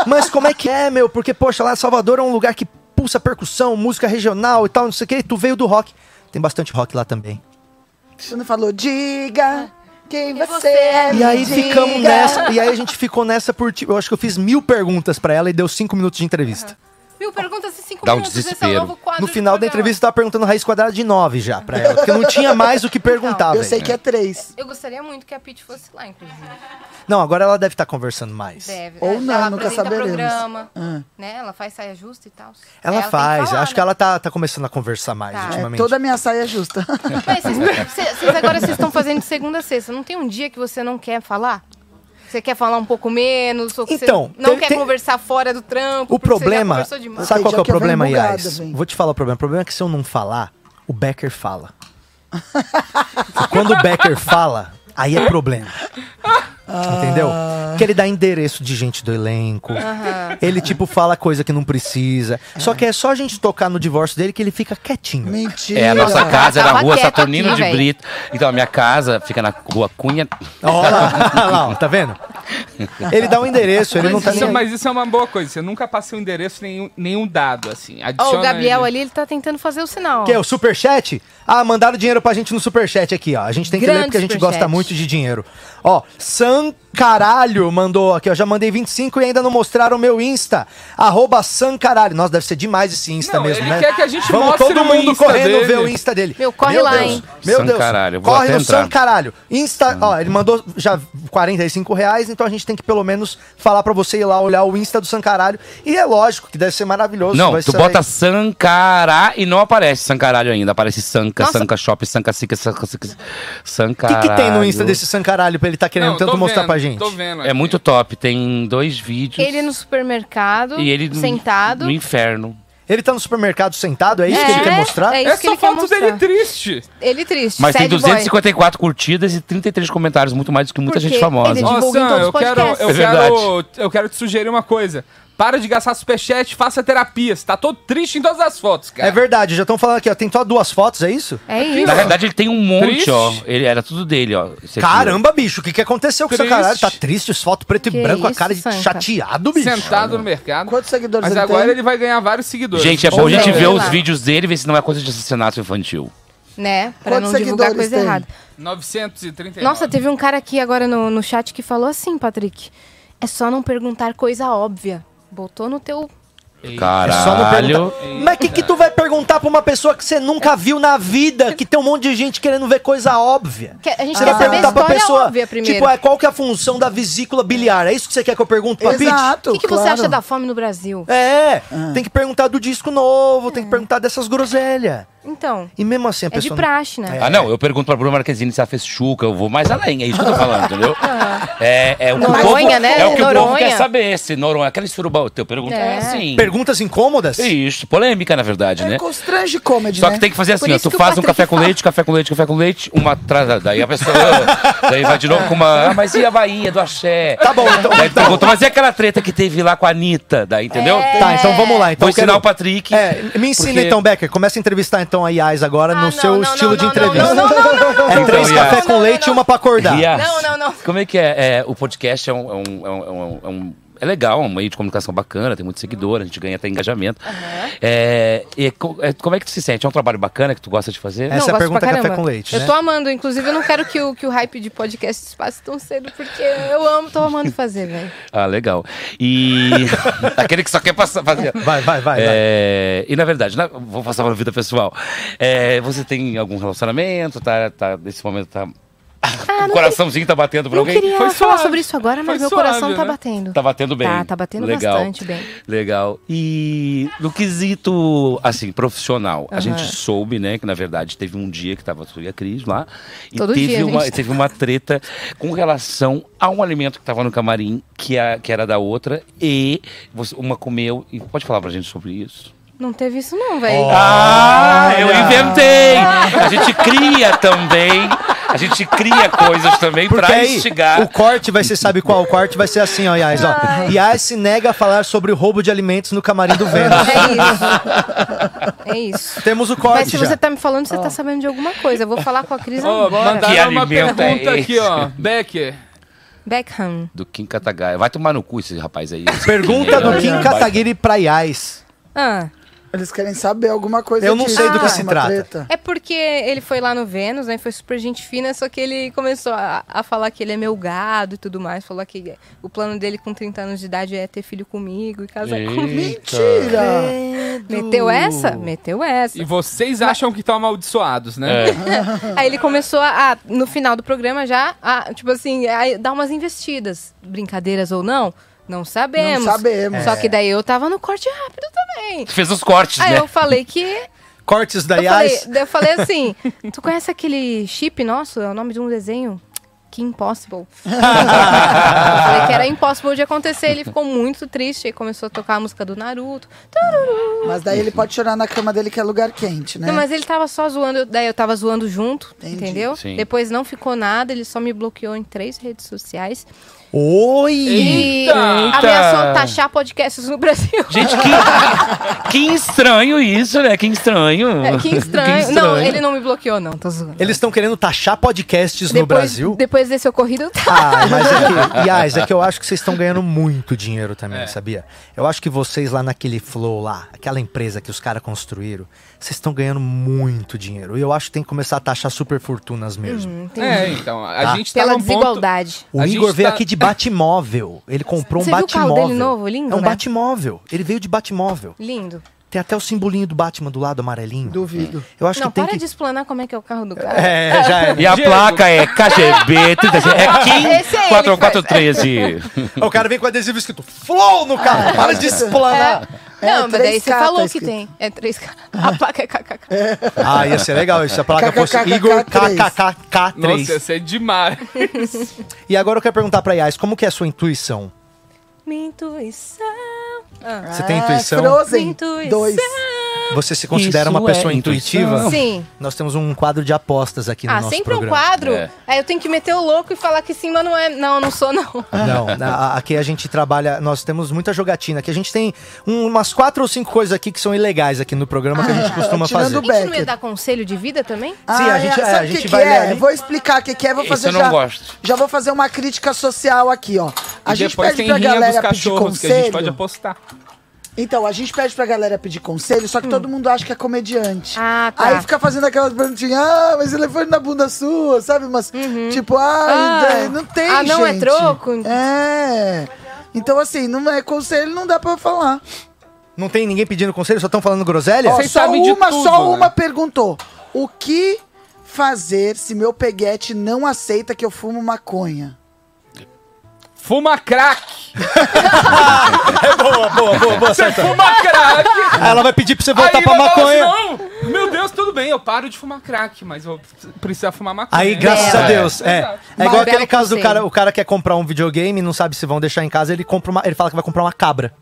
Speaker 5: Mas como é que é, meu? Porque, poxa, lá Salvador é um lugar que pulsa percussão, música regional e tal, não sei o quê, e tu veio do rock. Tem bastante rock lá também.
Speaker 1: Quando falou, diga quem você,
Speaker 7: você
Speaker 1: é.
Speaker 7: é,
Speaker 5: E aí
Speaker 1: diga.
Speaker 5: ficamos nessa, e aí a gente ficou nessa por, tipo, eu acho que eu fiz mil perguntas pra ela e deu cinco minutos de entrevista.
Speaker 7: Mil perguntas em cinco
Speaker 6: Dá um
Speaker 7: minutos. Esse é
Speaker 6: desespero.
Speaker 7: o novo quadro
Speaker 5: No
Speaker 7: do
Speaker 5: final da
Speaker 7: programa.
Speaker 5: entrevista, eu tava perguntando raiz quadrada de nove já pra ela, porque eu não tinha mais o que perguntar,
Speaker 1: Eu
Speaker 5: velho.
Speaker 1: sei que é três.
Speaker 7: Eu gostaria muito que a Pete fosse lá, inclusive.
Speaker 5: Não, agora ela deve estar conversando mais.
Speaker 7: Deve.
Speaker 1: Ou
Speaker 7: Ela-
Speaker 1: não,
Speaker 7: ela
Speaker 1: nunca
Speaker 7: apresenta
Speaker 1: saberemos.
Speaker 7: Programa, né? Ela faz saia justa e tal.
Speaker 5: Ah. Ela,
Speaker 7: tem que
Speaker 5: faz,
Speaker 7: falar,
Speaker 5: acho
Speaker 7: né?
Speaker 5: que ela tá, tá começando a conversar mais
Speaker 7: Tá. É,
Speaker 1: É,
Speaker 5: ultimamente.
Speaker 1: toda a minha saia é justa.
Speaker 7: Mas vocês, cê- cês agora vocês estão fazendo de segunda a sexta. Não tem um dia que você não quer falar? Você quer falar um pouco menos? Ou que você
Speaker 5: Então,
Speaker 7: não
Speaker 5: tem-
Speaker 7: quer
Speaker 5: tem-
Speaker 7: conversar fora do trampo?
Speaker 5: O
Speaker 7: porque você já
Speaker 5: problema.
Speaker 7: conversou demais.
Speaker 5: Sabe
Speaker 1: Tem
Speaker 5: qual que
Speaker 1: dia
Speaker 5: é o
Speaker 1: que eu venho
Speaker 5: problema,
Speaker 1: bugada,
Speaker 5: Yas?
Speaker 1: vem.
Speaker 5: Vou te falar o problema. O problema é que se eu não falar, o Becker fala. Quando o Becker fala, aí é problema. Entendeu? Porque ele dá endereço de gente do elenco. Ele, tipo, fala coisa que não precisa. Só que é só a gente tocar no divórcio dele que ele fica quietinho.
Speaker 1: Mentira.
Speaker 6: É, a nossa casa é na
Speaker 7: Tava
Speaker 6: rua
Speaker 7: quieta
Speaker 6: Saturnino
Speaker 7: aqui,
Speaker 6: de
Speaker 7: véi.
Speaker 6: Brito. Então, a minha casa fica na rua Cunha.
Speaker 5: Ó lá, ó lá, ó, tá vendo? Ele dá o endereço, ele não
Speaker 2: Mas
Speaker 5: tá
Speaker 2: isso,
Speaker 5: nem. aí.
Speaker 2: mas isso é uma boa coisa. Você nunca passa o endereço nenhum, nenhum dado, assim.
Speaker 7: Ó,
Speaker 2: Adiciona
Speaker 7: o Gabriel
Speaker 2: ele.
Speaker 7: ali, ele tá tentando fazer o sinal. ó.
Speaker 5: Que é o superchat? Ah, mandaram dinheiro pra gente no superchat aqui, ó. A gente tem que
Speaker 7: Grande
Speaker 5: ler porque a gente
Speaker 7: superchat.
Speaker 5: gosta muito de dinheiro. Ó, San Caralho mandou aqui, ó. Já mandei 25 e ainda não mostraram o meu Insta. Arroba San Caralho. Nossa, deve ser demais esse Insta
Speaker 2: Não,
Speaker 5: mesmo,
Speaker 2: ele
Speaker 5: né?
Speaker 2: quer que a gente
Speaker 5: Vamos
Speaker 2: mostre
Speaker 5: todo
Speaker 2: o
Speaker 5: mundo
Speaker 2: Insta
Speaker 5: correndo
Speaker 2: dele.
Speaker 5: ver o Insta dele.
Speaker 7: Meu, corre lá,
Speaker 5: Deus.
Speaker 7: hein?
Speaker 5: Meu
Speaker 6: San
Speaker 5: Deus.
Speaker 6: Caralho, vou
Speaker 5: corre
Speaker 6: até
Speaker 5: no
Speaker 6: entrar.
Speaker 5: San Caralho. Insta, ó, ele mandou já 45 reais, então a gente tem que pelo menos falar pra você ir lá olhar o Insta do San Caralho. E é lógico que deve ser maravilhoso.
Speaker 6: Não,
Speaker 5: vai
Speaker 6: tu
Speaker 5: sair-
Speaker 6: bota Sancará e não aparece Sancaralho ainda. Aparece Sanca,
Speaker 7: Nossa.
Speaker 6: Sanca Shop, Sanca Sica, Sanca Sica.
Speaker 5: O que,
Speaker 6: Sancaralho.
Speaker 5: que tem no Insta desse sancaralho pra ele tá querendo
Speaker 2: Não,
Speaker 5: tanto
Speaker 2: tô
Speaker 5: mostrar
Speaker 2: vendo,
Speaker 5: pra gente?
Speaker 2: Tô vendo
Speaker 6: É
Speaker 2: aqui.
Speaker 6: muito top. Tem dois vídeos.
Speaker 7: Ele no supermercado,
Speaker 6: E ele no-
Speaker 7: sentado.
Speaker 6: No inferno.
Speaker 5: Ele tá no supermercado sentado, é isso que ele quer mostrar?
Speaker 7: É
Speaker 2: É
Speaker 7: isso que
Speaker 2: só
Speaker 7: ele quer
Speaker 2: foto
Speaker 7: mostrar.
Speaker 2: dele triste.
Speaker 7: Ele é triste,
Speaker 6: Mas tem
Speaker 7: sad boy.
Speaker 6: 254 curtidas e 33 comentários, muito mais do que muita
Speaker 7: Por
Speaker 6: gente
Speaker 7: quê?
Speaker 6: famosa.
Speaker 7: Ele
Speaker 2: Ó,
Speaker 7: divulga em
Speaker 2: Sam,
Speaker 7: todos os
Speaker 2: eu quero,
Speaker 7: podcasts.
Speaker 2: eu,
Speaker 6: É
Speaker 2: quero,
Speaker 6: verdade.
Speaker 2: eu quero te sugerir uma coisa. Para de gastar superchat, faça terapia. Você tá todo triste em todas as fotos, cara.
Speaker 5: É verdade, já estão falando aqui, ó. Tem só duas fotos, é isso?
Speaker 7: É isso.
Speaker 6: Na verdade, ele tem um monte,
Speaker 2: Triste.
Speaker 6: ó. Ele era tudo dele, ó. Esse aqui, ó.
Speaker 5: Caramba, bicho, o que, que aconteceu com esse
Speaker 2: Triste.
Speaker 5: caralho? Tá triste, os fotos preto e
Speaker 7: Que
Speaker 5: branco, a
Speaker 7: isso,
Speaker 5: cara de
Speaker 7: Sanca.
Speaker 5: chateado, bicho.
Speaker 2: Sentado no mercado.
Speaker 1: Quantos seguidores
Speaker 2: Mas
Speaker 1: ele
Speaker 2: agora
Speaker 1: tem?
Speaker 2: ele vai ganhar vários seguidores.
Speaker 6: Gente, é
Speaker 2: Ou
Speaker 6: bom a
Speaker 7: Ou
Speaker 6: gente
Speaker 7: não,
Speaker 6: ver
Speaker 7: sei
Speaker 6: os
Speaker 7: lá.
Speaker 6: vídeos dele e ver se não é coisa de assassinato infantil.
Speaker 7: Né? Pra
Speaker 1: Quantos
Speaker 7: não divulgar
Speaker 1: seguidores
Speaker 7: coisa
Speaker 1: tem?
Speaker 7: errada.
Speaker 2: 939.
Speaker 7: Nossa, teve um cara aqui agora no, no chat que falou assim, Patrick. É só não perguntar coisa óbvia. Botou no teu.
Speaker 5: É só não
Speaker 6: Caralho.
Speaker 5: perguntar. Mas o que, que tu vai perguntar pra uma pessoa que você
Speaker 7: É.
Speaker 5: nunca viu na vida, que tem um monte de gente querendo ver coisa óbvia?
Speaker 7: Que a gente
Speaker 5: Você vai
Speaker 7: quer saber a
Speaker 5: perguntar Ah, tá pra
Speaker 7: história
Speaker 5: pessoa,
Speaker 7: óbvia primeiro.
Speaker 5: tipo, é, qual que é a função da vesícula biliar? É isso que você quer que eu pergunte pra Pete?
Speaker 1: Exato.
Speaker 7: o que, que você
Speaker 1: claro.
Speaker 7: acha da fome no Brasil?
Speaker 5: É,
Speaker 7: Ah.
Speaker 5: tem que perguntar do disco novo, tem que perguntar dessas groselhas.
Speaker 7: Então,
Speaker 5: E mesmo assim a
Speaker 7: é de
Speaker 5: pessoa... não-
Speaker 7: praxe, né?
Speaker 6: Ah, não, eu pergunto pra Bruna Marquezine se ela fez chuca, eu vou mais além, é isso que eu tô falando, entendeu? É, é o que o
Speaker 7: Noronha,
Speaker 6: povo,
Speaker 7: né?
Speaker 6: É o que o povo
Speaker 7: Noronha.
Speaker 6: quer saber, se Noronha, aquela surubal, teu pergunta é,
Speaker 7: É.
Speaker 6: assim.
Speaker 5: Perguntas incômodas?
Speaker 6: É Isso, polêmica, na verdade, né?
Speaker 1: É constrange comedy,
Speaker 6: Só
Speaker 1: né?
Speaker 6: que tem que fazer assim,
Speaker 7: Por
Speaker 6: ó,
Speaker 7: isso
Speaker 6: tu
Speaker 7: que o
Speaker 6: faz um
Speaker 7: Patrick
Speaker 6: café com
Speaker 7: fala.
Speaker 6: leite, café com leite, café com leite, uma atrás, daí a pessoa, daí vai de novo com uma, ah, mas e a Bahia, do Axé?
Speaker 5: Tá bom, então.
Speaker 6: Daí pergunta, mas e aquela treta que teve lá com a Anitta, daí, entendeu?
Speaker 5: Tá,
Speaker 7: É.
Speaker 5: então vamos lá. Então
Speaker 6: Vou
Speaker 5: eu quero-
Speaker 6: ensinar o Patrick.
Speaker 5: É, me ensina
Speaker 6: porque-
Speaker 5: então, Becker. Começa a entrevistar então a Yas agora
Speaker 7: Ah,
Speaker 5: no
Speaker 7: não,
Speaker 5: seu
Speaker 7: não,
Speaker 5: estilo
Speaker 7: não,
Speaker 5: de
Speaker 7: não,
Speaker 5: entrevista.
Speaker 7: não, não, não, não,
Speaker 5: É três
Speaker 6: Então,
Speaker 5: café
Speaker 6: Yas.
Speaker 5: com leite e uma pra acordar.
Speaker 6: Rias.
Speaker 7: Não, não, não.
Speaker 6: Como é que é? É, o podcast é um, é um- é um- é um- é um- é legal, é um meio de comunicação bacana, tem muito seguidor, a gente ganha até engajamento. É, e co- é, como é que tu se sente? É um trabalho bacana que tu gosta de fazer?
Speaker 5: É. Essa
Speaker 7: gosto
Speaker 5: pergunta
Speaker 7: pra
Speaker 5: é café
Speaker 7: caramba.
Speaker 5: com leite,
Speaker 7: Eu
Speaker 5: né?
Speaker 7: tô amando, inclusive eu não quero que o, que o hype de podcast se passe tão cedo, porque eu amo, tô amando fazer, velho.
Speaker 6: Ah, legal. E aquele que só quer passar, fazer.
Speaker 5: Vai, vai, vai. vai.
Speaker 6: É, e na verdade, na- vou passar para a vida pessoal. É, você tem algum relacionamento? Tá, tá, nesse momento tá. o coraçãozinho tá batendo pra
Speaker 7: Ah, Não
Speaker 6: alguém?
Speaker 7: queria
Speaker 2: Foi
Speaker 7: falar
Speaker 2: suave.
Speaker 7: sobre isso agora, mas
Speaker 2: Foi
Speaker 7: meu
Speaker 2: suave,
Speaker 7: coração tá
Speaker 2: né?
Speaker 7: batendo.
Speaker 6: Tá batendo bem.
Speaker 7: Tá, tá batendo
Speaker 6: Legal.
Speaker 7: bastante bem.
Speaker 6: Legal. E no quesito, assim, profissional, a gente soube, né, que na verdade teve um dia que tava tu e a Cris lá. E
Speaker 7: Todo
Speaker 6: teve,
Speaker 7: dia,
Speaker 6: uma,
Speaker 7: gente.
Speaker 6: teve uma treta com relação a um alimento que tava no camarim, que, a, que era da outra, e você- uma comeu. E pode falar pra gente sobre isso?
Speaker 7: Não teve isso não, velho.
Speaker 6: Ah, eu inventei! A gente cria também. A gente cria coisas também
Speaker 5: Porque
Speaker 6: pra
Speaker 5: aí,
Speaker 6: instigar.
Speaker 5: o corte vai ser, sabe qual? O corte vai ser assim, ó, Yas, ó. Yas se nega a falar sobre o roubo de alimentos no camarim do Vênus.
Speaker 7: É isso. É isso.
Speaker 5: Temos o
Speaker 7: Mas
Speaker 5: corte
Speaker 7: se
Speaker 5: já.
Speaker 7: você tá me falando, você tá sabendo de alguma coisa. Eu vou falar com a Cris
Speaker 2: Ó,
Speaker 7: agora.
Speaker 6: Que
Speaker 2: mandaram uma
Speaker 6: alimento
Speaker 2: pergunta
Speaker 6: é
Speaker 2: aqui,
Speaker 6: esse?
Speaker 2: ó. Becker.
Speaker 7: Beckham.
Speaker 6: Do Kim Katagai. Vai tomar no cu esse rapaz aí. esse
Speaker 5: Pergunta
Speaker 6: Kim aí, né?
Speaker 5: do Kim
Speaker 6: vai-
Speaker 5: Kataguiri pra Yas.
Speaker 7: Ah,
Speaker 1: Eles querem saber alguma coisa
Speaker 5: Eu não
Speaker 1: disso,
Speaker 5: sei do que
Speaker 1: né?
Speaker 5: se
Speaker 1: Uma
Speaker 5: trata.
Speaker 1: treta.
Speaker 7: é porque ele foi lá no Vênus, né? Foi super gente fina, só que ele começou a, a falar que ele é meu gado e tudo mais. Falou que o plano dele com 30 anos de idade é ter filho comigo e casar comigo.
Speaker 1: Mentira!
Speaker 7: É. Meteu essa? Meteu essa.
Speaker 2: E vocês acham que estão amaldiçoados,
Speaker 5: É.
Speaker 2: né?
Speaker 7: Aí ele começou a, a- no final do programa já, a, tipo assim, a dar umas investidas. Brincadeiras ou não, não sabemos.
Speaker 1: Não sabemos.
Speaker 7: Só que daí eu tava no corte rápido também.
Speaker 6: Tu fez os cortes,
Speaker 7: Aí
Speaker 6: né?
Speaker 7: Ah, eu falei que.
Speaker 5: Cortes da
Speaker 7: Eu falei,
Speaker 5: Yas.
Speaker 7: daí eu falei assim: tu conhece aquele chip nosso? É o nome de um desenho? Que impossible. eu falei que era impossible de acontecer. Ele ficou muito triste e começou a tocar a música do Naruto.
Speaker 1: Mas daí ele pode chorar na cama dele, que é lugar quente, né?
Speaker 7: Não, mas ele tava só zoando, eu- daí eu tava zoando junto,
Speaker 1: Entendi.
Speaker 7: entendeu?
Speaker 6: Sim.
Speaker 7: Depois não ficou nada, ele só me bloqueou em três redes sociais.
Speaker 5: Oi!
Speaker 7: E
Speaker 2: Eita!
Speaker 7: ameaçou taxar podcasts no Brasil.
Speaker 6: Gente, que, que estranho isso, né? Que estranho.
Speaker 7: É, que, estranho. Não, ele não me bloqueou, não, tô zoando.
Speaker 5: Eles estão querendo taxar podcasts
Speaker 7: depois,
Speaker 5: no Brasil?
Speaker 7: Depois desse ocorrido, eu tava.
Speaker 5: Ah, mas é que, Yas, é que eu acho que vocês estão ganhando muito dinheiro
Speaker 2: É.
Speaker 5: também, sabia? Eu acho que vocês lá naquele Flow lá, aquela empresa que os caras construíram, vocês estão ganhando muito dinheiro. E eu acho que tem que começar a taxar super fortunas mesmo.
Speaker 7: Uhum.
Speaker 2: É, então. A
Speaker 5: Tá.
Speaker 2: gente tá
Speaker 7: Pela
Speaker 2: num ponto...
Speaker 7: desigualdade.
Speaker 5: O
Speaker 2: A gente
Speaker 5: Igor veio
Speaker 2: tá-
Speaker 5: aqui de Batmóvel. Ele comprou
Speaker 7: Você
Speaker 5: um
Speaker 7: viu o carro
Speaker 5: Batmóvel.
Speaker 7: dele novo? Lindo,
Speaker 5: é um
Speaker 7: né?
Speaker 5: Batmóvel. Ele veio de Batmóvel.
Speaker 7: Lindo.
Speaker 5: Tem até o simbolinho do Batman do lado amarelinho.
Speaker 1: Duvido.
Speaker 5: Eu acho
Speaker 7: não,
Speaker 5: que tem
Speaker 7: para
Speaker 5: que
Speaker 7: de explanar como é que é o carro do cara.
Speaker 5: É, já é.
Speaker 6: E a
Speaker 2: Diego.
Speaker 6: placa é KGB 35, é Kim
Speaker 7: Esse é ele
Speaker 6: 4413.
Speaker 5: O cara vem com adesivo escrito Flow no carro. Para de explanar.
Speaker 1: Ah, É,
Speaker 7: Não, mas daí
Speaker 1: 3K
Speaker 7: você falou
Speaker 1: tá
Speaker 7: que
Speaker 1: escrito.
Speaker 7: tem. É 3K. A placa é KKK.
Speaker 5: Ah, ia ser legal isso. Se a placa fosse
Speaker 1: KKKK3.
Speaker 5: Igor
Speaker 2: Nossa, ia
Speaker 5: KKK3.
Speaker 2: ser demais.
Speaker 5: E agora eu quero perguntar pra Yas, como que é a sua intuição?
Speaker 7: Minha intuição. Ah.
Speaker 5: Você tem
Speaker 1: Ah,
Speaker 5: intuição?
Speaker 1: Frozen
Speaker 7: Intuição.
Speaker 1: dois.
Speaker 5: Você se considera
Speaker 6: Isso
Speaker 5: uma pessoa
Speaker 6: é intuição.
Speaker 5: intuitiva?
Speaker 7: Sim.
Speaker 5: Nós temos um quadro de apostas aqui no
Speaker 7: Ah,
Speaker 5: nosso
Speaker 7: sempre
Speaker 5: programa.
Speaker 7: um quadro?
Speaker 6: É.
Speaker 7: Aí eu tenho que meter o louco e falar que sim, mas não é. Não, não sou, não.
Speaker 5: Não, a- a- aqui a gente trabalha, nós temos muita jogatina. Aqui a gente tem um- umas quatro ou cinco coisas aqui que são ilegais aqui no programa que a gente costuma
Speaker 1: Ah, tirando
Speaker 5: fazer.
Speaker 1: o
Speaker 7: A gente não ia
Speaker 1: Becker.
Speaker 7: dar conselho de vida também?
Speaker 5: Sim, a gente- é,
Speaker 1: sabe
Speaker 5: a
Speaker 1: o
Speaker 5: gente
Speaker 1: que
Speaker 5: vai
Speaker 1: que
Speaker 5: ler
Speaker 1: é?
Speaker 5: ali.
Speaker 1: Vou explicar o que, que é, vou
Speaker 6: Isso
Speaker 1: fazer
Speaker 6: eu não
Speaker 1: já.
Speaker 6: gosto.
Speaker 1: Já vou fazer uma crítica social aqui, ó. A
Speaker 2: e
Speaker 1: gente
Speaker 2: depois
Speaker 1: pede
Speaker 2: tem
Speaker 1: pra
Speaker 2: rinha dos
Speaker 1: galera pedir
Speaker 2: cachorros que a gente pode
Speaker 1: conselho.
Speaker 2: apostar.
Speaker 1: Então, a gente pede pra galera pedir conselho, só que
Speaker 5: Hum.
Speaker 1: todo mundo acha que é comediante.
Speaker 7: Ah, tá.
Speaker 1: Aí fica fazendo aquelas perguntinhas, ah, mas elefante na bunda sua, sabe? Mas,
Speaker 5: Uhum.
Speaker 1: tipo, ah,
Speaker 7: Ah.
Speaker 1: e daí? não tem,
Speaker 7: Ah, não, é
Speaker 1: gente.
Speaker 7: troco?
Speaker 1: É. Então, assim, não é conselho, não dá pra falar.
Speaker 5: Não tem ninguém pedindo conselho, só estão falando groselha?
Speaker 1: Ó,
Speaker 2: Vocês
Speaker 1: só
Speaker 2: sabem de
Speaker 1: uma,
Speaker 2: tudo,
Speaker 1: só
Speaker 2: né?
Speaker 1: uma perguntou. O que fazer se meu peguete não aceita que eu fumo maconha?
Speaker 2: Fuma crack!
Speaker 5: É boa, boa, boa, boa.
Speaker 2: Você fuma crack!
Speaker 5: Ela vai pedir pra você
Speaker 2: Aí
Speaker 5: voltar pra
Speaker 1: um
Speaker 2: vai falar
Speaker 5: tá. maconha.
Speaker 2: assim, não, meu Deus, tudo bem, eu paro de fumar crack, mas vou precisar fumar maconha.
Speaker 5: Aí, graças
Speaker 7: Bela.
Speaker 5: a Deus. É,
Speaker 2: Exato.
Speaker 5: é igual
Speaker 7: Belo
Speaker 5: aquele caso do
Speaker 7: conselho.
Speaker 5: cara, o cara quer comprar um videogame, não sabe se vão deixar em casa, ele compra uma, ele fala que vai comprar uma cabra.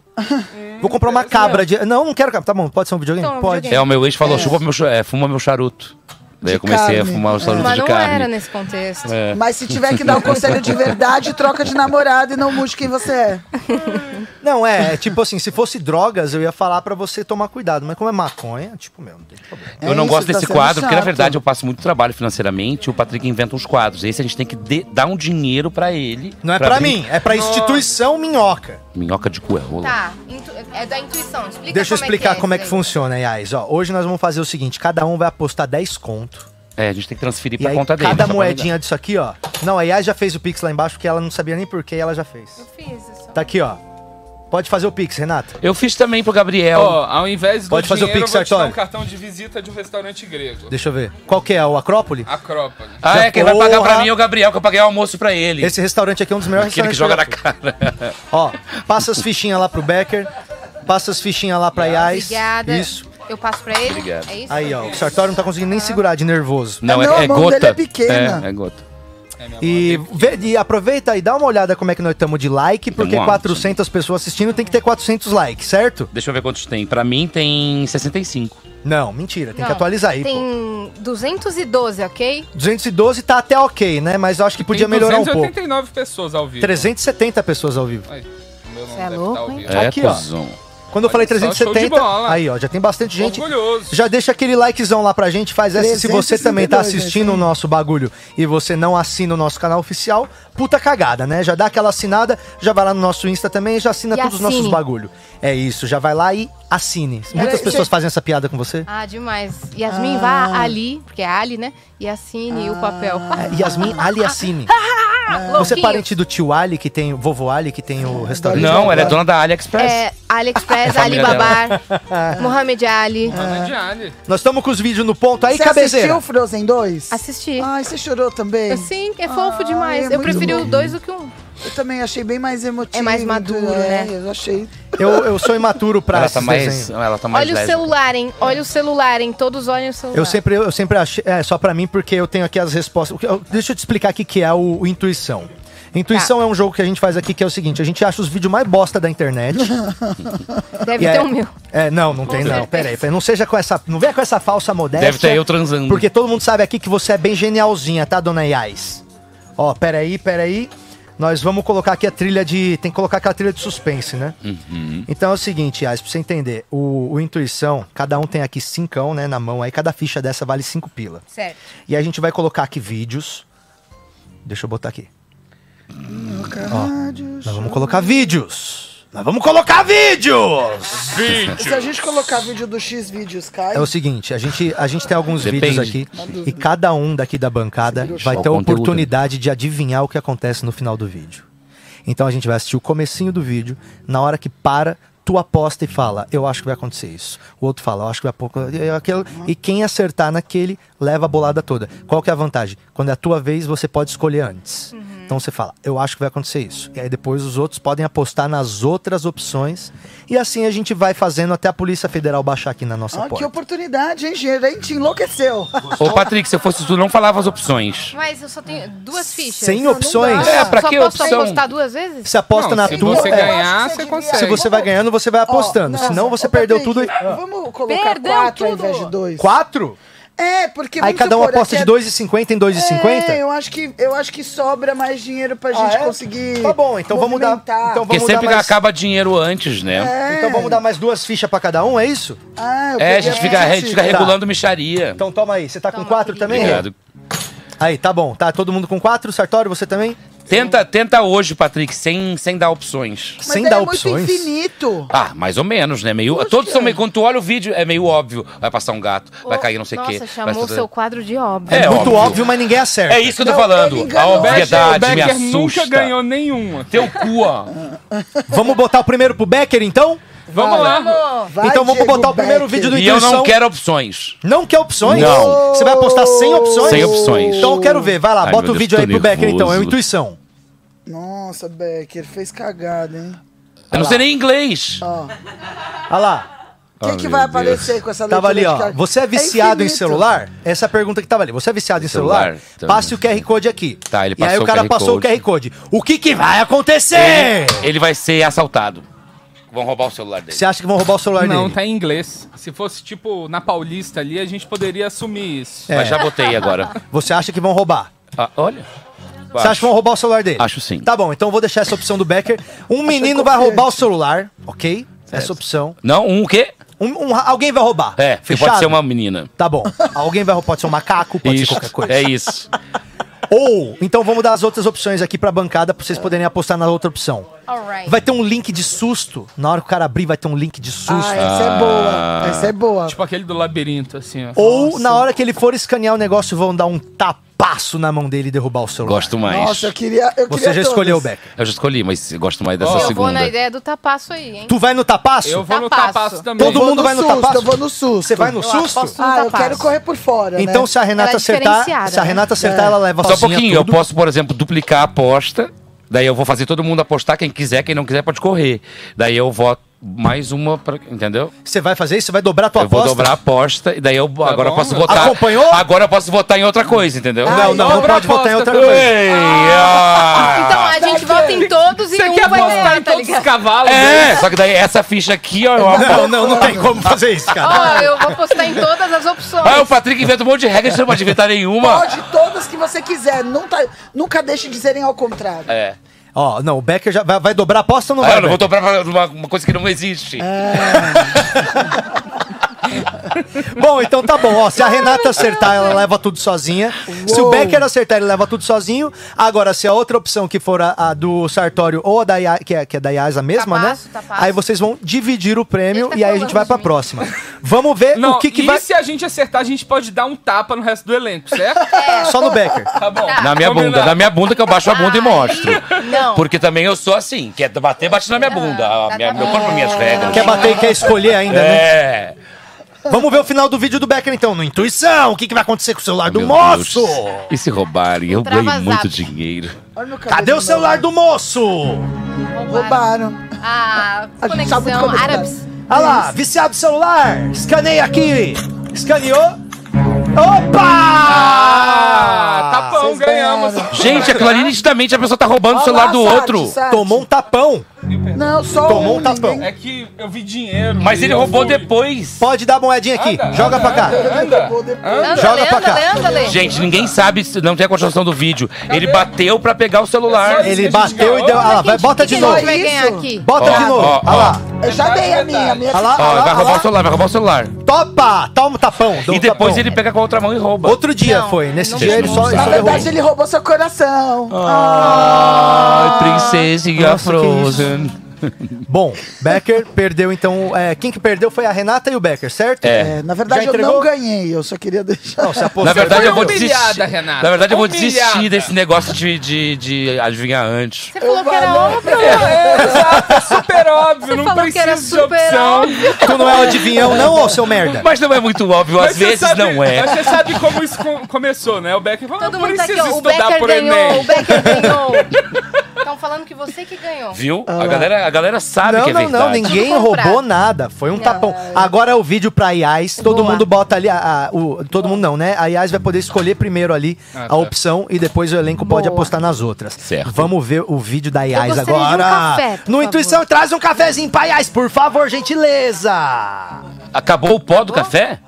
Speaker 5: Vou comprar uma cabra de. Não, não quero cabra. Tá bom, pode ser um videogame?
Speaker 7: Então, um
Speaker 5: pode.
Speaker 7: videogame.
Speaker 6: É, o meu ex falou, chupa meu, cha- é, fuma meu charuto. Daí eu comecei
Speaker 1: carne.
Speaker 6: a fumar um charuto
Speaker 7: Mas
Speaker 6: de
Speaker 7: não
Speaker 6: carne. É.
Speaker 7: era nesse contexto.
Speaker 1: Mas se tiver que dar um conselho de verdade, troca de namorado e não mude quem você é.
Speaker 5: Não, é, é tipo assim, se fosse drogas, eu ia falar pra você tomar cuidado. Mas como é maconha, tipo, meu, não tem problema.
Speaker 1: É
Speaker 6: Eu não
Speaker 1: isso,
Speaker 6: gosto
Speaker 1: tá
Speaker 6: desse
Speaker 1: sendo
Speaker 6: quadro, porque na
Speaker 1: chato.
Speaker 6: verdade eu passo muito trabalho financeiramente e o Patrick inventa uns quadros. Esse a gente tem que de- dar um dinheiro pra ele.
Speaker 5: Não é pra,
Speaker 6: brin-
Speaker 5: mim, é pra instituição minhoca.
Speaker 6: Minhoca de cu é rola.
Speaker 7: Tá, intu- é da intuição. Explica
Speaker 5: Deixa eu explicar como é que
Speaker 7: esse aí.
Speaker 5: funciona, Yais. Ó, hoje nós vamos fazer o seguinte: cada um vai apostar 10 conto.
Speaker 6: É, a gente tem que transferir
Speaker 5: E
Speaker 6: pra
Speaker 5: aí,
Speaker 6: conta dele.
Speaker 5: cada
Speaker 6: só pra
Speaker 5: moedinha disso aqui, ó. Não, a Yais já fez o Pix lá embaixo, porque ela não sabia nem por que ela já
Speaker 7: Eu
Speaker 5: fez.
Speaker 7: fiz isso.
Speaker 5: Tá aqui, ó. Pode fazer o Pix, Renata.
Speaker 6: ligar. Eu fiz também pro Gabriel.
Speaker 2: Ó, ao invés do
Speaker 5: Pode fazer o
Speaker 2: dinheiro,
Speaker 5: Pix,
Speaker 2: eu vou te dar um
Speaker 5: Sartori.
Speaker 2: cartão de visita de um restaurante grego.
Speaker 5: Deixa eu ver. Qual que é? O Acrópole?
Speaker 2: Acrópole.
Speaker 6: ah, é, quem vai pagar
Speaker 5: porra.
Speaker 6: pra mim é o Gabriel, que eu paguei o almoço pra ele.
Speaker 5: Esse restaurante aqui é um dos melhores
Speaker 6: Aquele que joga na
Speaker 5: restaurantes.
Speaker 6: cara.
Speaker 5: Ó, passa as fichinhas lá pro Becker. Passa as fichinhas lá pra Yais.
Speaker 7: Obrigada.
Speaker 5: Isso.
Speaker 7: Eu passo pra ele?
Speaker 6: Obrigado.
Speaker 7: É isso?
Speaker 5: Aí, ó. O Sartório não tá conseguindo nem segurar de nervoso.
Speaker 6: Não,
Speaker 1: Ah,
Speaker 6: é,
Speaker 1: não,
Speaker 6: é
Speaker 1: a mão dele
Speaker 6: gota.
Speaker 1: é pequena.
Speaker 6: É, é gota.
Speaker 2: né,
Speaker 5: E, vê, e aproveita e dá uma olhada como é que nós estamos de like, porque
Speaker 6: Tamo ótimo.
Speaker 5: 400 pessoas assistindo tem que ter 400 likes, certo?
Speaker 6: Deixa eu ver quantos tem. Pra mim tem 65.
Speaker 5: Não, mentira, tem que
Speaker 7: Não,
Speaker 5: atualizar aí, pô.
Speaker 7: Tem 212, ok?
Speaker 5: 212 tá até ok, né? Mas eu acho que podia
Speaker 2: Tem
Speaker 5: melhorar um pouco.
Speaker 2: 289 pessoas ao vivo.
Speaker 5: 370 pessoas ao vivo.
Speaker 2: Ai, o meu não
Speaker 7: Cê é
Speaker 2: deve
Speaker 7: louco,
Speaker 2: tá ao
Speaker 7: hein?
Speaker 2: vivo.
Speaker 6: É,
Speaker 5: Aqui, ó.
Speaker 6: cuzão.
Speaker 5: Quando eu falei
Speaker 2: Olha só, show de
Speaker 5: 370,
Speaker 2: bola.
Speaker 5: aí, ó, já tem bastante gente.
Speaker 2: Orgulhoso.
Speaker 5: Já deixa aquele likezão lá pra gente, faz essa. Se você também tá
Speaker 1: 372,
Speaker 5: assistindo
Speaker 1: né,
Speaker 5: o nosso bagulho e você não assina o nosso canal oficial, puta cagada, né? Já dá aquela assinada, já vai lá no nosso Insta também e já assina
Speaker 7: E
Speaker 5: todos os
Speaker 7: assine.
Speaker 5: nossos bagulho. É isso, já vai lá e assine. Muitas
Speaker 1: aí,
Speaker 5: pessoas
Speaker 1: você-
Speaker 5: fazem essa piada com você.
Speaker 7: Ah, demais. Yasmin, vá ali, porque é Ali, né? E assine o papel. Tá
Speaker 5: É, Yasmin
Speaker 7: ah,
Speaker 5: Ali assine. Você é
Speaker 7: Louquinho.
Speaker 5: parente do tio Ali que tem, vovô Ali que tem o restaurante?
Speaker 6: Não, ela é dona da AliExpress.
Speaker 7: É, AliExpress,
Speaker 6: A família
Speaker 7: Alibaba, Mohamed Ali.
Speaker 5: É.
Speaker 2: Mas não adianta.
Speaker 5: Nós estamos com os vídeos no ponto
Speaker 2: Tá
Speaker 5: aí,
Speaker 1: Você
Speaker 5: cabeceira.
Speaker 1: assistiu Frozen 2?
Speaker 7: Assisti.
Speaker 1: Ai, você chorou também?
Speaker 7: Sim, é fofo
Speaker 1: Ah, é
Speaker 7: demais. Eu
Speaker 1: muito
Speaker 7: preferi o
Speaker 1: bom.
Speaker 7: dois do que um.
Speaker 1: Eu também achei bem mais emotivo.
Speaker 7: É mais maduro,
Speaker 1: é,
Speaker 7: né?
Speaker 1: Eu achei.
Speaker 5: Eu, eu sou imaturo pra
Speaker 6: Ela tá
Speaker 5: esses
Speaker 6: mais.
Speaker 5: desenhos.
Speaker 6: Ela tá mais
Speaker 7: Olha o
Speaker 6: lésbica.
Speaker 7: celular, hein? Olha o celular, hein? Todos olhem o celular.
Speaker 5: Eu sempre, eu sempre achei. É, só pra mim, porque eu tenho aqui as respostas. O que- eu- Deixa eu te explicar aqui que é o, o Intuição.
Speaker 7: Tá.
Speaker 5: Intuição é um jogo que a gente faz aqui que é o seguinte: a gente acha os vídeos mais bosta da internet.
Speaker 7: Deve
Speaker 5: e
Speaker 7: ter
Speaker 5: é,
Speaker 7: o meu.
Speaker 5: é, não, não tem não. Pera aí, pera aí, não seja com essa. Não venha com essa falsa modéstia.
Speaker 6: Deve ter eu transando.
Speaker 5: Porque todo mundo sabe aqui que você é bem genialzinha, tá, dona Iais? Ó, pera aí, pera aí. Nós vamos colocar aqui a trilha de. Tem que colocar aquela trilha de suspense, né? Então é o seguinte, Iais, pra você entender, o, o Intuição, cada um tem aqui cincão, né, na mão aí, cada ficha dessa vale cinco pila.
Speaker 7: Certo.
Speaker 5: E a gente vai colocar aqui vídeos. Deixa eu botar aqui.
Speaker 1: Rádio.
Speaker 5: Nós vamos colocar vídeos. Nós vamos colocar vídeos!
Speaker 1: Se a gente colocar vídeo do X vídeos, cai.
Speaker 5: É o seguinte, a gente, a gente tem alguns
Speaker 6: Depende.
Speaker 5: vídeos aqui e cada um daqui da bancada vai
Speaker 6: Só
Speaker 5: ter a
Speaker 6: o conteúdo.
Speaker 5: oportunidade de adivinhar o que acontece no final do vídeo. Então a gente vai assistir o comecinho do vídeo, na hora que para, tu aposta e fala, eu acho que vai acontecer isso. O outro fala, eu acho que vai pouco. e aquele- E quem acertar naquele leva a bolada toda. Qual que é a vantagem? Quando é a tua vez, você pode escolher antes.
Speaker 1: Uhum.
Speaker 5: Então você fala, eu acho que vai acontecer isso. E aí depois os outros podem apostar nas outras opções. E assim a gente vai fazendo até a Polícia Federal baixar aqui na nossa
Speaker 1: Ah, que
Speaker 5: porta.
Speaker 1: oportunidade, hein, gerente? Enlouqueceu.
Speaker 6: Ô, Patrick, se eu fosse tu, não falava as opções.
Speaker 7: Mas eu só tenho duas fichas.
Speaker 5: Sem
Speaker 1: Não, não
Speaker 5: opções. É,
Speaker 6: dá. É, pra
Speaker 7: só
Speaker 6: que
Speaker 7: posso
Speaker 6: opção?
Speaker 7: apostar duas vezes?
Speaker 5: Você aposta
Speaker 2: Não,
Speaker 5: na
Speaker 2: se
Speaker 5: tua. é.
Speaker 2: você
Speaker 1: Eu acho que
Speaker 2: ganhar,
Speaker 1: você
Speaker 2: você
Speaker 1: devia-
Speaker 2: consegue.
Speaker 5: Se você vai ganhando, você vai apostando.
Speaker 1: Ó,
Speaker 5: Senão
Speaker 1: nossa,
Speaker 5: você
Speaker 1: ô,
Speaker 5: perdeu
Speaker 1: Patrick,
Speaker 5: tudo. e- Ah.
Speaker 1: Vamos colocar
Speaker 7: Perdeu
Speaker 1: quatro
Speaker 7: tudo.
Speaker 1: ao invés de dois.
Speaker 5: Quatro?
Speaker 1: É, porque
Speaker 5: Aí
Speaker 1: vamos
Speaker 5: cada um
Speaker 1: supor,
Speaker 5: aposta
Speaker 1: aqui
Speaker 5: de
Speaker 1: é-
Speaker 5: 2,50 em 2,50?
Speaker 1: É, eu acho, que, eu acho que sobra mais dinheiro pra gente
Speaker 5: é?
Speaker 1: conseguir.
Speaker 5: Tá bom, então vamos dar-
Speaker 1: movimentar.
Speaker 5: então
Speaker 6: Porque
Speaker 5: Vamos dar
Speaker 6: sempre
Speaker 5: mais-
Speaker 6: acaba dinheiro antes, né?
Speaker 1: É.
Speaker 5: Então vamos dar mais duas fichas pra cada um, é isso?
Speaker 1: Ah, eu
Speaker 6: É, a
Speaker 1: peguei
Speaker 6: gente fica,
Speaker 1: essa
Speaker 6: a gente fica
Speaker 1: dica.
Speaker 6: regulando micharia.
Speaker 5: Então toma aí. Você tá com
Speaker 7: Toma,
Speaker 5: quatro
Speaker 7: querido.
Speaker 5: também?
Speaker 6: Obrigado.
Speaker 5: Aí, tá bom. Tá todo mundo com quatro? Sartório, você também?
Speaker 6: Tenta, tenta hoje, Patrick, sem, sem dar opções.
Speaker 1: Mas
Speaker 5: Sem
Speaker 1: daí
Speaker 5: dar
Speaker 1: é
Speaker 5: opções.
Speaker 1: muito infinito.
Speaker 6: Ah, mais ou menos, né? Meio, todos são meio. Quando tu olha o vídeo, é meio óbvio. Vai passar um gato, vai cair não sei o quê.
Speaker 7: Nossa,
Speaker 6: vai
Speaker 7: chamou
Speaker 6: tudo-
Speaker 7: o seu quadro de obra.
Speaker 6: É
Speaker 5: Muito
Speaker 6: óbvio.
Speaker 5: óbvio, mas ninguém acerta.
Speaker 6: É isso que eu tô
Speaker 1: Não, ele
Speaker 6: falando. A
Speaker 1: enganou.
Speaker 2: O
Speaker 6: obviedade me
Speaker 2: Becker nunca
Speaker 6: assusta.
Speaker 2: ganhou assim. nenhuma.
Speaker 6: Teu cu, ó.
Speaker 5: Vamos botar o primeiro pro Becker, então?
Speaker 2: Vamos lá.
Speaker 1: Vai,
Speaker 5: então vamos
Speaker 1: Diego
Speaker 5: botar o primeiro
Speaker 1: Becker.
Speaker 5: vídeo do
Speaker 6: E eu
Speaker 5: Intuição.
Speaker 6: não quero opções.
Speaker 5: Não quer opções?
Speaker 6: Não.
Speaker 5: Você vai apostar sem opções?
Speaker 6: Sem opções.
Speaker 5: Então eu quero ver. Vai lá,
Speaker 6: Ai,
Speaker 5: bota
Speaker 6: meu
Speaker 5: o
Speaker 6: Deus,
Speaker 5: vídeo
Speaker 6: tô
Speaker 5: aí pro Becker, então. É o
Speaker 6: nervoso.
Speaker 5: Intuição.
Speaker 1: Nossa, Becker, fez cagada, hein?
Speaker 6: Eu não sei nem inglês.
Speaker 5: Olha lá.
Speaker 1: O que,
Speaker 6: Ah,
Speaker 1: que
Speaker 6: meu
Speaker 1: vai
Speaker 6: Deus.
Speaker 1: aparecer com essa leitura
Speaker 5: Tava ali,
Speaker 1: de
Speaker 5: ó.
Speaker 1: carta?
Speaker 5: Você é viciado em
Speaker 1: infinito.
Speaker 5: celular? Essa é a pergunta que tava ali. Você é viciado em
Speaker 6: Celular,
Speaker 5: celular?
Speaker 6: então.
Speaker 5: Passe o QR Code aqui.
Speaker 6: Tá, ele
Speaker 5: e aí
Speaker 6: passou
Speaker 5: o
Speaker 6: o
Speaker 5: cara
Speaker 6: QR
Speaker 5: passou
Speaker 6: Code.
Speaker 5: o QR Code. O que que vai acontecer?
Speaker 6: Ele, ele vai ser assaltado. Vão roubar o celular dele.
Speaker 5: Você acha que vão roubar o celular
Speaker 2: Não,
Speaker 5: dele?
Speaker 2: tá em inglês. Se fosse, tipo, na Paulista ali, a gente poderia assumir isso.
Speaker 5: É.
Speaker 6: Mas já botei agora.
Speaker 5: Você acha que vão roubar?
Speaker 6: Ah, olha.
Speaker 5: Você acha que vão roubar o celular dele?
Speaker 6: Acho sim.
Speaker 5: Tá bom, então eu vou deixar essa opção do Becker. Um menino vai roubar o celular, ok? Essa opção.
Speaker 6: Não, um quê?
Speaker 5: Um- um- alguém vai roubar.
Speaker 6: É,
Speaker 5: Fechado?
Speaker 6: pode ser uma menina.
Speaker 5: Tá bom. Alguém vai roubar. Pode ser um macaco, pode
Speaker 6: Isso,
Speaker 5: ser qualquer coisa.
Speaker 6: É isso.
Speaker 5: Ou, então vamos dar as outras opções aqui pra bancada pra vocês poderem apostar na outra opção.
Speaker 7: Alright.
Speaker 5: Vai ter um link de susto. Na hora que o cara abrir, vai ter um link de susto.
Speaker 1: Ah, essa é
Speaker 6: Ah,
Speaker 1: boa. Essa é boa.
Speaker 2: Tipo aquele do labirinto, assim, ó.
Speaker 5: Ou na hora que ele for escanear o negócio, vão dar um tapaço na mão dele e derrubar o celular.
Speaker 6: Gosto mais.
Speaker 1: Nossa, eu queria. Eu
Speaker 5: Você
Speaker 1: queria
Speaker 5: já
Speaker 1: todas.
Speaker 5: escolheu, Becker.
Speaker 6: Eu já escolhi, mas eu gosto mais dessa
Speaker 7: Eu vou
Speaker 6: segunda.
Speaker 7: na ideia do tapaço aí, hein?
Speaker 5: Tu vai no tapaço?
Speaker 2: Eu vou no
Speaker 7: Tapaço.
Speaker 2: tapaço também.
Speaker 5: Todo
Speaker 1: Eu vou
Speaker 5: mundo vai no
Speaker 1: susto,
Speaker 5: tapaço?
Speaker 1: Eu vou no susto.
Speaker 5: Você vai no susto?
Speaker 7: aposto-
Speaker 1: Ah, eu
Speaker 7: Tapaço.
Speaker 1: quero correr por fora.
Speaker 5: Então,
Speaker 1: né?
Speaker 5: se a Renata
Speaker 7: Ela é
Speaker 5: acertar,
Speaker 7: diferenciada,
Speaker 5: se a
Speaker 7: né?
Speaker 5: Renata acertar, ela leva
Speaker 6: Só um
Speaker 5: sozinha
Speaker 6: pouquinho, eu
Speaker 5: tudo.
Speaker 6: posso, por exemplo, duplicar a aposta. Daí eu vou fazer todo mundo apostar, quem quiser, quem não quiser pode correr. Daí eu voto mais uma, pra, entendeu?
Speaker 5: Você vai fazer isso? Você vai dobrar a tua
Speaker 6: eu vou
Speaker 5: aposta? Tá
Speaker 6: dobrar a aposta e daí eu agora
Speaker 2: bom,
Speaker 6: posso
Speaker 2: né?
Speaker 6: votar.
Speaker 5: Acompanhou?
Speaker 6: Agora eu posso votar em outra coisa, entendeu?
Speaker 5: Não, não, não
Speaker 2: dobra a
Speaker 5: pode botar em
Speaker 2: aposta.
Speaker 5: outra coisa.
Speaker 6: Ei, ah!
Speaker 7: Então a gente volta em todos e
Speaker 2: Você
Speaker 7: um
Speaker 2: quer
Speaker 7: vai
Speaker 2: apostar
Speaker 7: ganhar,
Speaker 2: em
Speaker 7: tá
Speaker 2: todos os
Speaker 7: ligado?
Speaker 2: cavalos?
Speaker 6: É, só que daí essa ficha aqui, ó, eu aposto.
Speaker 5: Não, não, não tem como fazer isso, cara.
Speaker 7: Ó, eu vou apostar em todas as opções.
Speaker 6: Ah, o Patrick inventa um monte de regras, você não pode inventar nenhuma.
Speaker 1: Pode todas que você quiser. Não tá- nunca deixe de serem ao contrário.
Speaker 6: É.
Speaker 5: Ó, não, o Becker já vai, vai dobrar a aposta ou não
Speaker 6: Ah,
Speaker 5: vai?
Speaker 6: eu não vou
Speaker 5: Becker?
Speaker 6: dobrar pra uma, uma coisa que não existe.
Speaker 5: Bom, então tá bom. Ó, se a Renata acertar, ela leva tudo sozinha. Se o
Speaker 1: Uou.
Speaker 5: Becker acertar, ele leva tudo sozinho. Agora, se a outra opção que for a, a do Sartório ou a da Ia, que, é, que é da Iasa mesma,
Speaker 7: Tapaço,
Speaker 5: né?
Speaker 7: tapaço.
Speaker 5: Aí vocês vão dividir o prêmio
Speaker 7: tá Ele tá
Speaker 5: e aí a
Speaker 7: falando
Speaker 5: gente vai
Speaker 7: de
Speaker 5: pra
Speaker 7: mim.
Speaker 5: próxima. Vamos ver
Speaker 2: Não,
Speaker 5: o que, que
Speaker 2: e
Speaker 5: vai.
Speaker 2: se a gente acertar, a gente pode dar um tapa no resto do elenco, certo?
Speaker 6: é-
Speaker 5: Só no Becker.
Speaker 2: Tá bom.
Speaker 6: Na minha bunda,
Speaker 2: Combinado.
Speaker 6: na minha bunda que eu baixo a bunda e mostro.
Speaker 7: Não.
Speaker 6: Porque também eu sou assim, quer bater, bate na minha bunda. Ah, minha- meu corpo, minhas regras.
Speaker 5: Quer bater e quer escolher ainda, é né?
Speaker 6: É.
Speaker 5: Vamos ver o final do vídeo do Becker, então. No Intuição, o que, que vai acontecer com o celular do
Speaker 6: Meu
Speaker 5: moço?
Speaker 6: Deus. E se roubarem? Eu
Speaker 7: Trava
Speaker 6: ganho muito
Speaker 7: zap.
Speaker 6: dinheiro.
Speaker 1: Olha meu cabelo
Speaker 5: Cadê o
Speaker 1: novo.
Speaker 5: celular do moço?
Speaker 1: Roubaram.
Speaker 7: Ah,
Speaker 1: A gente sabe muito
Speaker 7: conexão
Speaker 1: como é
Speaker 7: árabes.
Speaker 5: Ah lá, viciado no celular. Escaneia aqui. Escaneou. Opa!
Speaker 2: Ah, tá bom,
Speaker 1: Vocês
Speaker 2: ganhamos.
Speaker 1: ganharam.
Speaker 6: Gente, é aquilo ali nitidamente a pessoa tá roubando o celular
Speaker 1: Olha
Speaker 6: do
Speaker 1: lá, Sati,
Speaker 6: outro.
Speaker 1: Sati.
Speaker 5: Tomou um tapão.
Speaker 1: Não, só
Speaker 5: Tomou um
Speaker 1: um
Speaker 5: tapão.
Speaker 1: ninguém-
Speaker 2: É que eu vi dinheiro.
Speaker 6: Mas
Speaker 2: e
Speaker 6: ele
Speaker 2: eu
Speaker 6: roubou
Speaker 2: fui.
Speaker 6: depois.
Speaker 5: Pode dar a moedinha aqui.
Speaker 2: Anda,
Speaker 5: Joga pra cá.
Speaker 2: Anda.
Speaker 1: Vou depois.
Speaker 7: Anda,
Speaker 5: Joga
Speaker 7: Leandro,
Speaker 5: pra cá.
Speaker 7: Leandro, Leandro.
Speaker 6: Gente, ninguém sabe, se- não tem a construção do vídeo. Ele bateu pra pegar o celular.
Speaker 2: É só
Speaker 5: Ele
Speaker 2: Esse
Speaker 5: bateu e
Speaker 2: ganhou.
Speaker 5: deu. Ah lá,
Speaker 7: Mas
Speaker 5: vai,
Speaker 7: quem-
Speaker 5: bota
Speaker 7: quem
Speaker 5: de
Speaker 7: que a
Speaker 5: novo.
Speaker 7: gente vai
Speaker 1: Isso.
Speaker 7: ganhar aqui?
Speaker 5: Bota
Speaker 6: Ó,
Speaker 5: de novo.
Speaker 6: ó,
Speaker 5: Olha lá.
Speaker 1: Eu já dei a minha. a minha
Speaker 5: Olha lá,
Speaker 6: Ó, ele vai
Speaker 5: olha lá,
Speaker 6: roubar o
Speaker 5: olha lá.
Speaker 6: celular, vai roubar o celular.
Speaker 5: Então Topa! Toma um tapão. dá um
Speaker 6: E depois
Speaker 5: tapão.
Speaker 6: ele pega com a outra mão e rouba.
Speaker 5: Outro dia
Speaker 7: Não,
Speaker 5: foi. Nesse
Speaker 7: não
Speaker 5: dia
Speaker 6: tem
Speaker 5: ele só,
Speaker 6: como.
Speaker 5: ele
Speaker 1: Na
Speaker 5: só derrubou.
Speaker 1: verdade, ele roubou seu coração.
Speaker 5: Ah.
Speaker 1: Ah,
Speaker 2: Ah,
Speaker 6: Ai, princesinha
Speaker 5: Nossa, que
Speaker 6: Frozen.
Speaker 5: Bom, Becker perdeu então. é, quem que perdeu foi a Renata e o Becker, certo?
Speaker 6: É.
Speaker 1: É, na verdade,
Speaker 5: Já
Speaker 1: eu
Speaker 5: entregou?
Speaker 1: não ganhei. Eu só queria deixar.
Speaker 5: Não, você apostou.
Speaker 6: Na verdade,
Speaker 2: foi
Speaker 6: eu vou
Speaker 2: humilhada,
Speaker 6: desistir.
Speaker 2: Renata.
Speaker 6: Na verdade, eu vou
Speaker 2: Humilhada.
Speaker 6: desistir desse negócio de, de, de adivinhar antes.
Speaker 7: Você falou que era óbvio.
Speaker 2: É, exato, é super óbvio,
Speaker 7: Você
Speaker 2: não
Speaker 7: falou que era
Speaker 2: precisa de
Speaker 7: super
Speaker 2: opção.
Speaker 5: Tu não é o adivinhão, não, ô seu merda?
Speaker 6: Mas não é muito óbvio, às
Speaker 2: você
Speaker 6: vezes
Speaker 2: sabe-
Speaker 6: não
Speaker 2: Mas
Speaker 6: é.
Speaker 2: você sabe como isso com- começou, né? O Becker falou,
Speaker 7: Todo
Speaker 2: não
Speaker 7: mundo tá aqui,
Speaker 2: precisa
Speaker 7: ó. O
Speaker 2: estudar
Speaker 7: Becker
Speaker 2: por
Speaker 7: ganhou, o
Speaker 5: é
Speaker 2: Enem.
Speaker 7: Becker ganhou. Estão falando que você que ganhou.
Speaker 6: Viu? A galera, a galera sabe
Speaker 5: Ah. Não,
Speaker 6: que é
Speaker 5: não,
Speaker 6: verdade.
Speaker 5: não, ninguém
Speaker 7: Tudo comprado.
Speaker 5: roubou nada. Foi um tapão. Agora é o vídeo pra IAS. Todo
Speaker 7: Boa.
Speaker 5: mundo bota ali. a- a- o, todo mundo não, né? A IAS vai poder escolher primeiro ali a
Speaker 2: tá.
Speaker 5: opção e depois o elenco pode
Speaker 7: Boa.
Speaker 5: apostar nas outras.
Speaker 6: Ah, Certo.
Speaker 5: Vamos ver o vídeo da IAS
Speaker 7: gostaria de um
Speaker 5: agora.
Speaker 7: café, por
Speaker 5: no
Speaker 7: favor.
Speaker 5: Intuição, traz um cafezinho pra IAS, por favor, gentileza.
Speaker 6: Acabou o pó do café?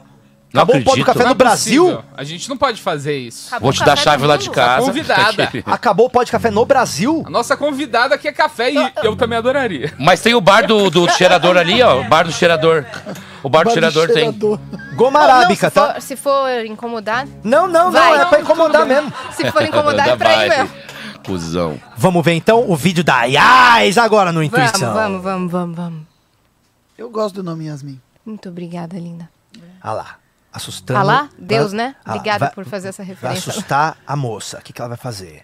Speaker 6: Não
Speaker 5: Acabou o pó do
Speaker 6: acredito.
Speaker 5: café
Speaker 2: Não é
Speaker 5: do Brasil?
Speaker 2: possível, A gente não pode fazer isso.
Speaker 6: Vou
Speaker 7: Acabou o
Speaker 6: te dar a
Speaker 7: café
Speaker 6: chave
Speaker 7: do
Speaker 6: lá de
Speaker 7: mundo.
Speaker 6: casa.
Speaker 2: Convidada.
Speaker 5: Acabou o pó de café no Brasil?
Speaker 2: A nossa convidada aqui é café e eu também adoraria.
Speaker 6: Mas tem o bar do, do cheirador ali, ó. O bar do cheirador. O bar do cheirador tem.
Speaker 5: Goma
Speaker 7: Não,
Speaker 5: arábica,
Speaker 7: se
Speaker 5: tá?
Speaker 7: for- Se for incomodar,
Speaker 5: Não, não, não,
Speaker 7: Vai.
Speaker 5: é pra incomodar
Speaker 2: Tudo bem.
Speaker 5: mesmo.
Speaker 7: se for incomodar, é
Speaker 6: Da
Speaker 7: pra ir
Speaker 6: vibe.
Speaker 7: mesmo.
Speaker 6: Cusão.
Speaker 5: Vamos ver então o vídeo da IAS agora no
Speaker 7: Vamos,
Speaker 5: Intuição.
Speaker 7: vamos, vamos, vamos, vamos.
Speaker 1: Eu gosto do nome Yasmin.
Speaker 7: Muito obrigada, linda.
Speaker 5: Ah lá. Assustando.
Speaker 7: Ah lá, Deus, né?
Speaker 5: Ah lá,
Speaker 7: Obrigada
Speaker 5: vai-
Speaker 7: por fazer essa
Speaker 5: Vai
Speaker 7: referência.
Speaker 5: assustar a moça. O que, que ela vai fazer?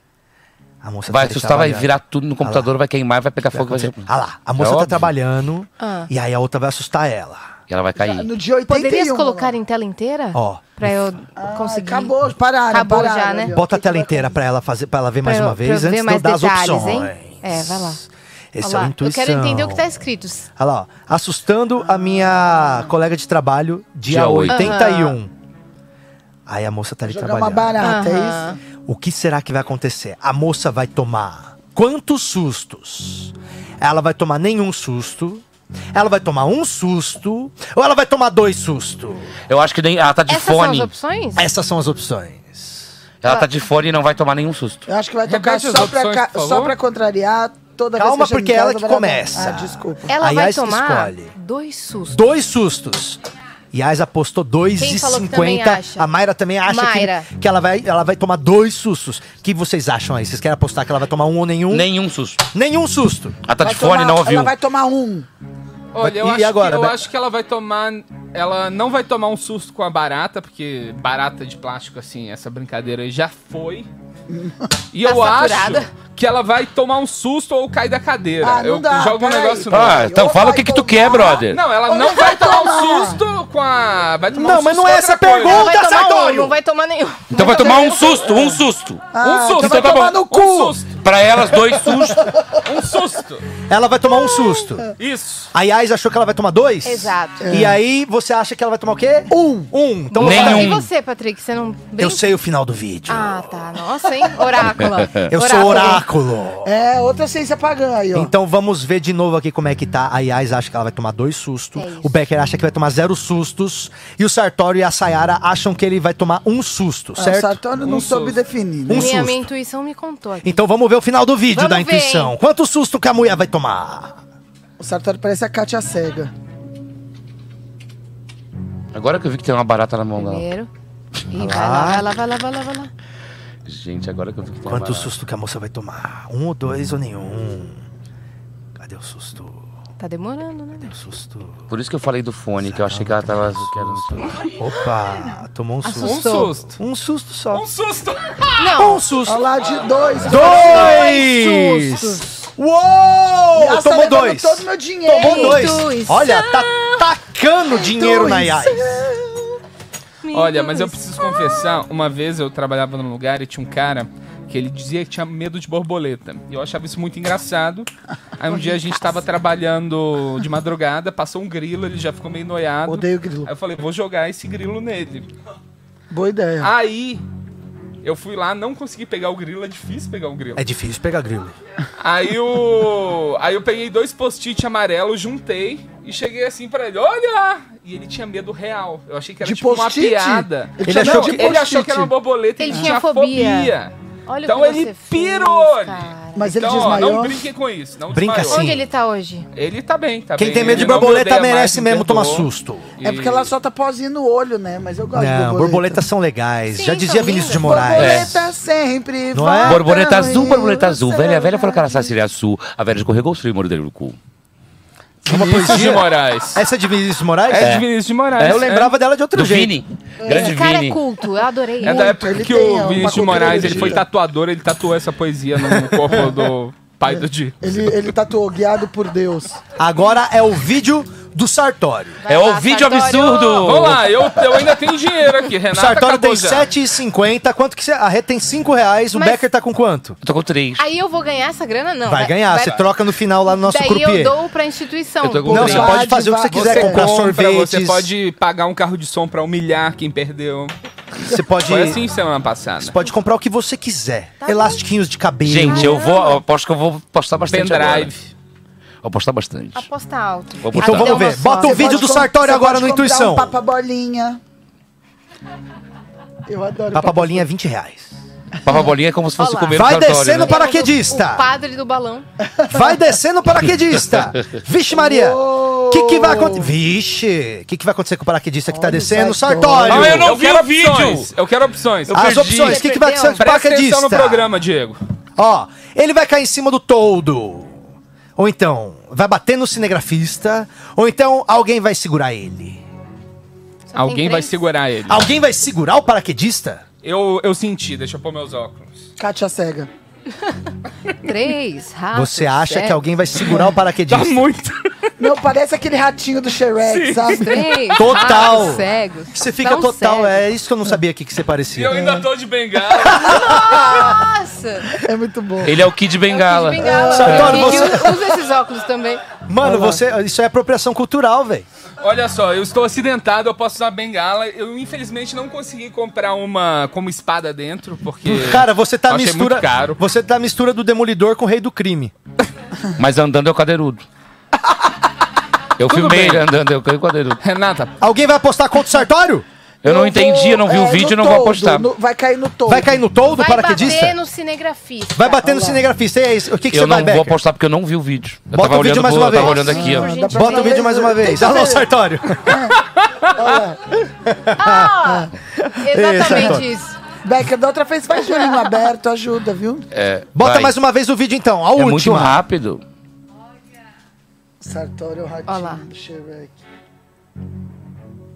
Speaker 5: A moça
Speaker 6: Vai
Speaker 5: tá
Speaker 6: assustar, vai
Speaker 5: trabalhando.
Speaker 6: virar tudo no computador, vai queimar, vai pegar fogo. Vai...
Speaker 5: Ah lá, a moça
Speaker 6: É
Speaker 5: tá
Speaker 6: óbvio.
Speaker 5: trabalhando
Speaker 7: Ah.
Speaker 5: e aí a outra vai assustar ela.
Speaker 6: E ela vai cair.
Speaker 1: Ah, No dia 81.
Speaker 7: Poderias colocar
Speaker 1: lá.
Speaker 7: em tela inteira?
Speaker 5: Ó.
Speaker 7: Pra eu
Speaker 1: Ai,
Speaker 7: conseguir.
Speaker 1: Ah, Acabou, pararam.
Speaker 7: Acabou
Speaker 1: pararam,
Speaker 7: já, né?
Speaker 1: ali, ó.
Speaker 5: Bota a
Speaker 1: O que um-
Speaker 5: tela
Speaker 1: que vai
Speaker 5: inteira pra ela fazer, para ela ver mais
Speaker 7: Pra eu-
Speaker 5: uma
Speaker 7: pra
Speaker 5: vez
Speaker 7: eu
Speaker 5: antes
Speaker 7: ver
Speaker 5: de eu
Speaker 7: mais
Speaker 5: dar as
Speaker 7: detalhes,
Speaker 5: opções.
Speaker 7: hein? É, vai lá.
Speaker 5: Esse
Speaker 7: Olha
Speaker 5: é o
Speaker 7: lá, eu
Speaker 5: intuição.
Speaker 7: quero entender o que tá escrito.
Speaker 5: Olha lá, ó. assustando a minha colega de trabalho dia,
Speaker 6: Dia oito.
Speaker 5: 81. Aí a moça tá ali
Speaker 1: Jogar uma
Speaker 5: trabalhando.
Speaker 1: barata, é
Speaker 7: Aham.
Speaker 1: isso?
Speaker 5: O que será que vai acontecer? A moça vai tomar quantos sustos? Ela vai tomar nenhum susto? Ela vai tomar um susto? Ou ela vai tomar dois sustos?
Speaker 6: Eu acho que nem. Ela tá de
Speaker 7: Essas
Speaker 6: fone.
Speaker 7: são as opções?
Speaker 5: Essas são as opções.
Speaker 6: Ela tá de fone e não vai tomar nenhum susto.
Speaker 1: Eu acho que vai tocar
Speaker 2: Repete as
Speaker 1: só pra,
Speaker 2: opções,
Speaker 1: ca-
Speaker 2: por favor.
Speaker 1: só pra contrariar toda
Speaker 5: Calma,
Speaker 1: vez que tá eu chego em
Speaker 5: porque é ela
Speaker 1: casa,
Speaker 5: que
Speaker 1: vai dar-
Speaker 5: começa.
Speaker 1: Ah, desculpa.
Speaker 7: Ela
Speaker 5: Aí
Speaker 7: vai
Speaker 5: as que
Speaker 7: tomar
Speaker 5: escolhe.
Speaker 7: dois sustos.
Speaker 5: Dois sustos. E a Isa postou
Speaker 7: Quem falou que também
Speaker 5: 2,50.
Speaker 7: acha?
Speaker 5: A Mayra também acha
Speaker 7: Mayra.
Speaker 5: que, que ela, vai, ela vai tomar dois sustos. O que vocês acham aí? Vocês querem apostar que ela vai tomar um ou nenhum?
Speaker 6: Nenhum susto.
Speaker 5: Nenhum susto.
Speaker 6: A tá de
Speaker 1: Vai tomar-
Speaker 6: fone, não ouviu.
Speaker 1: Ela vai tomar um.
Speaker 2: Olha, eu,
Speaker 5: E
Speaker 2: acho,
Speaker 5: agora,
Speaker 2: que, eu
Speaker 5: Be-
Speaker 2: acho que ela vai tomar. Ela não vai tomar um susto com a barata, porque barata de plástico, assim, essa brincadeira aí já foi. E
Speaker 7: Tá
Speaker 2: eu
Speaker 7: saturada.
Speaker 2: acho que ela vai tomar um susto ou cair da cadeira.
Speaker 1: Ah, não
Speaker 2: eu
Speaker 1: dá,
Speaker 2: jogo um
Speaker 1: peraí.
Speaker 2: negócio no
Speaker 6: Ah,
Speaker 2: ar.
Speaker 6: então
Speaker 1: Ou
Speaker 6: fala o
Speaker 1: vai
Speaker 6: que, que tu
Speaker 1: tomar-
Speaker 6: quer, brother.
Speaker 2: Não, ela
Speaker 1: Ou
Speaker 2: não
Speaker 1: vai
Speaker 2: vai tomar um
Speaker 1: tomar.
Speaker 2: susto com a. Vai tomar
Speaker 5: Não,
Speaker 2: um
Speaker 5: mas
Speaker 2: susto
Speaker 5: não
Speaker 2: com outra
Speaker 5: é essa a
Speaker 2: coisa.
Speaker 5: pergunta.
Speaker 7: Não vai
Speaker 5: Puta,
Speaker 7: tomar um,
Speaker 5: Sartório!
Speaker 7: não vai tomar nenhum.
Speaker 6: Então vai tomar um susto, um susto.
Speaker 1: Ah,
Speaker 2: susto,
Speaker 1: então vai
Speaker 6: então tá
Speaker 1: tomar
Speaker 6: bom.
Speaker 1: no
Speaker 2: Um
Speaker 1: cu.
Speaker 2: susto,
Speaker 6: Pra elas, dois sustos.
Speaker 2: um susto.
Speaker 5: Ela vai tomar um susto.
Speaker 2: Isso.
Speaker 5: A Yais achou que ela vai tomar dois?
Speaker 7: Exato.
Speaker 5: E aí você acha que ela vai tomar o quê?
Speaker 1: Um.
Speaker 5: Um. Então eu vou
Speaker 6: Nenhum.
Speaker 5: falar-
Speaker 7: E você, Patrick? Você não brinca?
Speaker 5: Eu sei o final do vídeo.
Speaker 7: Ah, tá. Nossa, hein? Oráculo.
Speaker 5: eu sou oráculo.
Speaker 1: É, outra ciência pagã aí, ó.
Speaker 5: Então vamos ver de novo aqui como é que tá. A Yais acha que ela vai tomar dois sustos.
Speaker 7: É isso.
Speaker 5: o Becker acha que vai tomar zero sustos. E o Sartório e a Sayara acham que ele vai tomar um susto,
Speaker 1: Ah,
Speaker 5: certo?
Speaker 1: O Sartório não
Speaker 2: Um
Speaker 1: soube
Speaker 2: susto.
Speaker 1: definir.
Speaker 5: Um
Speaker 1: Né?
Speaker 7: Minha,
Speaker 5: susto.
Speaker 7: minha intuição me contou aqui.
Speaker 5: Então vamos ver o final do vídeo
Speaker 7: Vamos
Speaker 5: da
Speaker 7: ver,
Speaker 5: intuição.
Speaker 7: hein?
Speaker 5: Quanto susto que a mulher vai tomar?
Speaker 1: O Sartório parece a Kátia Cega.
Speaker 6: Agora que eu vi que tem uma barata na mão dela.
Speaker 7: Primeiro. Ih, vai lá, vai lá, vai lá, vai lá, vai lá.
Speaker 6: Gente, agora que eu vi que tem uma
Speaker 5: Quanto
Speaker 6: barata.
Speaker 5: susto que a moça vai tomar? Um ou dois ou nenhum? Cadê o susto?
Speaker 7: Tá demorando, né?
Speaker 5: O susto.
Speaker 6: Por isso que eu falei do fone, que eu achei que ela tava... querendo-
Speaker 5: Opa, tomou um susto.
Speaker 2: Um susto.
Speaker 5: Um susto só.
Speaker 2: Um susto.
Speaker 5: Um susto.
Speaker 1: Olha lá, de dois.
Speaker 5: Dois! Uou!
Speaker 1: Nossa,
Speaker 5: tomou
Speaker 1: tá levando
Speaker 5: dois.
Speaker 1: todo meu dinheiro.
Speaker 5: Tomou dois.
Speaker 7: Dois.
Speaker 5: Olha, tá tacando dinheiro na
Speaker 1: Dois.
Speaker 5: Yas.
Speaker 2: Olha, mas eu preciso confessar, uma vez eu trabalhava num lugar e tinha um cara que ele dizia que tinha medo de borboleta. E eu achava isso muito engraçado. Aí um dia a gente tava trabalhando de madrugada, passou um grilo, ele já ficou meio noiado.
Speaker 1: Odeio grilo.
Speaker 2: Aí eu falei, vou jogar esse grilo nele.
Speaker 1: Boa ideia.
Speaker 2: Ah, Aí eu fui lá, não consegui pegar o grilo, é difícil pegar o grilo.
Speaker 5: É difícil pegar grilo.
Speaker 2: Aí o. Aí eu peguei dois post-it amarelos, juntei e cheguei assim pra ele, olha! E ele tinha medo real. Eu achei que era
Speaker 1: De
Speaker 2: tipo uma
Speaker 1: post-it?
Speaker 2: piada.
Speaker 1: Ele
Speaker 5: tinha
Speaker 2: Não,
Speaker 5: medo de
Speaker 2: ele
Speaker 1: post-it.
Speaker 2: achou que era uma borboleta
Speaker 7: Ele
Speaker 2: ele tinha
Speaker 7: tinha
Speaker 2: fobia.
Speaker 7: fobia. Olha
Speaker 2: Então
Speaker 7: o que
Speaker 2: ele
Speaker 7: você fez,
Speaker 2: pirou ali.
Speaker 7: cara.
Speaker 1: Mas ele
Speaker 2: então, ó,
Speaker 1: desmaiou.
Speaker 2: não brinquem com isso. Não
Speaker 5: Brinca
Speaker 2: desmaiou.
Speaker 5: sim.
Speaker 7: Onde ele tá hoje?
Speaker 2: Ele tá bem, tá
Speaker 5: Quem
Speaker 2: bem.
Speaker 5: tem medo de
Speaker 2: Ele não me
Speaker 5: borboleta
Speaker 2: odeia mais,
Speaker 5: merece
Speaker 2: me
Speaker 5: mesmo tomar
Speaker 2: perdoa.
Speaker 5: susto.
Speaker 1: É porque ela só tá pozinho no olho, né? Mas eu gosto de
Speaker 5: Não,
Speaker 1: borboleta.
Speaker 5: borboletas são legais.
Speaker 7: Sim,
Speaker 5: Já
Speaker 7: são
Speaker 5: dizia Vinícius de
Speaker 7: lindas.
Speaker 5: Moraes. É.
Speaker 2: É.
Speaker 1: Borboleta sempre
Speaker 5: Não
Speaker 1: vai
Speaker 5: é?
Speaker 6: Borboleta
Speaker 1: dar
Speaker 6: azul,
Speaker 1: um
Speaker 6: borboleta azul.
Speaker 1: céu.
Speaker 6: Velha, velha, falou que ela saciria é azul. A velha escorregou o frio e mordeu no cu.
Speaker 2: Vinícius de Moraes.
Speaker 5: Essa é de Vinícius de Moraes?
Speaker 2: É de Vinícius de Moraes.
Speaker 5: Eu lembrava dela de outro
Speaker 6: Do
Speaker 5: jeito.
Speaker 6: Vini. Grande
Speaker 7: Esse cara
Speaker 6: Vini.
Speaker 7: é culto, eu adorei ele.
Speaker 2: É da época
Speaker 1: ele
Speaker 2: que
Speaker 1: tem uma
Speaker 2: o Vinícius de
Speaker 1: cultura
Speaker 2: Moraes ele
Speaker 1: erudita.
Speaker 2: foi tatuador, ele tatuou essa poesia no, no corpo do pai do Di.
Speaker 1: Ele, ele tatuou guiado por Deus.
Speaker 5: Agora é o vídeo do Sartório.
Speaker 7: Vai
Speaker 6: é o
Speaker 7: lá,
Speaker 6: vídeo
Speaker 7: Sartório.
Speaker 6: absurdo.
Speaker 2: Vamos lá, eu, eu ainda tenho dinheiro aqui,
Speaker 5: O
Speaker 2: Renata
Speaker 5: Sartório tem
Speaker 2: Cardoso.
Speaker 5: 7,50. Quanto que você. A Rê tem 5 reais, o
Speaker 7: Mas-
Speaker 5: Becker tá com quanto?
Speaker 6: Eu tô com três.
Speaker 7: Aí eu vou ganhar essa grana? Não.
Speaker 5: Vai ganhar, você troca no final lá no nosso
Speaker 7: Daí
Speaker 5: croupier.
Speaker 7: eu dou pra instituição.
Speaker 6: Eu tô com-
Speaker 5: Não, você
Speaker 1: Vai,
Speaker 5: pode fazer o que você
Speaker 1: vai.
Speaker 5: quiser,
Speaker 2: Você
Speaker 5: comprar
Speaker 2: compra,
Speaker 5: sorvetes.
Speaker 2: você pode pagar um carro de som pra humilhar quem perdeu.
Speaker 5: Você pode,
Speaker 2: Foi assim semana
Speaker 5: você
Speaker 2: passada.
Speaker 5: pode comprar o que você quiser.
Speaker 7: Tá bom.
Speaker 5: Elastiquinhos de cabelo.
Speaker 6: Gente, eu vou. eu aposto que eu vou postar bastante. agora.
Speaker 2: Pendrive.
Speaker 6: Vou postar bastante.
Speaker 7: Aposta alto.
Speaker 6: Vamos
Speaker 5: Então
Speaker 6: botar.
Speaker 7: Aqui
Speaker 5: vamos
Speaker 7: deu uma
Speaker 5: ver.
Speaker 7: só.
Speaker 5: Bota o
Speaker 1: Você
Speaker 5: vídeo
Speaker 1: pode
Speaker 5: do
Speaker 1: com-
Speaker 5: Sartório
Speaker 1: você
Speaker 5: agora
Speaker 1: pode
Speaker 5: no
Speaker 1: comprar
Speaker 5: Intuição.
Speaker 1: Um papa bolinha. Eu adoro
Speaker 5: Papa bolinha é 20 reais.
Speaker 6: Papa bolinha é como se fosse
Speaker 7: Olha lá.
Speaker 6: comer
Speaker 5: Vai
Speaker 6: no cartório,
Speaker 5: descendo
Speaker 6: né?
Speaker 7: Temos
Speaker 5: paraquedista.
Speaker 7: O, o padre do balão.
Speaker 5: Vai descendo o paraquedista. Vixe, Maria. O que, que vai acontecer? Vixe, o que, que vai acontecer com o paraquedista que tá
Speaker 1: Olha o
Speaker 5: descendo?
Speaker 1: Sartório.
Speaker 5: Sartório.
Speaker 6: Ah, eu não vi
Speaker 2: quero
Speaker 6: o vídeo.
Speaker 2: opções, Eu quero opções.
Speaker 5: As
Speaker 6: perdi.
Speaker 5: opções, o que, que vai acontecer com o
Speaker 2: Presta atenção no
Speaker 5: paraquedista?
Speaker 2: programa, Diego.
Speaker 5: Ó, ele vai cair em cima do toldo. Ou então, vai bater no cinegrafista. Ou então, alguém vai segurar ele.
Speaker 7: Só tem
Speaker 2: Alguém vai
Speaker 7: três.
Speaker 2: segurar ele.
Speaker 5: Alguém vai segurar o paraquedista?
Speaker 2: Eu, eu senti, deixa eu pôr meus óculos.
Speaker 1: Kátia Cega.
Speaker 7: Três, ratos,
Speaker 5: Você acha
Speaker 7: sete,
Speaker 5: que alguém vai segurar o
Speaker 2: Tá
Speaker 5: paraquedista?
Speaker 2: muito.
Speaker 1: Não, parece aquele ratinho do Shrek, sabe?
Speaker 7: Três,
Speaker 5: Total.
Speaker 7: ratos, cegos.
Speaker 5: Você fica
Speaker 7: Tão
Speaker 5: total,
Speaker 7: cego.
Speaker 5: é isso que eu não sabia aqui que você
Speaker 2: E eu
Speaker 5: parecia.
Speaker 2: ainda tô de bengala.
Speaker 7: Nossa.
Speaker 1: É muito bom.
Speaker 6: Ele é o Kid Bengala.
Speaker 7: Kid Bengala.
Speaker 5: Sartório,
Speaker 7: E que
Speaker 5: você-
Speaker 7: Usa esses óculos também.
Speaker 5: Mano, você, isso é apropriação cultural, velho.
Speaker 2: Olha só, eu estou acidentado, eu posso usar bengala. Eu infelizmente não consegui comprar uma como espada dentro, porque.
Speaker 5: Cara, você tá
Speaker 2: eu achei
Speaker 5: mistura.
Speaker 2: Muito caro.
Speaker 5: Você tá mistura do demolidor com o rei do crime.
Speaker 6: Mas andando é o cadeirudo. Eu
Speaker 2: Tudo
Speaker 6: filmei
Speaker 2: bem.
Speaker 6: ele andando, eu caí o cadeirudo.
Speaker 2: Renata,
Speaker 5: Alguém vai apostar contra o Sartório?
Speaker 6: Eu não
Speaker 1: vou-
Speaker 6: entendi, eu não vi
Speaker 1: é,
Speaker 6: o vídeo, eu
Speaker 1: no
Speaker 6: não vou
Speaker 1: todo,
Speaker 6: apostar.
Speaker 1: no- vai cair no todo.
Speaker 5: Vai cair no toldo do
Speaker 7: Vai
Speaker 5: paraquedista?
Speaker 7: bater no cinegrafista.
Speaker 5: Vai bater no cinegrafista. E é isso. O que, que
Speaker 6: Eu
Speaker 5: você
Speaker 6: não
Speaker 5: vai,
Speaker 6: vou
Speaker 5: Becker?
Speaker 6: apostar porque eu não vi o vídeo. Eu
Speaker 5: Bota
Speaker 6: tava
Speaker 5: o vídeo
Speaker 6: olhando
Speaker 5: mais
Speaker 6: pro-
Speaker 5: uma
Speaker 6: eu tava
Speaker 5: vez.
Speaker 6: olhando aqui, ó.
Speaker 7: Nossa, gente,
Speaker 1: Dá pra
Speaker 5: Bota o
Speaker 1: ver.
Speaker 5: vídeo mais uma vez.
Speaker 1: Tenta
Speaker 5: Alô,
Speaker 1: ver.
Speaker 5: Sartório.
Speaker 7: Ah, exatamente isso.
Speaker 1: Becker, da outra vez faz joelhinho aberto, ajuda, viu?
Speaker 5: Bota
Speaker 6: É, Vai.
Speaker 5: mais uma vez o vídeo então, a
Speaker 6: É
Speaker 5: última.
Speaker 6: muito rápido.
Speaker 1: Sartório,
Speaker 7: Ó lá.
Speaker 1: Ratinho, Shrek.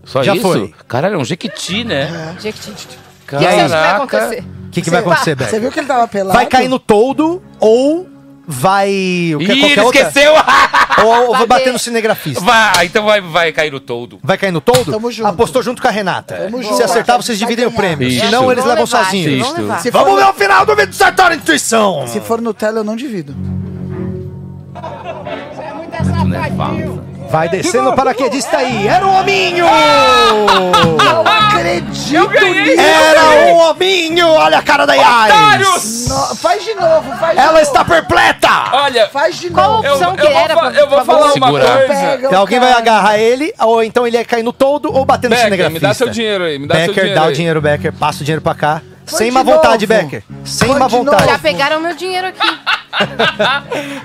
Speaker 6: Só
Speaker 5: Já
Speaker 6: isso?
Speaker 5: foi.
Speaker 6: Caralho, é um jequiti, né?
Speaker 7: Jequiti. O que
Speaker 6: Caraca.
Speaker 7: você acha que vai acontecer?
Speaker 5: O que, que vai
Speaker 7: Cê-
Speaker 5: acontecer,
Speaker 1: Você
Speaker 5: Beck?
Speaker 1: viu que ele tava pelado?
Speaker 5: Vai cair no toldo ou vai. o que-
Speaker 6: Ih,
Speaker 5: qualquer
Speaker 6: ele
Speaker 5: outra?
Speaker 6: esqueceu! Ah,
Speaker 5: Ou, ou vai
Speaker 7: Vai
Speaker 5: bater
Speaker 7: ver.
Speaker 5: no cinegrafista.
Speaker 6: Vai, então vai, vai cair no todo.
Speaker 5: Vai cair no toldo?
Speaker 1: Tamo junto.
Speaker 5: Apostou junto com a Renata.
Speaker 1: Tamo
Speaker 5: Se
Speaker 1: junto.
Speaker 5: acertar, vocês
Speaker 1: Vai
Speaker 5: dividem o
Speaker 1: ganhar. é
Speaker 5: prêmio.
Speaker 6: Isso.
Speaker 5: Senão eles
Speaker 7: Vão
Speaker 5: levam
Speaker 7: levar,
Speaker 5: sozinhos.
Speaker 7: vão levar.
Speaker 1: Se
Speaker 5: Vamos
Speaker 1: for,
Speaker 5: ver o final do vídeo do Sartório Intuição!
Speaker 1: se for Nutella, eu não divido.
Speaker 6: Nervosa.
Speaker 5: Vai descendo o paraquedista aí. Era um hominho!
Speaker 1: Não acredito
Speaker 2: ganhei!
Speaker 1: nisso!
Speaker 5: Era um hominho! Olha a cara da Yas!
Speaker 2: Otários!
Speaker 1: No- faz de novo, faz de
Speaker 5: Ela
Speaker 1: novo.
Speaker 5: está perpleta!
Speaker 2: Olha,
Speaker 1: Faz de
Speaker 7: Qual
Speaker 1: novo.
Speaker 2: eu,
Speaker 7: Opção
Speaker 2: eu
Speaker 7: que
Speaker 2: vou,
Speaker 7: era,
Speaker 2: fa- eu vou
Speaker 7: por favor.
Speaker 2: falar uma
Speaker 6: Segurar.
Speaker 2: coisa.
Speaker 1: Pega o
Speaker 5: Então alguém vai
Speaker 1: cara.
Speaker 5: agarrar ele, ou então ele ia cair no toldo ou bater no
Speaker 2: Becker,
Speaker 5: cinegrafista.
Speaker 2: me dá seu dinheiro aí, me dá seu
Speaker 5: Becker,
Speaker 2: dinheiro
Speaker 5: dá o
Speaker 2: aí.
Speaker 5: dinheiro, Becker. Passa o dinheiro pra cá.
Speaker 1: Foi
Speaker 5: Sem
Speaker 1: de
Speaker 5: má vontade,
Speaker 1: novo.
Speaker 5: Becker. Sem
Speaker 1: Foi
Speaker 5: má
Speaker 1: de novo.
Speaker 5: vontade.
Speaker 7: Já pegaram meu dinheiro aqui.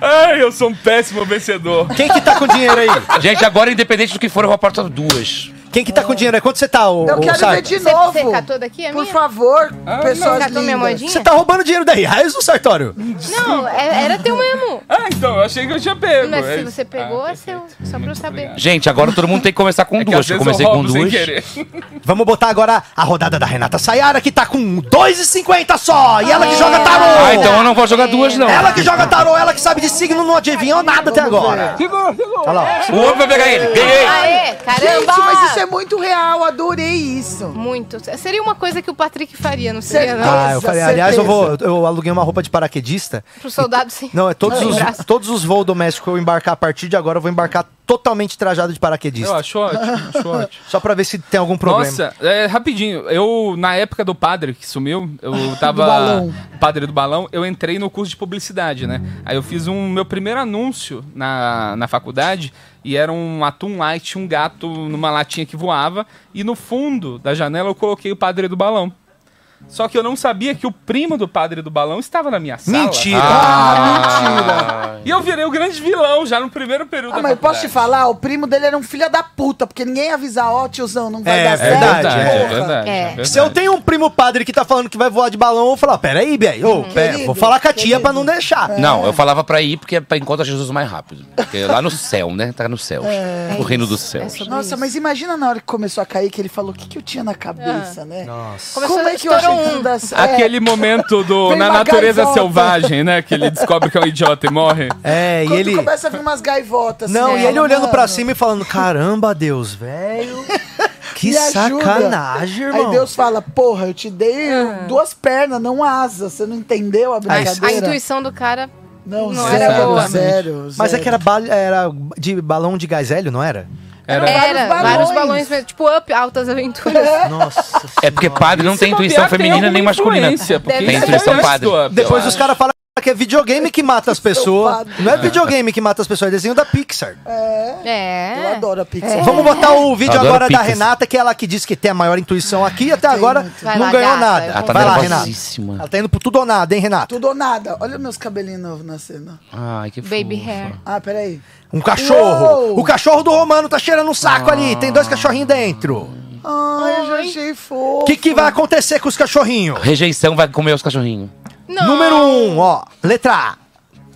Speaker 2: Ai, eu sou um péssimo vencedor.
Speaker 5: Quem que tá com dinheiro aí?
Speaker 6: Gente, agora, independente do que for, eu vou aportar duas.
Speaker 5: Quem que tá com dinheiro aí? Quanto você tá, ô,
Speaker 1: Eu
Speaker 5: ô
Speaker 1: quero
Speaker 5: Sarta?
Speaker 1: ver de
Speaker 7: Você-
Speaker 1: novo.
Speaker 7: você catou daqui a
Speaker 1: Por
Speaker 7: minha?
Speaker 1: favor, pessoas
Speaker 7: Catou minha
Speaker 1: lindas.
Speaker 7: moedinha?
Speaker 5: Você tá roubando dinheiro daí, Raiz ou Sartório?
Speaker 7: Não, é- era teu mesmo.
Speaker 2: Ah, então, eu achei que eu tinha pego.
Speaker 7: Mas se
Speaker 2: É-
Speaker 7: você pegou,
Speaker 2: Ah,
Speaker 7: é seu.
Speaker 2: perfeito.
Speaker 7: Só pra eu saber.
Speaker 2: obrigado.
Speaker 6: Gente, agora todo mundo tem que começar com
Speaker 2: é que às
Speaker 6: duas. Eu
Speaker 2: vezes
Speaker 6: comecei
Speaker 2: eu
Speaker 6: com um
Speaker 2: roubo sem
Speaker 6: duas.
Speaker 2: querer.
Speaker 5: Vamos botar agora a rodada da Renata Sayara, que tá com 2,50 só. E ela que joga tarô.
Speaker 6: Ah, então eu não vou jogar duas, não.
Speaker 5: Ela que joga tarô, ela que sabe de signo, não adivinhou nada até agora. Olha lá. ó.
Speaker 6: O outro vai pegar ele. Ganhei!
Speaker 7: Aê, caramba!
Speaker 1: Gente, mas isso é muito real, adorei isso.
Speaker 7: Muito. Seria uma coisa que o Patrick faria, não seria,
Speaker 1: Certeza.
Speaker 7: não?
Speaker 5: Ah, eu falei, aliás, eu,
Speaker 1: certeza.
Speaker 5: vou, eu aluguei uma roupa de paraquedista.
Speaker 7: Pro soldado, sim.
Speaker 5: Não, é todos
Speaker 7: Sem
Speaker 5: os,
Speaker 7: braço.
Speaker 5: todos os voos domésticos que eu embarcar a partir de agora, eu vou embarcar totalmente trajado de
Speaker 2: Eu
Speaker 5: paraquedista.
Speaker 2: acho ótimo, acho ótimo.
Speaker 5: Só pra ver se tem algum problema.
Speaker 2: Nossa, é, rapidinho. Eu, na época do padre que sumiu, eu tava.
Speaker 1: balão.
Speaker 2: Padre do balão, eu entrei no curso de publicidade, né? Aí eu fiz um meu primeiro anúncio na, na faculdade e era um atum light, tinha um gato numa latinha que voava, e no fundo da janela eu coloquei o padre do balão. Só que eu não sabia que o primo do padre do balão estava na minha sala.
Speaker 5: Mentira!
Speaker 2: E eu virei o grande vilão já no primeiro período
Speaker 1: Ah,
Speaker 2: da
Speaker 1: mas eu posso te
Speaker 2: faculdade.
Speaker 1: falar? O primo dele era um filho da puta, porque ninguém ia avisar, ó, tiozão, não vai
Speaker 5: É,
Speaker 1: dar certo.
Speaker 5: verdade,
Speaker 2: Verdade,
Speaker 5: é
Speaker 2: é
Speaker 1: porra.
Speaker 2: verdade,
Speaker 7: É.
Speaker 2: é verdade.
Speaker 5: Se eu tenho um primo padre que tá falando que vai voar de balão, eu vou falar, peraí, Bia, ô, pera,
Speaker 1: Uhum. Querido,
Speaker 5: vou falar com a tia
Speaker 1: querido. É.
Speaker 5: pra não deixar.
Speaker 6: Não, eu falava pra ir porque é pra encontrar Jesus mais rápido. Porque é lá no céu, né? Tá no céu. O reino dos
Speaker 7: É
Speaker 6: céus.
Speaker 7: sobre
Speaker 1: Nossa,
Speaker 7: isso.
Speaker 1: mas imagina na hora que começou a cair, que ele falou o que, que eu tinha na cabeça, né?
Speaker 5: Nossa.
Speaker 7: Ah. Começou
Speaker 1: Como
Speaker 7: a
Speaker 1: é que eu achei
Speaker 7: estourar
Speaker 1: que
Speaker 7: um.
Speaker 1: não dá certo?
Speaker 2: Aquele momento do
Speaker 1: Vem
Speaker 2: Na
Speaker 1: uma
Speaker 2: Natureza
Speaker 1: gaivota.
Speaker 2: Selvagem, né? Que ele descobre que é um idiota e morre.
Speaker 5: É, e
Speaker 1: Quando
Speaker 5: ele.
Speaker 1: começa a vir umas gaivotas. assim,
Speaker 5: Não,
Speaker 1: né?
Speaker 5: e ele olhando
Speaker 1: Mano,
Speaker 5: pra cima e falando: caramba, Deus, velho. Que
Speaker 1: me ajuda."
Speaker 5: sacanagem, irmão.
Speaker 1: Aí Deus fala, porra, eu te dei duas pernas, não asas. Você não entendeu a
Speaker 7: A
Speaker 1: brincadeira?
Speaker 7: intuição do cara.
Speaker 1: não,
Speaker 7: não
Speaker 1: zero,
Speaker 7: era boa.
Speaker 1: zero, zero.
Speaker 5: Mas é que era, bal- era de balão de gás hélio, não era?
Speaker 2: Era.
Speaker 7: Era,
Speaker 1: vários
Speaker 7: vários
Speaker 1: balões.
Speaker 7: balões mesmo. Tipo, up, altas aventuras.
Speaker 5: Nossa
Speaker 6: É porque padre não tem intuição feminina nem masculina. Tem intuição padre.
Speaker 5: Depois os caras falam que é videogame que mata as pessoas.
Speaker 1: padre.
Speaker 5: Não é videogame que mata as pessoas, é desenho da Pixar.
Speaker 7: É.
Speaker 1: Eu adoro a Pixar.
Speaker 5: Vamos botar o vídeo
Speaker 6: Adoro
Speaker 5: agora da
Speaker 6: Pixar.
Speaker 5: Renata, que é ela que disse que tem a maior intuição aqui. Até agora
Speaker 7: Vai
Speaker 5: não
Speaker 7: lá,
Speaker 5: ganhou
Speaker 7: gata,
Speaker 5: nada.
Speaker 7: eu
Speaker 6: Ela tá
Speaker 5: Vai lá, Renata.
Speaker 6: nervosíssima.
Speaker 5: Ela tá indo pro tudo ou nada, hein, Renata?
Speaker 1: Tudo ou nada. Olha meus cabelinhos novos nascendo.
Speaker 6: Ai, que
Speaker 7: Baby
Speaker 6: fofa.
Speaker 7: hair.
Speaker 1: Ah, peraí.
Speaker 5: Um cachorro.
Speaker 1: Uou!
Speaker 5: O cachorro do Romano tá cheirando um saco ali. Tem dois cachorrinhos dentro.
Speaker 1: Ai, eu já achei fofo.
Speaker 5: O que, que vai acontecer com os cachorrinhos?
Speaker 6: Rejeição vai comer os cachorrinhos.
Speaker 7: Não.
Speaker 5: Número um, ó. Letra A.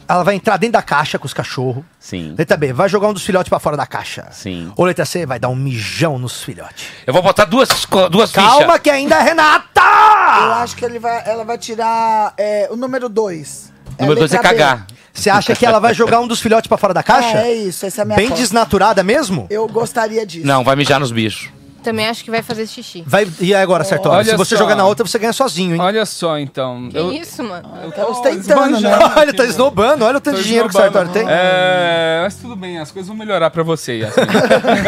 Speaker 5: Ela vai entrar dentro da caixa com os cachorros.
Speaker 6: Sim.
Speaker 5: Letra B, vai jogar um dos filhotes pra fora da caixa.
Speaker 6: Sim.
Speaker 5: Ou letra C, vai dar um mijão nos filhotes.
Speaker 6: Eu vou botar duas, co- duas
Speaker 5: Calma
Speaker 6: fichas.
Speaker 5: que ainda é
Speaker 1: Eu
Speaker 5: Renata!
Speaker 1: acho que ele vai, ela vai tirar é, o número 2.
Speaker 6: Número dois é cagar.
Speaker 5: Você acha que ela vai jogar um dos filhotes pra fora da caixa?
Speaker 1: Ah, é isso, essa é a minha
Speaker 5: Bem
Speaker 1: aposta.
Speaker 5: desnaturada mesmo?
Speaker 1: Eu gostaria disso.
Speaker 6: Não, vai mijar nos bichos.
Speaker 1: um.
Speaker 7: Também acho que vai fazer xixi.
Speaker 5: Vai, e aí agora, Sartori?
Speaker 2: Olha
Speaker 5: Se você
Speaker 2: só.
Speaker 5: jogar na outra, você ganha sozinho, hein?
Speaker 2: Olha só, então.
Speaker 7: Que isso, mano?
Speaker 1: Tá ostentando, né?
Speaker 5: Olha, tá esnobando, olha o tanto de dinheiro que o Sartori tem.
Speaker 2: É, mas tudo bem, as coisas vão melhorar pra você, Yasmin.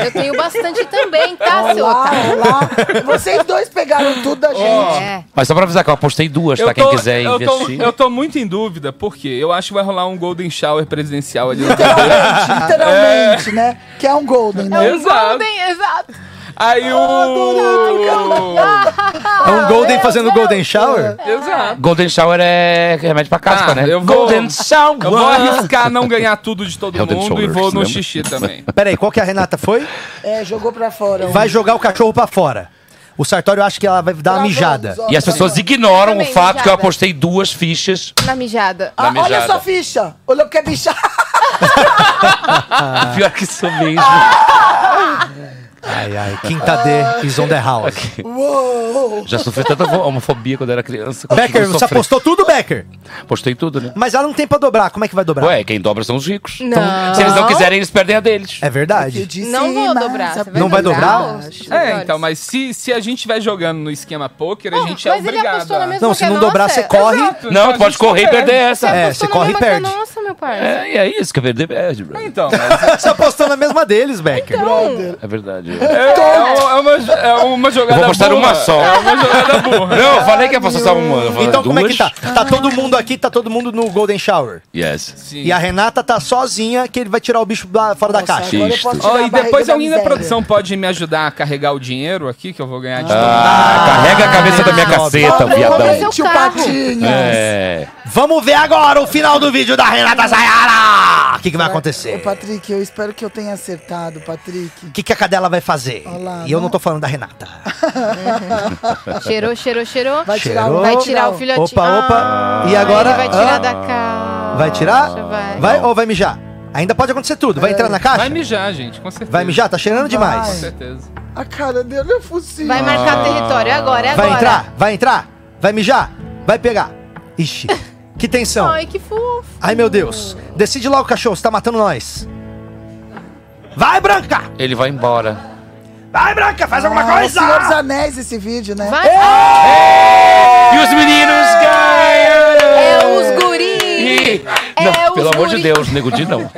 Speaker 7: Eu tenho bastante também, tá, seu
Speaker 1: Olá,
Speaker 7: otário?
Speaker 1: olá. Vocês dois pegaram tudo
Speaker 5: Oh.
Speaker 1: da gente.
Speaker 7: É.
Speaker 6: Mas só pra avisar que eu apostei duas, tá? Quem quiser
Speaker 2: eu tô,
Speaker 6: investir.
Speaker 2: eu tô muito em dúvida, porque eu acho que vai rolar um Golden Shower presidencial ali no
Speaker 5: É.
Speaker 1: Literalmente, literalmente, né? Que é
Speaker 7: um-
Speaker 1: um golden, né?
Speaker 2: Exato.
Speaker 7: Golden, exato.
Speaker 2: Aí o.
Speaker 5: É um Golden fazendo Golden Shower?
Speaker 2: Exato.
Speaker 6: Golden Shower é remédio pra caspa,
Speaker 2: Ah,
Speaker 6: né?
Speaker 2: eu vou-
Speaker 6: Golden Shower!
Speaker 2: Eu vou arriscar não ganhar tudo de todo
Speaker 6: Head and
Speaker 2: mundo e
Speaker 6: Shoulders,
Speaker 2: vou no
Speaker 6: lembra?
Speaker 2: xixi também.
Speaker 5: Peraí, qual que a Renata foi?
Speaker 1: É, jogou pra fora. um-
Speaker 5: Vai jogar o cachorro pra fora. O Sartório acha que ela vai dar uma mijada.
Speaker 1: Travou os
Speaker 6: E as
Speaker 1: olhos.
Speaker 6: pessoas ignoram o
Speaker 7: Também,
Speaker 6: fato que eu
Speaker 7: mijada.
Speaker 6: apostei duas fichas
Speaker 7: Na mijada.
Speaker 1: Ah, olha
Speaker 6: mijada.
Speaker 1: a sua ficha. Olhou que é bicha.
Speaker 6: e pior que isso mesmo.
Speaker 5: Ai, ai, quinta D, is on the house.
Speaker 1: Uou.
Speaker 6: Já sofri tanta homofobia quando era criança.
Speaker 5: Becker, você
Speaker 6: apostou?
Speaker 5: apostou tudo, Becker?
Speaker 6: Apostei tudo, né?
Speaker 5: Mas ela não tem pra dobrar, como é que vai dobrar?
Speaker 6: Ué, quem dobra são os ricos.
Speaker 5: Então,
Speaker 7: Não.
Speaker 6: Se eles não quiserem, eles perdem a deles.
Speaker 5: É verdade.
Speaker 1: De
Speaker 7: Não vou
Speaker 1: cima,
Speaker 7: dobrar.
Speaker 1: sabe?
Speaker 7: Você
Speaker 5: Não vai dobrar?
Speaker 7: os- os
Speaker 2: É,
Speaker 7: dólares?
Speaker 2: então, mas se, se a gente vai jogando no esquema poker, a
Speaker 7: Bom,
Speaker 2: gente é
Speaker 7: mas ele
Speaker 2: obrigado.
Speaker 7: apostou na
Speaker 2: a-
Speaker 7: mesma
Speaker 5: Não, se
Speaker 7: que a
Speaker 1: é
Speaker 5: não dobrar,
Speaker 7: nossa.
Speaker 5: você corre.
Speaker 2: Exato,
Speaker 6: Não,
Speaker 2: então a
Speaker 6: pode
Speaker 2: gente
Speaker 6: correr e
Speaker 2: perde.
Speaker 6: perder essa.
Speaker 5: É,
Speaker 7: apostou
Speaker 5: você
Speaker 7: na
Speaker 5: corre e
Speaker 7: mesma que a
Speaker 5: perde.
Speaker 7: Nossa, meu parça.
Speaker 6: É, e é isso que eu perdi. perde, bro.
Speaker 2: Então, mas
Speaker 5: Você apostou na mesma deles, Becker.
Speaker 1: Então.
Speaker 6: É verdade.
Speaker 2: é, é um- é uma, é uma jogada
Speaker 6: Eu vou apostar
Speaker 2: burra.
Speaker 6: uma só.
Speaker 2: É uma jogada burra.
Speaker 6: Não, eu falei que ia apostar só uma. eu falei
Speaker 5: Então como é que
Speaker 6: duas.
Speaker 5: tá? Tá todo mundo aqui, tá todo mundo no Golden Shower.
Speaker 6: Yes.
Speaker 2: Sim.
Speaker 5: E a Renata tá sozinha que ele vai tirar o bicho lá fora da
Speaker 1: Nossa,
Speaker 5: caixa.
Speaker 1: agora eu posso
Speaker 2: Ó,
Speaker 1: tirar a
Speaker 2: e
Speaker 1: barriga
Speaker 2: depois
Speaker 1: da
Speaker 2: alguém da
Speaker 1: miséria.
Speaker 2: produção pode me ajudar a carregar o dinheiro aqui, que eu vou ganhar de todo
Speaker 6: Ah, carrega a cabeça da minha caceta,
Speaker 1: Pobre homem,
Speaker 6: viadão.
Speaker 7: Seu
Speaker 1: tio
Speaker 7: carro.
Speaker 1: Patinhas.
Speaker 6: É.
Speaker 5: Vamos ver agora o final do vídeo da Renata Sayara! O que, que vai acontecer?
Speaker 1: Ô, Patrick, eu espero que eu tenha acertado, Patrick.
Speaker 5: O que, que a cadela vai fazer?
Speaker 1: Olha lá, né?
Speaker 5: e eu
Speaker 1: não-
Speaker 5: não tô falando da Renata.
Speaker 6: É.
Speaker 7: Cheirou, cheirou, cheirou.
Speaker 1: Vai tirar
Speaker 5: Cheirou.
Speaker 1: o
Speaker 7: Vai tirar o filhotinho.
Speaker 5: Opa, opa.
Speaker 7: Ah,
Speaker 5: E agora?
Speaker 7: ele Vai tirar
Speaker 5: Ah.
Speaker 7: da caixa.
Speaker 5: Vai tirar?
Speaker 7: Vai.
Speaker 5: Vai ou vai mijar? Ainda pode acontecer tudo.
Speaker 1: É.
Speaker 5: Vai entrar na
Speaker 2: mundo. Vai
Speaker 5: caixa?
Speaker 2: mijar, gente, com certeza.
Speaker 5: Vai mijar? Tá cheirando
Speaker 2: Com
Speaker 5: demais.
Speaker 2: certeza.
Speaker 1: A cara dele é focinho.
Speaker 7: Vai marcar território. É agora, é agora.
Speaker 5: Vai entrar? Vai entrar? Vai mijar? Vai pegar? Ixi, que tensão.
Speaker 7: Ai, que fofo.
Speaker 5: Ai meu Deus. Decide logo, cachorro, você tá matando nós. Vai, Branca!
Speaker 6: Ele vai embora.
Speaker 5: Vai, Branca, faz alguma
Speaker 1: Ah, é o
Speaker 5: coisa!
Speaker 1: Senhor dos Anéis esse vídeo, né?
Speaker 7: Vai. Ah,
Speaker 6: E os meninos ganham!
Speaker 7: É os guri.
Speaker 6: Ih,
Speaker 7: É
Speaker 6: não,
Speaker 7: os
Speaker 6: pelo amor de
Speaker 7: guri.
Speaker 6: Deus, nego de não.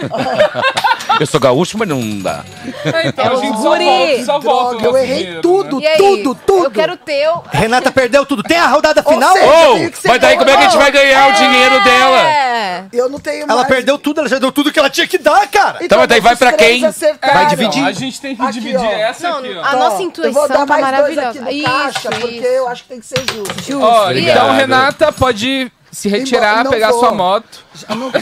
Speaker 6: Eu sou gaúcho, mas não dá.
Speaker 2: É, então,
Speaker 7: É
Speaker 2: a
Speaker 7: o
Speaker 2: gente só
Speaker 7: guri.
Speaker 2: volta, só volta. o
Speaker 1: Droga, eu
Speaker 2: nosso
Speaker 1: errei
Speaker 2: dinheiro,
Speaker 1: tudo,
Speaker 7: né? E aí?
Speaker 1: tudo, tudo.
Speaker 7: Eu quero o teu.
Speaker 5: Renata perdeu tudo. Tem a rodada final?
Speaker 1: seja,
Speaker 6: Ou,
Speaker 1: tenho que ser
Speaker 6: mas daí como é que a gente vai ganhar o dinheiro dela?
Speaker 7: É.
Speaker 1: Eu não tenho
Speaker 5: Ela
Speaker 1: mais.
Speaker 5: perdeu tudo, ela já deu tudo que ela tinha que dar, cara.
Speaker 6: Então, mas daí vai
Speaker 1: os
Speaker 6: pra
Speaker 1: três
Speaker 6: quem?
Speaker 1: acertaram.
Speaker 5: Vai
Speaker 2: Não,
Speaker 5: dividir?
Speaker 2: a gente tem que
Speaker 1: Aqui,
Speaker 2: dividir
Speaker 1: ó.
Speaker 2: essa
Speaker 7: Não,
Speaker 2: aqui,
Speaker 7: não,
Speaker 2: ó.
Speaker 7: ah, a
Speaker 1: Ó,
Speaker 7: nossa
Speaker 1: Eu vou
Speaker 7: intuição
Speaker 1: dar
Speaker 7: tá
Speaker 1: mais dois aqui
Speaker 7: maravilhosa.
Speaker 1: no caixa,
Speaker 7: Isso,
Speaker 1: porque
Speaker 7: isso.
Speaker 1: eu acho que tem que ser justo.
Speaker 7: Justo.
Speaker 2: Ó,
Speaker 6: Obrigado.
Speaker 2: então, Renata pode se retirar,
Speaker 1: Não
Speaker 2: pegar
Speaker 1: vou.
Speaker 2: sua moto.
Speaker 1: Eu não tô-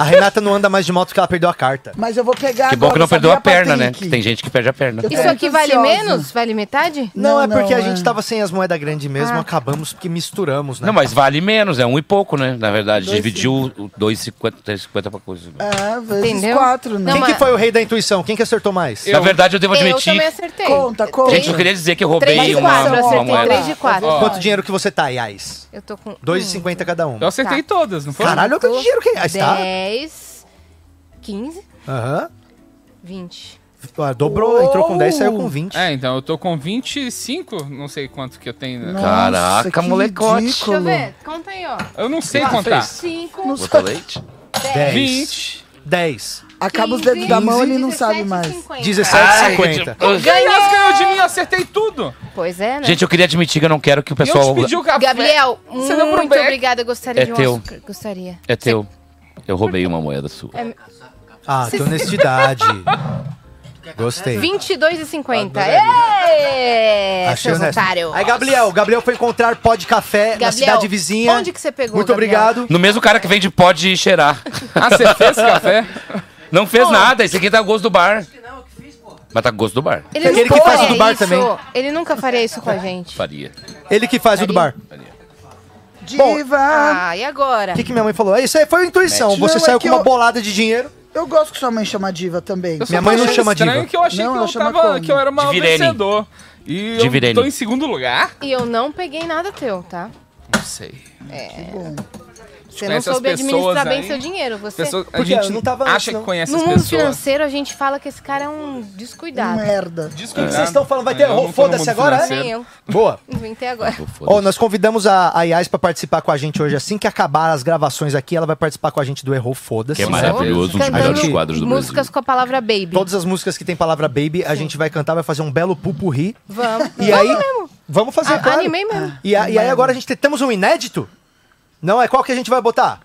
Speaker 5: A Renata não anda mais de moto porque ela perdeu a carta.
Speaker 1: Mas eu vou pegar
Speaker 6: Que bom que
Speaker 1: agora,
Speaker 6: não perdeu a
Speaker 1: sabia,
Speaker 6: perna, né?
Speaker 1: Patrick?
Speaker 6: Que tem gente que perde a perna.
Speaker 1: Eu
Speaker 7: Isso
Speaker 1: tô
Speaker 7: aqui
Speaker 1: muito
Speaker 7: vale
Speaker 1: ansiosa.
Speaker 7: menos? Vale metade?
Speaker 5: Não,
Speaker 1: Não,
Speaker 5: é porque
Speaker 1: não,
Speaker 5: a gente
Speaker 1: é.
Speaker 5: tava sem as moedas grandes
Speaker 7: Ah.
Speaker 5: mesmo, acabamos porque misturamos, né?
Speaker 6: Não, mas vale menos, é um e pouco, né? Na verdade, dividiu o 2,50, 3,50 pra coisa.
Speaker 7: Ah,
Speaker 1: É, vezes
Speaker 7: Entendeu?
Speaker 1: quatro, né?
Speaker 7: Não,
Speaker 5: Quem que
Speaker 7: mas-
Speaker 5: foi o rei da intuição? Quem que acertou mais?
Speaker 6: Na verdade, eu devo
Speaker 7: Eu
Speaker 6: admitir.
Speaker 7: também acertei.
Speaker 1: Conta, conta.
Speaker 7: Três-
Speaker 6: Gente, eu queria dizer que eu
Speaker 7: Três
Speaker 6: roubei
Speaker 7: de
Speaker 6: uma,
Speaker 7: quatro, eu
Speaker 6: uma
Speaker 7: acertei.
Speaker 6: moeda.
Speaker 7: Três de quatro.
Speaker 2: Ó.
Speaker 5: Quanto dinheiro que você tá, Yais?
Speaker 7: Eu tô com...
Speaker 5: 2,50 cada um.
Speaker 2: Eu acertei
Speaker 7: Tá.
Speaker 2: todas, não foi?
Speaker 5: Caralho, olha quanto dinheiro que Yais tá.
Speaker 7: 10, 15,
Speaker 5: Aham.
Speaker 7: 20.
Speaker 5: Ah, Dobrou, entrou com 10, saiu com 20.
Speaker 2: É, então eu tô com 25, não sei quanto que eu tenho. né?
Speaker 1: Nossa,
Speaker 6: Caraca,
Speaker 1: que
Speaker 6: molecote.
Speaker 7: Deixa
Speaker 1: ridículo.
Speaker 7: eu ver. Conta aí, ó.
Speaker 2: Eu não
Speaker 5: Ah,
Speaker 2: sei contar.
Speaker 7: 5,
Speaker 6: Botou leite?
Speaker 5: 10.
Speaker 2: 20.
Speaker 5: 10.
Speaker 1: Acaba os dedos da mão, ele não sabe mais.
Speaker 5: 17,50.
Speaker 6: Ai,
Speaker 2: Ganhou!
Speaker 6: gente,
Speaker 2: ganhou de mim, eu acertei tudo.
Speaker 7: Pois é, né?
Speaker 6: Gente, eu queria admitir que eu não quero que o
Speaker 2: E eu te
Speaker 6: pessoal.
Speaker 2: pedi o café.
Speaker 7: Gabriel,
Speaker 2: Você deu pro
Speaker 7: muito
Speaker 2: Beck.
Speaker 7: obrigada. Eu Gostaria
Speaker 6: É
Speaker 7: de um
Speaker 6: teu.
Speaker 7: Oscar. Gostaria.
Speaker 6: É teu. Eu roubei uma moeda sua.
Speaker 5: Ah, que honestidade. Gostei.
Speaker 7: 22,50. Ê,
Speaker 5: Achei
Speaker 7: seus
Speaker 5: honesto.
Speaker 7: otários.
Speaker 5: Aí, Gabriel, Gabriel foi encontrar pó de café na
Speaker 7: Gabriel,
Speaker 5: cidade vizinha.
Speaker 7: onde que você pegou,
Speaker 5: Muito
Speaker 7: Gabriel?
Speaker 5: obrigado.
Speaker 6: No mesmo cara que vende pó de cheirar.
Speaker 2: Ah, você fez café?
Speaker 6: Não fez nada, esse aqui tá com gosto do bar. Mas tá com gosto do bar.
Speaker 7: Ele
Speaker 5: Aquele
Speaker 7: nunca
Speaker 5: que faz
Speaker 7: faria
Speaker 5: o do bar
Speaker 7: isso.
Speaker 5: também.
Speaker 7: Ele nunca faria isso com a gente.
Speaker 6: Faria.
Speaker 5: Ele que faz o do bar.
Speaker 1: Diva!
Speaker 7: Ah, e agora?
Speaker 5: O que, que minha mãe falou? É Isso aí foi intuição.
Speaker 1: Mete.
Speaker 5: Você
Speaker 1: Não, é
Speaker 5: saiu
Speaker 1: que
Speaker 5: com uma
Speaker 1: eu-
Speaker 5: bolada de dinheiro.
Speaker 1: Eu gosto que sua mãe chama diva também.
Speaker 2: Eu só
Speaker 5: Minha mãe não
Speaker 2: achei
Speaker 5: chama
Speaker 2: é estranho
Speaker 5: diva.
Speaker 2: que eu achei
Speaker 1: Não,
Speaker 2: que,
Speaker 1: ela
Speaker 2: eu
Speaker 1: chama
Speaker 2: tava,
Speaker 1: como?
Speaker 2: que eu era mal
Speaker 6: Divirene.
Speaker 2: vencedor. E
Speaker 6: Divirene.
Speaker 2: eu tô em segundo lugar?
Speaker 7: E eu não peguei nada teu, tá?
Speaker 2: Não sei.
Speaker 7: Você não
Speaker 2: Conhece as
Speaker 7: soube
Speaker 2: pessoas
Speaker 7: administrar bem
Speaker 2: aí.
Speaker 7: seu dinheiro. Você.
Speaker 2: Pessoas- a
Speaker 5: Porque eu
Speaker 2: gente
Speaker 5: não tava antes,
Speaker 2: acha
Speaker 5: não.
Speaker 2: que conhece
Speaker 7: No
Speaker 2: as
Speaker 7: mundo
Speaker 2: pessoas.
Speaker 7: financeiro, a gente fala que esse cara é um descuidado.
Speaker 5: é.
Speaker 1: Merda.
Speaker 2: Desculpa.
Speaker 5: O que vocês estão falando? Vai ter- oh, foda-se agora, é?
Speaker 7: Nem eu.
Speaker 5: Boa.
Speaker 7: Inventei agora.
Speaker 5: Ó, nós convidamos a, a Yas pra participar com a gente hoje. Assim que acabar as gravações aqui, ela vai participar com a gente do Errou Foda-se.
Speaker 6: Que é maravilhoso, um dos
Speaker 7: Cantando
Speaker 6: melhores quadros do
Speaker 7: músicas
Speaker 6: Brasil.
Speaker 7: com a palavra baby.
Speaker 5: Todas as músicas que tem palavra baby, a gente vai cantar, vai fazer um belo pupurri.
Speaker 7: Vamos.
Speaker 5: E Ah. aí, vamos fazer,
Speaker 7: A-
Speaker 5: claro.
Speaker 7: animei mesmo.
Speaker 5: E, a- e aí agora a gente tem- temos um inédito? Não, é qual que a gente vai botar?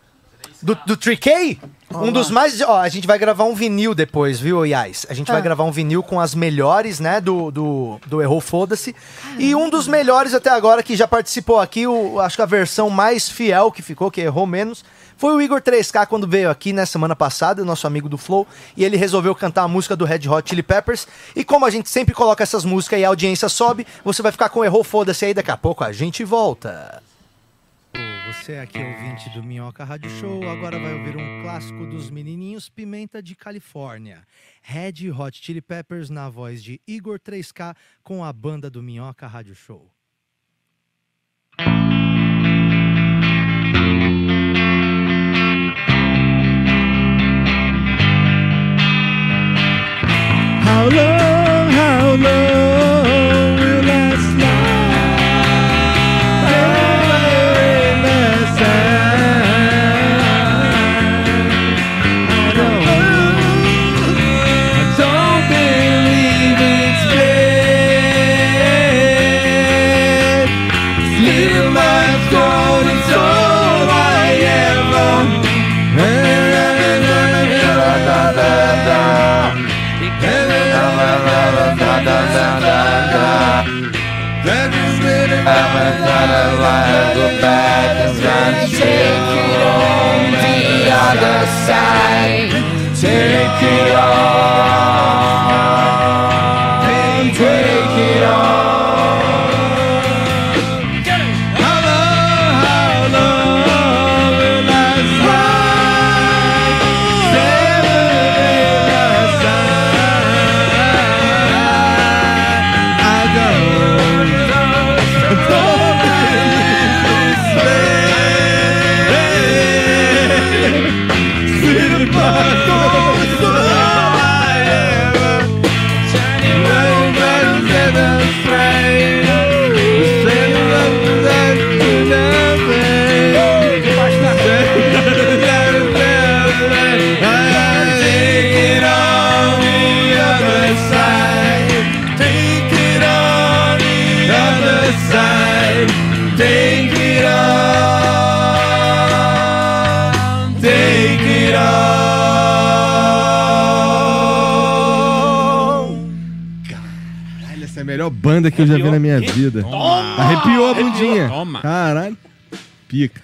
Speaker 5: Do, do 3K? Um dos mais. Ó, a gente vai gravar um vinil depois, viu, Iais? A gente vai gravar um vinil com as melhores, né? Do, do, do Errou Foda-se. E um dos melhores até agora que já participou aqui, o, acho que a versão mais fiel que ficou, que errou menos, foi o Igor 3K quando veio aqui na semana passada, nosso amigo do Flow. E ele resolveu cantar a música do Red Hot Chili Peppers. E como a gente sempre coloca essas músicas e a audiência sobe, você vai ficar com Errou Foda-se aí. Daqui a pouco a gente volta. Você é aqui ouvinte do Minhoca Rádio Show, agora vai ouvir um clássico dos menininhos Pimenta de Califórnia. Red Hot Chili Peppers na voz de Igor 3K com a banda do Minhoca Rádio Show.
Speaker 9: How long, how long will last Very last I don't I don't believe it's dead. Little man's gone, it's all I ever.
Speaker 10: Caralho, essa é a melhor banda que eu já vi na minha vida. Arrepiou a bundinha.
Speaker 2: Toma.
Speaker 10: Caralho. Pica.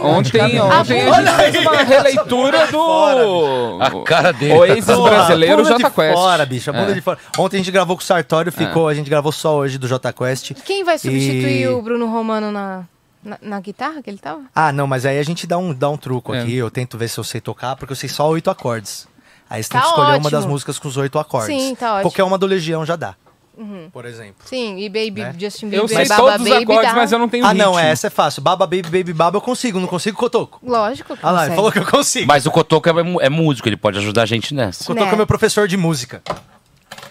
Speaker 2: Ontem, ontem a gente fez uma releitura do.
Speaker 6: A cara dele.
Speaker 2: O ex-brasileiro
Speaker 5: Porra, a bunda
Speaker 2: Jota
Speaker 5: de
Speaker 2: Quest. É.
Speaker 5: Fora, bicho, a bunda de fora. Ontem a gente gravou com o Sartório, ficou, a gente gravou só hoje do Jota Quest.
Speaker 7: Quem vai substituir
Speaker 5: E-
Speaker 7: o Bruno Romano na, na, na guitarra que ele tava?
Speaker 5: Ah, não, mas aí a gente dá um, dá um truco
Speaker 2: É.
Speaker 5: aqui, eu tento ver se eu sei tocar, porque eu sei só oito acordes. Aí você tem
Speaker 7: Tá
Speaker 5: que escolher uma
Speaker 7: ótimo.
Speaker 5: das músicas com os oito acordes.
Speaker 7: Sim, tá ótimo. Uhum.
Speaker 5: Qualquer uma do Legião já dá. Por exemplo.
Speaker 7: Sim, e Baby,
Speaker 5: Né?
Speaker 7: Justin Bieber,
Speaker 2: Eu sei
Speaker 7: Baba
Speaker 2: todos os
Speaker 7: Baby
Speaker 2: acordes,
Speaker 7: dá.
Speaker 2: mas eu não tenho
Speaker 5: Ah, não,
Speaker 2: ritmo.
Speaker 5: é, essa é fácil. Baba, baby, baby, baba, eu consigo, não consigo, Cotoco.
Speaker 7: Lógico que
Speaker 5: Ah lá, ele
Speaker 7: consegue.
Speaker 5: falou que eu consigo.
Speaker 6: Mas o Cotoco é, mu- é músico, ele pode ajudar a gente nessa.
Speaker 5: Cotoco
Speaker 7: Né?
Speaker 5: é meu professor de música.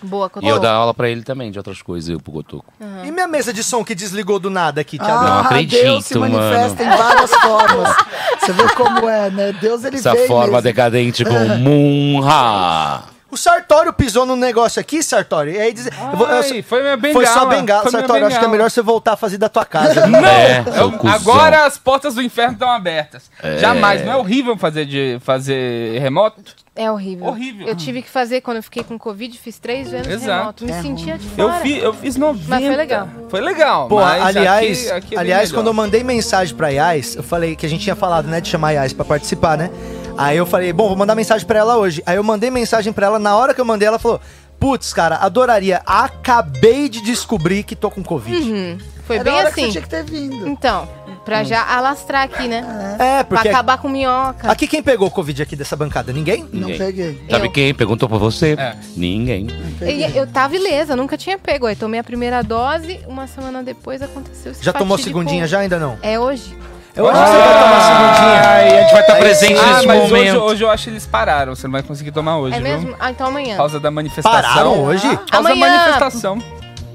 Speaker 7: Boa,
Speaker 6: E eu
Speaker 7: Cotô.
Speaker 6: dar aula pra ele também, de outras coisas, eu pro Cotoco.
Speaker 5: E minha mesa de som que desligou do nada aqui, Thiago?
Speaker 6: Não
Speaker 1: Ah,
Speaker 6: acredito,
Speaker 1: Deus se
Speaker 6: mano.
Speaker 1: manifesta em várias formas. Você vê como é, né? Deus, ele
Speaker 6: Essa
Speaker 1: veio
Speaker 6: forma
Speaker 1: mesmo.
Speaker 6: decadente com Munha.
Speaker 5: O Sartório pisou no negócio aqui, Sartório. E aí diz... eu vou- eu-
Speaker 2: Ai, foi minha
Speaker 5: Foi
Speaker 2: bengala.
Speaker 5: só bengala.
Speaker 2: foi minha
Speaker 5: Sartório, acho que é
Speaker 2: bengala.
Speaker 5: melhor você voltar a fazer da tua casa.
Speaker 2: Não!
Speaker 6: É,
Speaker 2: Eu-
Speaker 6: seu cuzão.
Speaker 2: agora as portas do inferno estão abertas. Jamais. Não é horrível fazer, de, fazer remoto?
Speaker 7: É horrível.
Speaker 2: Horrível.
Speaker 7: Eu tive que fazer quando eu fiquei com Covid, fiz três anos
Speaker 2: Exato.
Speaker 7: remoto.
Speaker 1: É
Speaker 7: Me sentia de
Speaker 2: Eu,
Speaker 7: fora.
Speaker 2: fi, eu fiz 90.
Speaker 7: Mas foi legal.
Speaker 2: Foi legal.
Speaker 5: Pô,
Speaker 2: mas
Speaker 5: aliás,
Speaker 2: aqui- aqui é bem
Speaker 5: aliás
Speaker 2: melhor.
Speaker 5: quando eu mandei mensagem pra Yas, eu falei que a gente tinha falado, né, de chamar a Yas pra participar, né? Aí eu falei, bom, vou mandar mensagem pra ela hoje. Aí eu mandei mensagem pra ela, na hora que eu mandei, ela falou: Putz, cara, adoraria. Acabei de descobrir que tô com Covid.
Speaker 7: Foi
Speaker 1: Era a
Speaker 7: bem
Speaker 1: hora que você
Speaker 7: assim.
Speaker 1: tinha que ter vindo.
Speaker 7: Então, pra já alastrar aqui, né?
Speaker 5: É,
Speaker 7: Pra
Speaker 5: Hum. porque.
Speaker 7: acabar com
Speaker 1: Ah,
Speaker 7: minhoca.
Speaker 5: Aqui quem pegou Covid aqui dessa bancada? Ninguém?
Speaker 1: Não
Speaker 6: Ninguém.
Speaker 1: peguei.
Speaker 6: Sabe
Speaker 7: Eu.
Speaker 6: quem perguntou pra você?
Speaker 2: É.
Speaker 6: Ninguém.
Speaker 7: E Eu tava ilesa, nunca tinha pego. Aí tomei a primeira dose, uma semana depois aconteceu esse
Speaker 5: Já tomou
Speaker 7: fatídico-
Speaker 5: segundinha já ainda não?
Speaker 7: É hoje.
Speaker 5: É hoje que você vai tomar segundinha.
Speaker 6: Ai, a gente vai estar
Speaker 5: Aí
Speaker 6: presente
Speaker 5: sim.
Speaker 2: Ah,
Speaker 6: nesse
Speaker 2: mas hoje,
Speaker 6: momento.
Speaker 2: hoje eu acho que eles pararam. Você não vai conseguir tomar hoje,
Speaker 7: é
Speaker 2: viu?
Speaker 7: mesmo? Ah, então amanhã.
Speaker 2: Por causa da manifestação.
Speaker 5: Pararam hoje?
Speaker 2: Por causa
Speaker 7: Amanhã.
Speaker 2: da manifestação.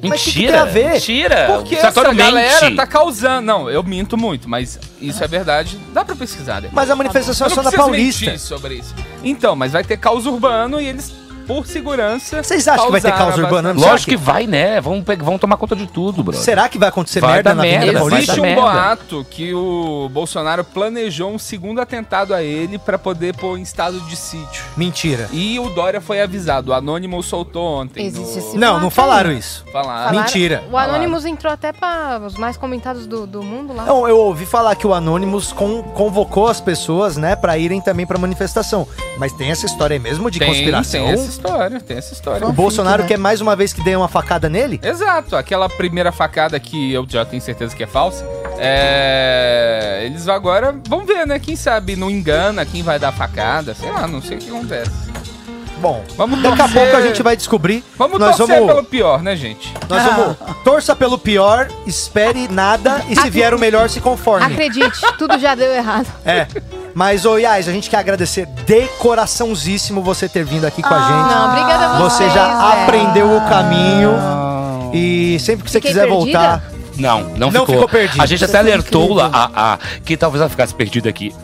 Speaker 5: Mas o que que
Speaker 6: Mentira.
Speaker 5: tem a ver?
Speaker 6: Mentira.
Speaker 2: Porque
Speaker 6: O
Speaker 2: essa
Speaker 6: Sartório mente.
Speaker 2: galera tá causando. Não, eu minto muito, mas isso é verdade. Dá pra pesquisar, né?
Speaker 5: Mas a manifestação é
Speaker 2: Eu
Speaker 5: só
Speaker 2: não
Speaker 5: na
Speaker 2: preciso
Speaker 5: Paulista.
Speaker 2: mentir sobre isso. Então, mas vai ter caos urbano e eles por segurança.
Speaker 5: Vocês acham que vai ter
Speaker 2: pausar
Speaker 5: causa
Speaker 2: a
Speaker 5: urbana?
Speaker 2: vacina.
Speaker 6: Lógico que vai, né? Vamos, pe- vamos tomar conta de tudo, bro.
Speaker 5: Será que vai acontecer
Speaker 6: Vai
Speaker 5: merda
Speaker 6: dar
Speaker 5: na Avenida
Speaker 6: merda, vai
Speaker 5: Paulista?
Speaker 6: dar
Speaker 2: Existe um
Speaker 6: merda.
Speaker 2: boato que o Bolsonaro planejou um segundo atentado a ele pra poder pôr em estado de sítio.
Speaker 5: Mentira.
Speaker 2: E o Dória foi avisado. O Anônimo soltou ontem.
Speaker 7: Existe esse
Speaker 5: Não, não
Speaker 7: boato
Speaker 5: falaram
Speaker 7: aí.
Speaker 5: isso.
Speaker 2: Falar.
Speaker 7: Falaram-
Speaker 5: Mentira.
Speaker 7: O Anonymous entrou até para os mais comentados do, do mundo lá.
Speaker 5: Não, Então, eu ouvi falar que o Anonymous con- convocou as pessoas, né, pra irem também pra manifestação. Mas tem essa história aí mesmo de conspiração?
Speaker 2: Tem essa história, tem essa história.
Speaker 5: O Bolsonaro
Speaker 1: né?
Speaker 5: quer mais uma vez que dê uma facada nele?
Speaker 2: Exato, aquela primeira facada que eu já tenho certeza que é falsa. É... Eles agora vão ver, né? Quem sabe não engana, quem vai dar facada. Sei lá, não sei o que acontece.
Speaker 5: Bom,
Speaker 2: Vamos
Speaker 5: daqui a
Speaker 2: torcer-
Speaker 5: pouco a gente vai descobrir.
Speaker 2: Vamos
Speaker 5: nós
Speaker 2: torcer
Speaker 5: vamos,
Speaker 2: pelo Ah. pior, né, gente?
Speaker 5: nós vamos torça pelo pior, espere nada e se vier o melhor se conforme.
Speaker 7: Acredite, tudo já deu errado.
Speaker 5: É. Mas, ô Yais, a gente quer agradecer de coraçãozíssimo você ter vindo aqui com a gente.
Speaker 7: Ah, Não, obrigada a
Speaker 5: Você
Speaker 7: vocês,
Speaker 5: já
Speaker 7: velho.
Speaker 5: aprendeu o caminho.
Speaker 2: Ah.
Speaker 5: E sempre que você
Speaker 7: Fiquei
Speaker 5: quiser
Speaker 7: perdida?
Speaker 5: voltar.
Speaker 6: Não, não,
Speaker 5: Não ficou perdido.
Speaker 6: A gente até alertou lá a, a, que talvez ela ficasse perdida aqui.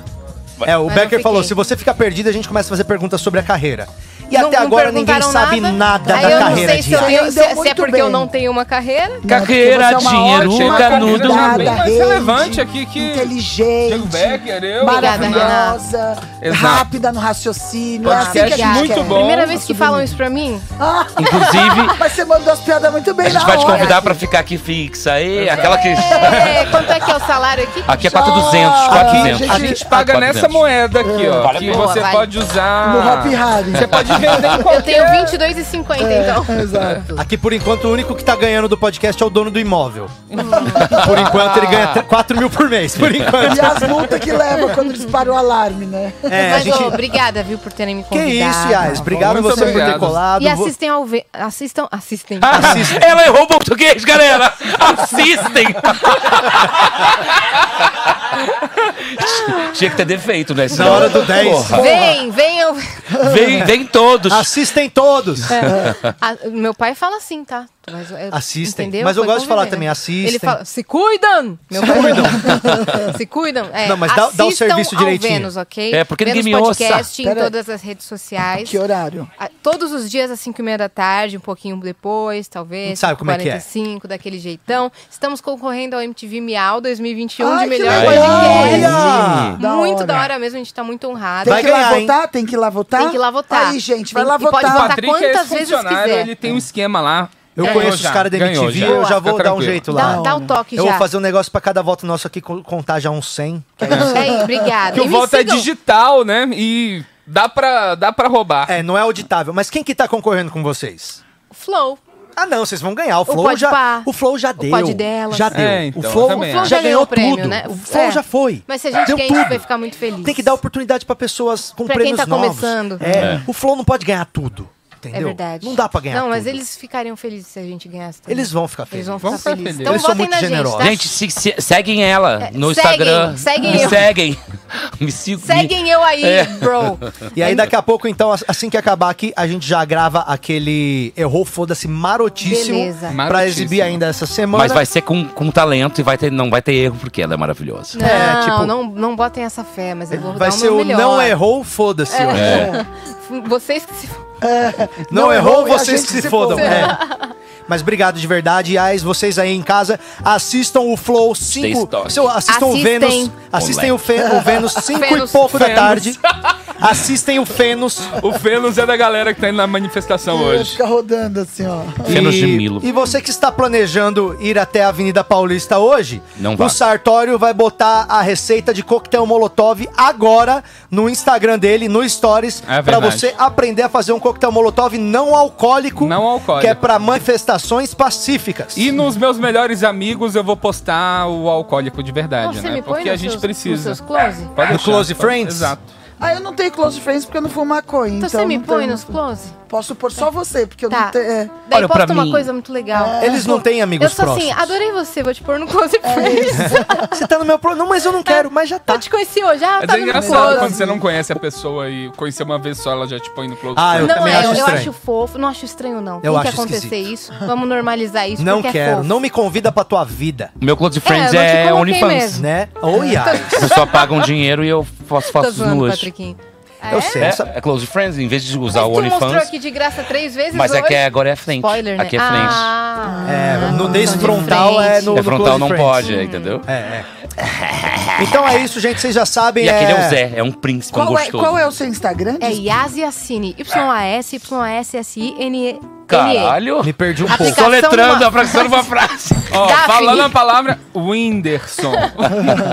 Speaker 5: É, o
Speaker 7: Mas não
Speaker 5: Becker
Speaker 7: fiquei.
Speaker 5: falou: se você ficar perdido, a gente começa a fazer perguntas sobre a carreira. E
Speaker 7: Não-
Speaker 5: até
Speaker 7: não
Speaker 5: agora ninguém
Speaker 7: perguntaram
Speaker 5: sabe nada,
Speaker 7: Aí
Speaker 5: da
Speaker 7: eu
Speaker 5: carreira
Speaker 7: não sei
Speaker 5: de
Speaker 7: se, eu
Speaker 5: Yais.
Speaker 7: tenho,
Speaker 1: Deu
Speaker 7: se, se é
Speaker 1: muito
Speaker 7: porque
Speaker 1: bem.
Speaker 7: eu não tenho uma carreira.
Speaker 6: Carreira, dinheiro,
Speaker 2: Tinha é uma
Speaker 6: canudo.
Speaker 2: carreira já
Speaker 1: nada,
Speaker 2: bem mais
Speaker 1: rede,
Speaker 2: é relevante aqui que Diego
Speaker 1: inteligente,
Speaker 2: Becker, eu,
Speaker 7: Obrigada, Renato.
Speaker 1: maravilhosa,
Speaker 2: Exato.
Speaker 1: rápida no raciocínio. é assim que a
Speaker 2: Podcast
Speaker 1: gente
Speaker 2: muito
Speaker 1: quer.
Speaker 2: bom.
Speaker 7: Primeira vez que
Speaker 1: Nossa,
Speaker 7: falam
Speaker 1: bonito.
Speaker 7: isso pra mim.
Speaker 6: Inclusive,
Speaker 1: Mas você mandou as piadas muito bem
Speaker 6: a
Speaker 1: na
Speaker 6: gente vai te
Speaker 1: hora.
Speaker 6: convidar pra ficar aqui fixa. aí aquela que.
Speaker 7: É, quanto é que é o salário aqui?
Speaker 6: Aqui é 4,200,
Speaker 1: Ah,
Speaker 6: 4,200.
Speaker 1: gente,
Speaker 2: A gente paga
Speaker 6: 400.
Speaker 2: nessa moeda aqui, ó.
Speaker 6: Vale
Speaker 2: que
Speaker 6: a
Speaker 7: pena.
Speaker 2: você
Speaker 7: Boa,
Speaker 2: pode usar.
Speaker 1: No Happy Harry.
Speaker 2: Você pode vender em qualquer...
Speaker 7: Eu tenho 22,50
Speaker 1: É,
Speaker 7: então.
Speaker 1: Exato.
Speaker 5: Aqui, por enquanto, o único que tá ganhando do podcast é o dono do imóvel. por enquanto, ele ganha 3- 4 mil por mês. Por enquanto.
Speaker 1: E as multas que leva quando dispara o alarme, né?
Speaker 5: É, a
Speaker 7: Mas,
Speaker 5: gente.
Speaker 7: ô, obrigada, viu, por terem me
Speaker 5: Que
Speaker 7: convidado.
Speaker 5: isso, Yais. Obrigado a
Speaker 2: Muito
Speaker 5: você por ter
Speaker 2: obrigado.
Speaker 5: colado.
Speaker 7: E
Speaker 5: Vo-
Speaker 7: assistem ao... Ve... Assistam... Assistem.
Speaker 5: Ah,
Speaker 6: Assistem. Ela errou o português, galera! Assistem! Tinha que ter defeito, né?
Speaker 5: Na hora do 10.
Speaker 7: Vem, venham.
Speaker 6: Vem, vem todos!
Speaker 5: Assistem todos.
Speaker 7: Ah, meu pai fala assim, tá? Mas eu-
Speaker 5: Assistem. Mas eu
Speaker 7: Foi
Speaker 5: gosto de falar
Speaker 7: conviver,
Speaker 5: também, assistem.
Speaker 7: Ele fala, se cuidam! Meu pai cuidam. se cuidam. É,
Speaker 5: Não, mas dá- dá o
Speaker 7: assistam
Speaker 5: serviço
Speaker 7: ao
Speaker 5: direitinho.
Speaker 7: Vênus, ok?
Speaker 6: É, porque ninguém
Speaker 7: Vênus
Speaker 6: me
Speaker 7: podcast
Speaker 1: ouça.
Speaker 7: em todas as redes sociais.
Speaker 1: Que horário?
Speaker 7: Ah, Todos os dias, às 5 e meia da tarde, um pouquinho depois,
Speaker 5: Não
Speaker 7: talvez.
Speaker 5: sabe como é que é.
Speaker 7: 45, daquele jeitão. Estamos concorrendo ao MTV Miau 2021
Speaker 1: Ai,
Speaker 7: de
Speaker 1: que
Speaker 7: melhor
Speaker 1: legal!
Speaker 7: podcast.
Speaker 5: Olha!
Speaker 1: Da
Speaker 7: Muito
Speaker 1: hora.
Speaker 7: da hora mesmo, a gente tá muito honrado.
Speaker 1: Tem
Speaker 5: Vai
Speaker 1: que ir
Speaker 5: ganhar,
Speaker 1: lá
Speaker 5: hein?
Speaker 1: votar? Tem que ir lá votar?
Speaker 7: Tem que ir lá votar.
Speaker 1: Aí, gente, vai
Speaker 7: Tem-
Speaker 1: lá
Speaker 7: e pode
Speaker 1: votar.
Speaker 2: O
Speaker 7: votar.
Speaker 2: Patrick é
Speaker 7: quantas vezes
Speaker 2: ex-funcionário,
Speaker 7: quiser.
Speaker 2: ele tem um esquema lá.
Speaker 5: Eu
Speaker 2: Ganhou
Speaker 5: conheço os
Speaker 2: já,
Speaker 5: caras da
Speaker 2: ganhou
Speaker 5: MTV,
Speaker 2: já.
Speaker 5: eu já vou
Speaker 2: Fica
Speaker 5: dar um
Speaker 2: tranquilo.
Speaker 5: jeito lá.
Speaker 7: Dá, dá o toque
Speaker 5: Eu
Speaker 7: já.
Speaker 5: vou fazer um negócio pra cada voto nosso aqui, co- contar já uns 100. que aí-
Speaker 7: É isso, obrigada.
Speaker 2: Porque
Speaker 7: E
Speaker 2: o
Speaker 7: me
Speaker 2: voto é
Speaker 7: sigam.
Speaker 2: digital, né? E dá pra, dá pra roubar.
Speaker 5: É, não é auditável. Mas quem que tá concorrendo com vocês?
Speaker 7: Flow.
Speaker 5: Ah, não, vocês vão ganhar. O Flow
Speaker 7: Podpah.
Speaker 5: já, o Flow já deu.
Speaker 7: Pod Delas.
Speaker 5: Já deu.
Speaker 2: É, então,
Speaker 5: o Flow,
Speaker 2: eu também
Speaker 5: o Flow
Speaker 7: acho.
Speaker 5: já,
Speaker 7: Já
Speaker 5: ganhou
Speaker 7: ganhou o prêmio,
Speaker 5: tudo.
Speaker 7: né?
Speaker 5: O Flow
Speaker 7: É.
Speaker 5: já foi.
Speaker 7: Mas se a gente
Speaker 5: deu
Speaker 7: ganhar, a
Speaker 5: tudo.
Speaker 7: gente vai ficar muito feliz.
Speaker 5: Tem que dar oportunidade pra pessoas com
Speaker 7: Pra quem
Speaker 5: prêmios
Speaker 7: tá
Speaker 5: novos.
Speaker 7: começando.
Speaker 5: É. O Flow não pode ganhar tudo.
Speaker 7: É
Speaker 5: Entendeu?
Speaker 7: verdade.
Speaker 5: Não dá pra ganhar
Speaker 7: Não, mas
Speaker 5: tudo.
Speaker 7: eles ficariam felizes se a gente ganhasse. também.
Speaker 5: Eles vão ficar
Speaker 7: Eles
Speaker 5: felizes.
Speaker 7: vão
Speaker 2: Vão
Speaker 7: ficar
Speaker 2: ficar
Speaker 7: felizes.
Speaker 2: felizes.
Speaker 7: Então
Speaker 5: Eles são
Speaker 7: votem
Speaker 5: muito
Speaker 7: na gente,
Speaker 5: generosos.
Speaker 7: tá?
Speaker 6: Gente, se- se- seguem ela
Speaker 7: É,
Speaker 6: no
Speaker 7: seguem,
Speaker 6: Instagram.
Speaker 7: seguem
Speaker 6: me
Speaker 7: eu.
Speaker 6: seguem. Me sigam.
Speaker 7: Seguem eu aí,
Speaker 5: é.
Speaker 7: bro.
Speaker 5: E aí, daqui a pouco, então, as- assim que acabar aqui, a gente já grava aquele errou, foda-se, marotíssimo.
Speaker 7: Beleza.
Speaker 5: Pra
Speaker 2: Marotíssimo.
Speaker 5: exibir ainda essa semana.
Speaker 6: Mas vai ser com, com talento e vai ter, não vai ter erro, porque ela é maravilhosa.
Speaker 7: Não,
Speaker 5: É, tipo-
Speaker 7: não, não botem essa fé, mas eu vou
Speaker 5: Vai
Speaker 7: dar É.
Speaker 5: ser
Speaker 7: o
Speaker 5: o
Speaker 7: meu melhor.
Speaker 5: não errou, foda-se. hoje.
Speaker 7: Vocês que se...
Speaker 5: Não,
Speaker 1: Não
Speaker 5: errou,
Speaker 1: errou, e a
Speaker 5: vocês
Speaker 1: gente
Speaker 5: que se,
Speaker 1: se
Speaker 5: fodam.
Speaker 1: fodeu.
Speaker 5: É. Mas obrigado de verdade. E aí, vocês aí em casa, assistam o Flow 5.
Speaker 6: Stone.
Speaker 5: Seu, assistam o
Speaker 7: Assistem.
Speaker 5: Vênus. Assistem o, Fe, o Vênus 5 e
Speaker 7: Vênus.
Speaker 5: pouco da
Speaker 2: Vênus.
Speaker 5: tarde. Assistem o Fênus.
Speaker 2: O Fênus é da galera que tá indo na manifestação hoje.
Speaker 1: Fica rodando assim, ó.
Speaker 6: Fênus
Speaker 5: e,
Speaker 6: de Milo.
Speaker 5: E você que está planejando ir até a Avenida Paulista hoje,
Speaker 6: Não
Speaker 5: o
Speaker 6: vá.
Speaker 5: Sartório vai botar a receita de coquetel Molotov agora no Instagram dele, no Stories,
Speaker 2: É
Speaker 5: pra
Speaker 2: verdade.
Speaker 5: você aprender a fazer um coquetel Molotov não alcoólico,
Speaker 2: Não alcoólico.
Speaker 5: que é pra manifestações pacíficas.
Speaker 2: E nos meus melhores amigos eu vou postar o alcoólico de verdade,
Speaker 7: Você
Speaker 2: né?
Speaker 7: me põe
Speaker 2: Porque a
Speaker 7: nos
Speaker 2: gente
Speaker 7: seus-
Speaker 2: precisa.
Speaker 7: nos seus close? Tá
Speaker 2: Pode
Speaker 5: No
Speaker 2: deixar,
Speaker 5: Close
Speaker 2: pode-
Speaker 5: Friends?
Speaker 2: Exato.
Speaker 1: Ah, eu não tenho close friends porque eu não fumo maconha.
Speaker 7: Então
Speaker 1: Então,
Speaker 7: você me
Speaker 1: não
Speaker 7: põe
Speaker 1: tenho-
Speaker 7: nos close?
Speaker 1: Posso pôr só você, porque eu
Speaker 7: Tá.
Speaker 1: não tenho... é.
Speaker 7: Daí
Speaker 6: Olha,
Speaker 7: posta
Speaker 6: pra
Speaker 7: uma
Speaker 6: mim-
Speaker 7: coisa muito legal.
Speaker 5: é. Eles não têm amigos
Speaker 7: Eu sou assim,
Speaker 5: próximos. É.
Speaker 7: adorei você, vou te pôr no close friends.
Speaker 5: Você tá no meu plano. Não, mas eu não quero, mas já tá.
Speaker 7: Eu te conheci hoje, ah,
Speaker 2: Mas
Speaker 7: tá
Speaker 2: é
Speaker 7: no meu
Speaker 2: engraçado quando
Speaker 7: close.
Speaker 2: você não conhece a pessoa e conhecer uma vez só, ela já te põe no close
Speaker 5: Ah,
Speaker 2: friends.
Speaker 5: Eu
Speaker 7: não
Speaker 5: também
Speaker 7: é,
Speaker 5: acho
Speaker 7: eu
Speaker 5: estranho.
Speaker 7: acho fofo. Não acho estranho, não.
Speaker 5: Eu
Speaker 7: Tem
Speaker 5: acho
Speaker 7: que acontecer
Speaker 5: esquisito.
Speaker 7: isso. Vamos normalizar isso.
Speaker 5: Não
Speaker 7: porque
Speaker 5: quero.
Speaker 7: É
Speaker 5: não me convida pra tua vida,
Speaker 6: O meu Close Friends
Speaker 7: É, eu não te
Speaker 6: é,
Speaker 7: coloquei
Speaker 6: OnlyFans.
Speaker 7: mesmo.
Speaker 5: né? Olha.
Speaker 6: As pessoas pagam dinheiro e eu faço,
Speaker 7: Tô
Speaker 6: faço
Speaker 7: zoando,
Speaker 6: nuas.
Speaker 7: Patriquinho. Ah,
Speaker 6: Eu
Speaker 7: é?
Speaker 6: sei. É, é Close Friends, em vez de usar o
Speaker 7: Tu mostrou
Speaker 6: OnlyFans.
Speaker 7: aqui de graça três vezes
Speaker 6: Mas é
Speaker 7: hoje?
Speaker 6: que agora é frente.
Speaker 7: Spoiler, né?
Speaker 6: Aqui é frente.
Speaker 7: Ah,
Speaker 5: É,
Speaker 7: não,
Speaker 5: nudez
Speaker 7: tá de
Speaker 5: frontal
Speaker 7: frente.
Speaker 5: é no.
Speaker 6: é
Speaker 5: no
Speaker 6: frontal
Speaker 5: Close
Speaker 6: não
Speaker 5: Friends.
Speaker 6: pode,
Speaker 7: Hum.
Speaker 6: entendeu?
Speaker 5: É, é. Então é isso, gente. Vocês já sabem.
Speaker 6: E aquele é o Zé, é um príncipe, um
Speaker 1: Qual é,
Speaker 6: gostoso.
Speaker 1: qual é o seu Instagram?
Speaker 7: É Yasi Assini. Y-A-S, Y-A-S-S-I-N-E.
Speaker 6: Caralho!
Speaker 5: Me perdi um pouco.
Speaker 7: Aplicação
Speaker 6: Soletrando,
Speaker 7: uma-
Speaker 6: abraçando uma frase.
Speaker 2: Ó,
Speaker 7: Daphne.
Speaker 2: falando a palavra Whindersson.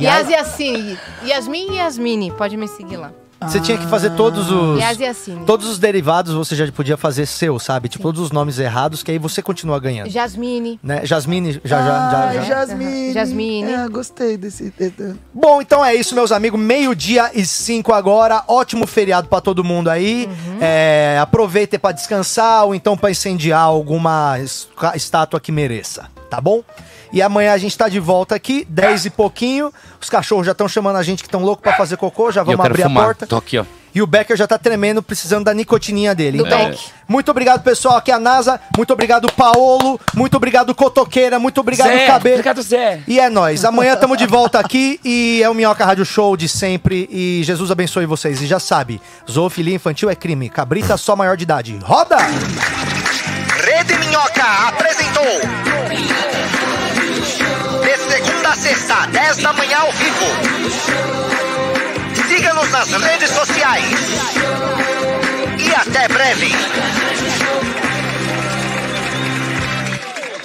Speaker 7: Yasi Assini. Yasmin e Yasmini. Pode me seguir lá.
Speaker 5: Você tinha que fazer todos os.
Speaker 7: Yasi Assini.
Speaker 5: Todos os derivados você já podia fazer seu, sabe? Tipo, todos os nomes errados, que aí você continua ganhando.
Speaker 7: Jasmine.
Speaker 5: Né? Jasmine, já, já, já,
Speaker 1: Ah,
Speaker 5: já.
Speaker 1: Jasmine.
Speaker 7: Jasmine.
Speaker 1: Ah, gostei desse.
Speaker 5: Bom, então é isso, meus amigos. Meio-dia e cinco agora. Ótimo feriado pra todo mundo aí. É, aproveitem pra descansar ou então pra incendiar alguma esca- estátua que mereça, tá bom? E amanhã a gente tá de volta aqui, dez e pouquinho. Os cachorros já estão chamando a gente que estão louco pra fazer cocô, já
Speaker 6: E eu
Speaker 5: vamos
Speaker 6: quero
Speaker 5: abrir a
Speaker 6: fumar.
Speaker 5: porta.
Speaker 6: Tô aqui, ó.
Speaker 5: E o Becker já tá tremendo, precisando da nicotininha dele.
Speaker 7: Do
Speaker 5: então,
Speaker 7: Beck.
Speaker 5: muito obrigado, pessoal, aqui é a NASA. Muito obrigado, Paolo. Muito obrigado, Cotoqueira. Muito obrigado,
Speaker 6: Zé,
Speaker 5: Cabelo.
Speaker 6: obrigado, Zé.
Speaker 5: E é nóis. Amanhã tamo de volta aqui e é o Minhoca Rádio Show de sempre. E Jesus abençoe vocês. E já sabe, zoofilia infantil é crime. Cabrita só maior de idade. Roda!
Speaker 4: Rede Minhoca apresentou. De segunda a sexta, 10 da manhã ao vivo. Siga-nos nas redes sociais. E até breve.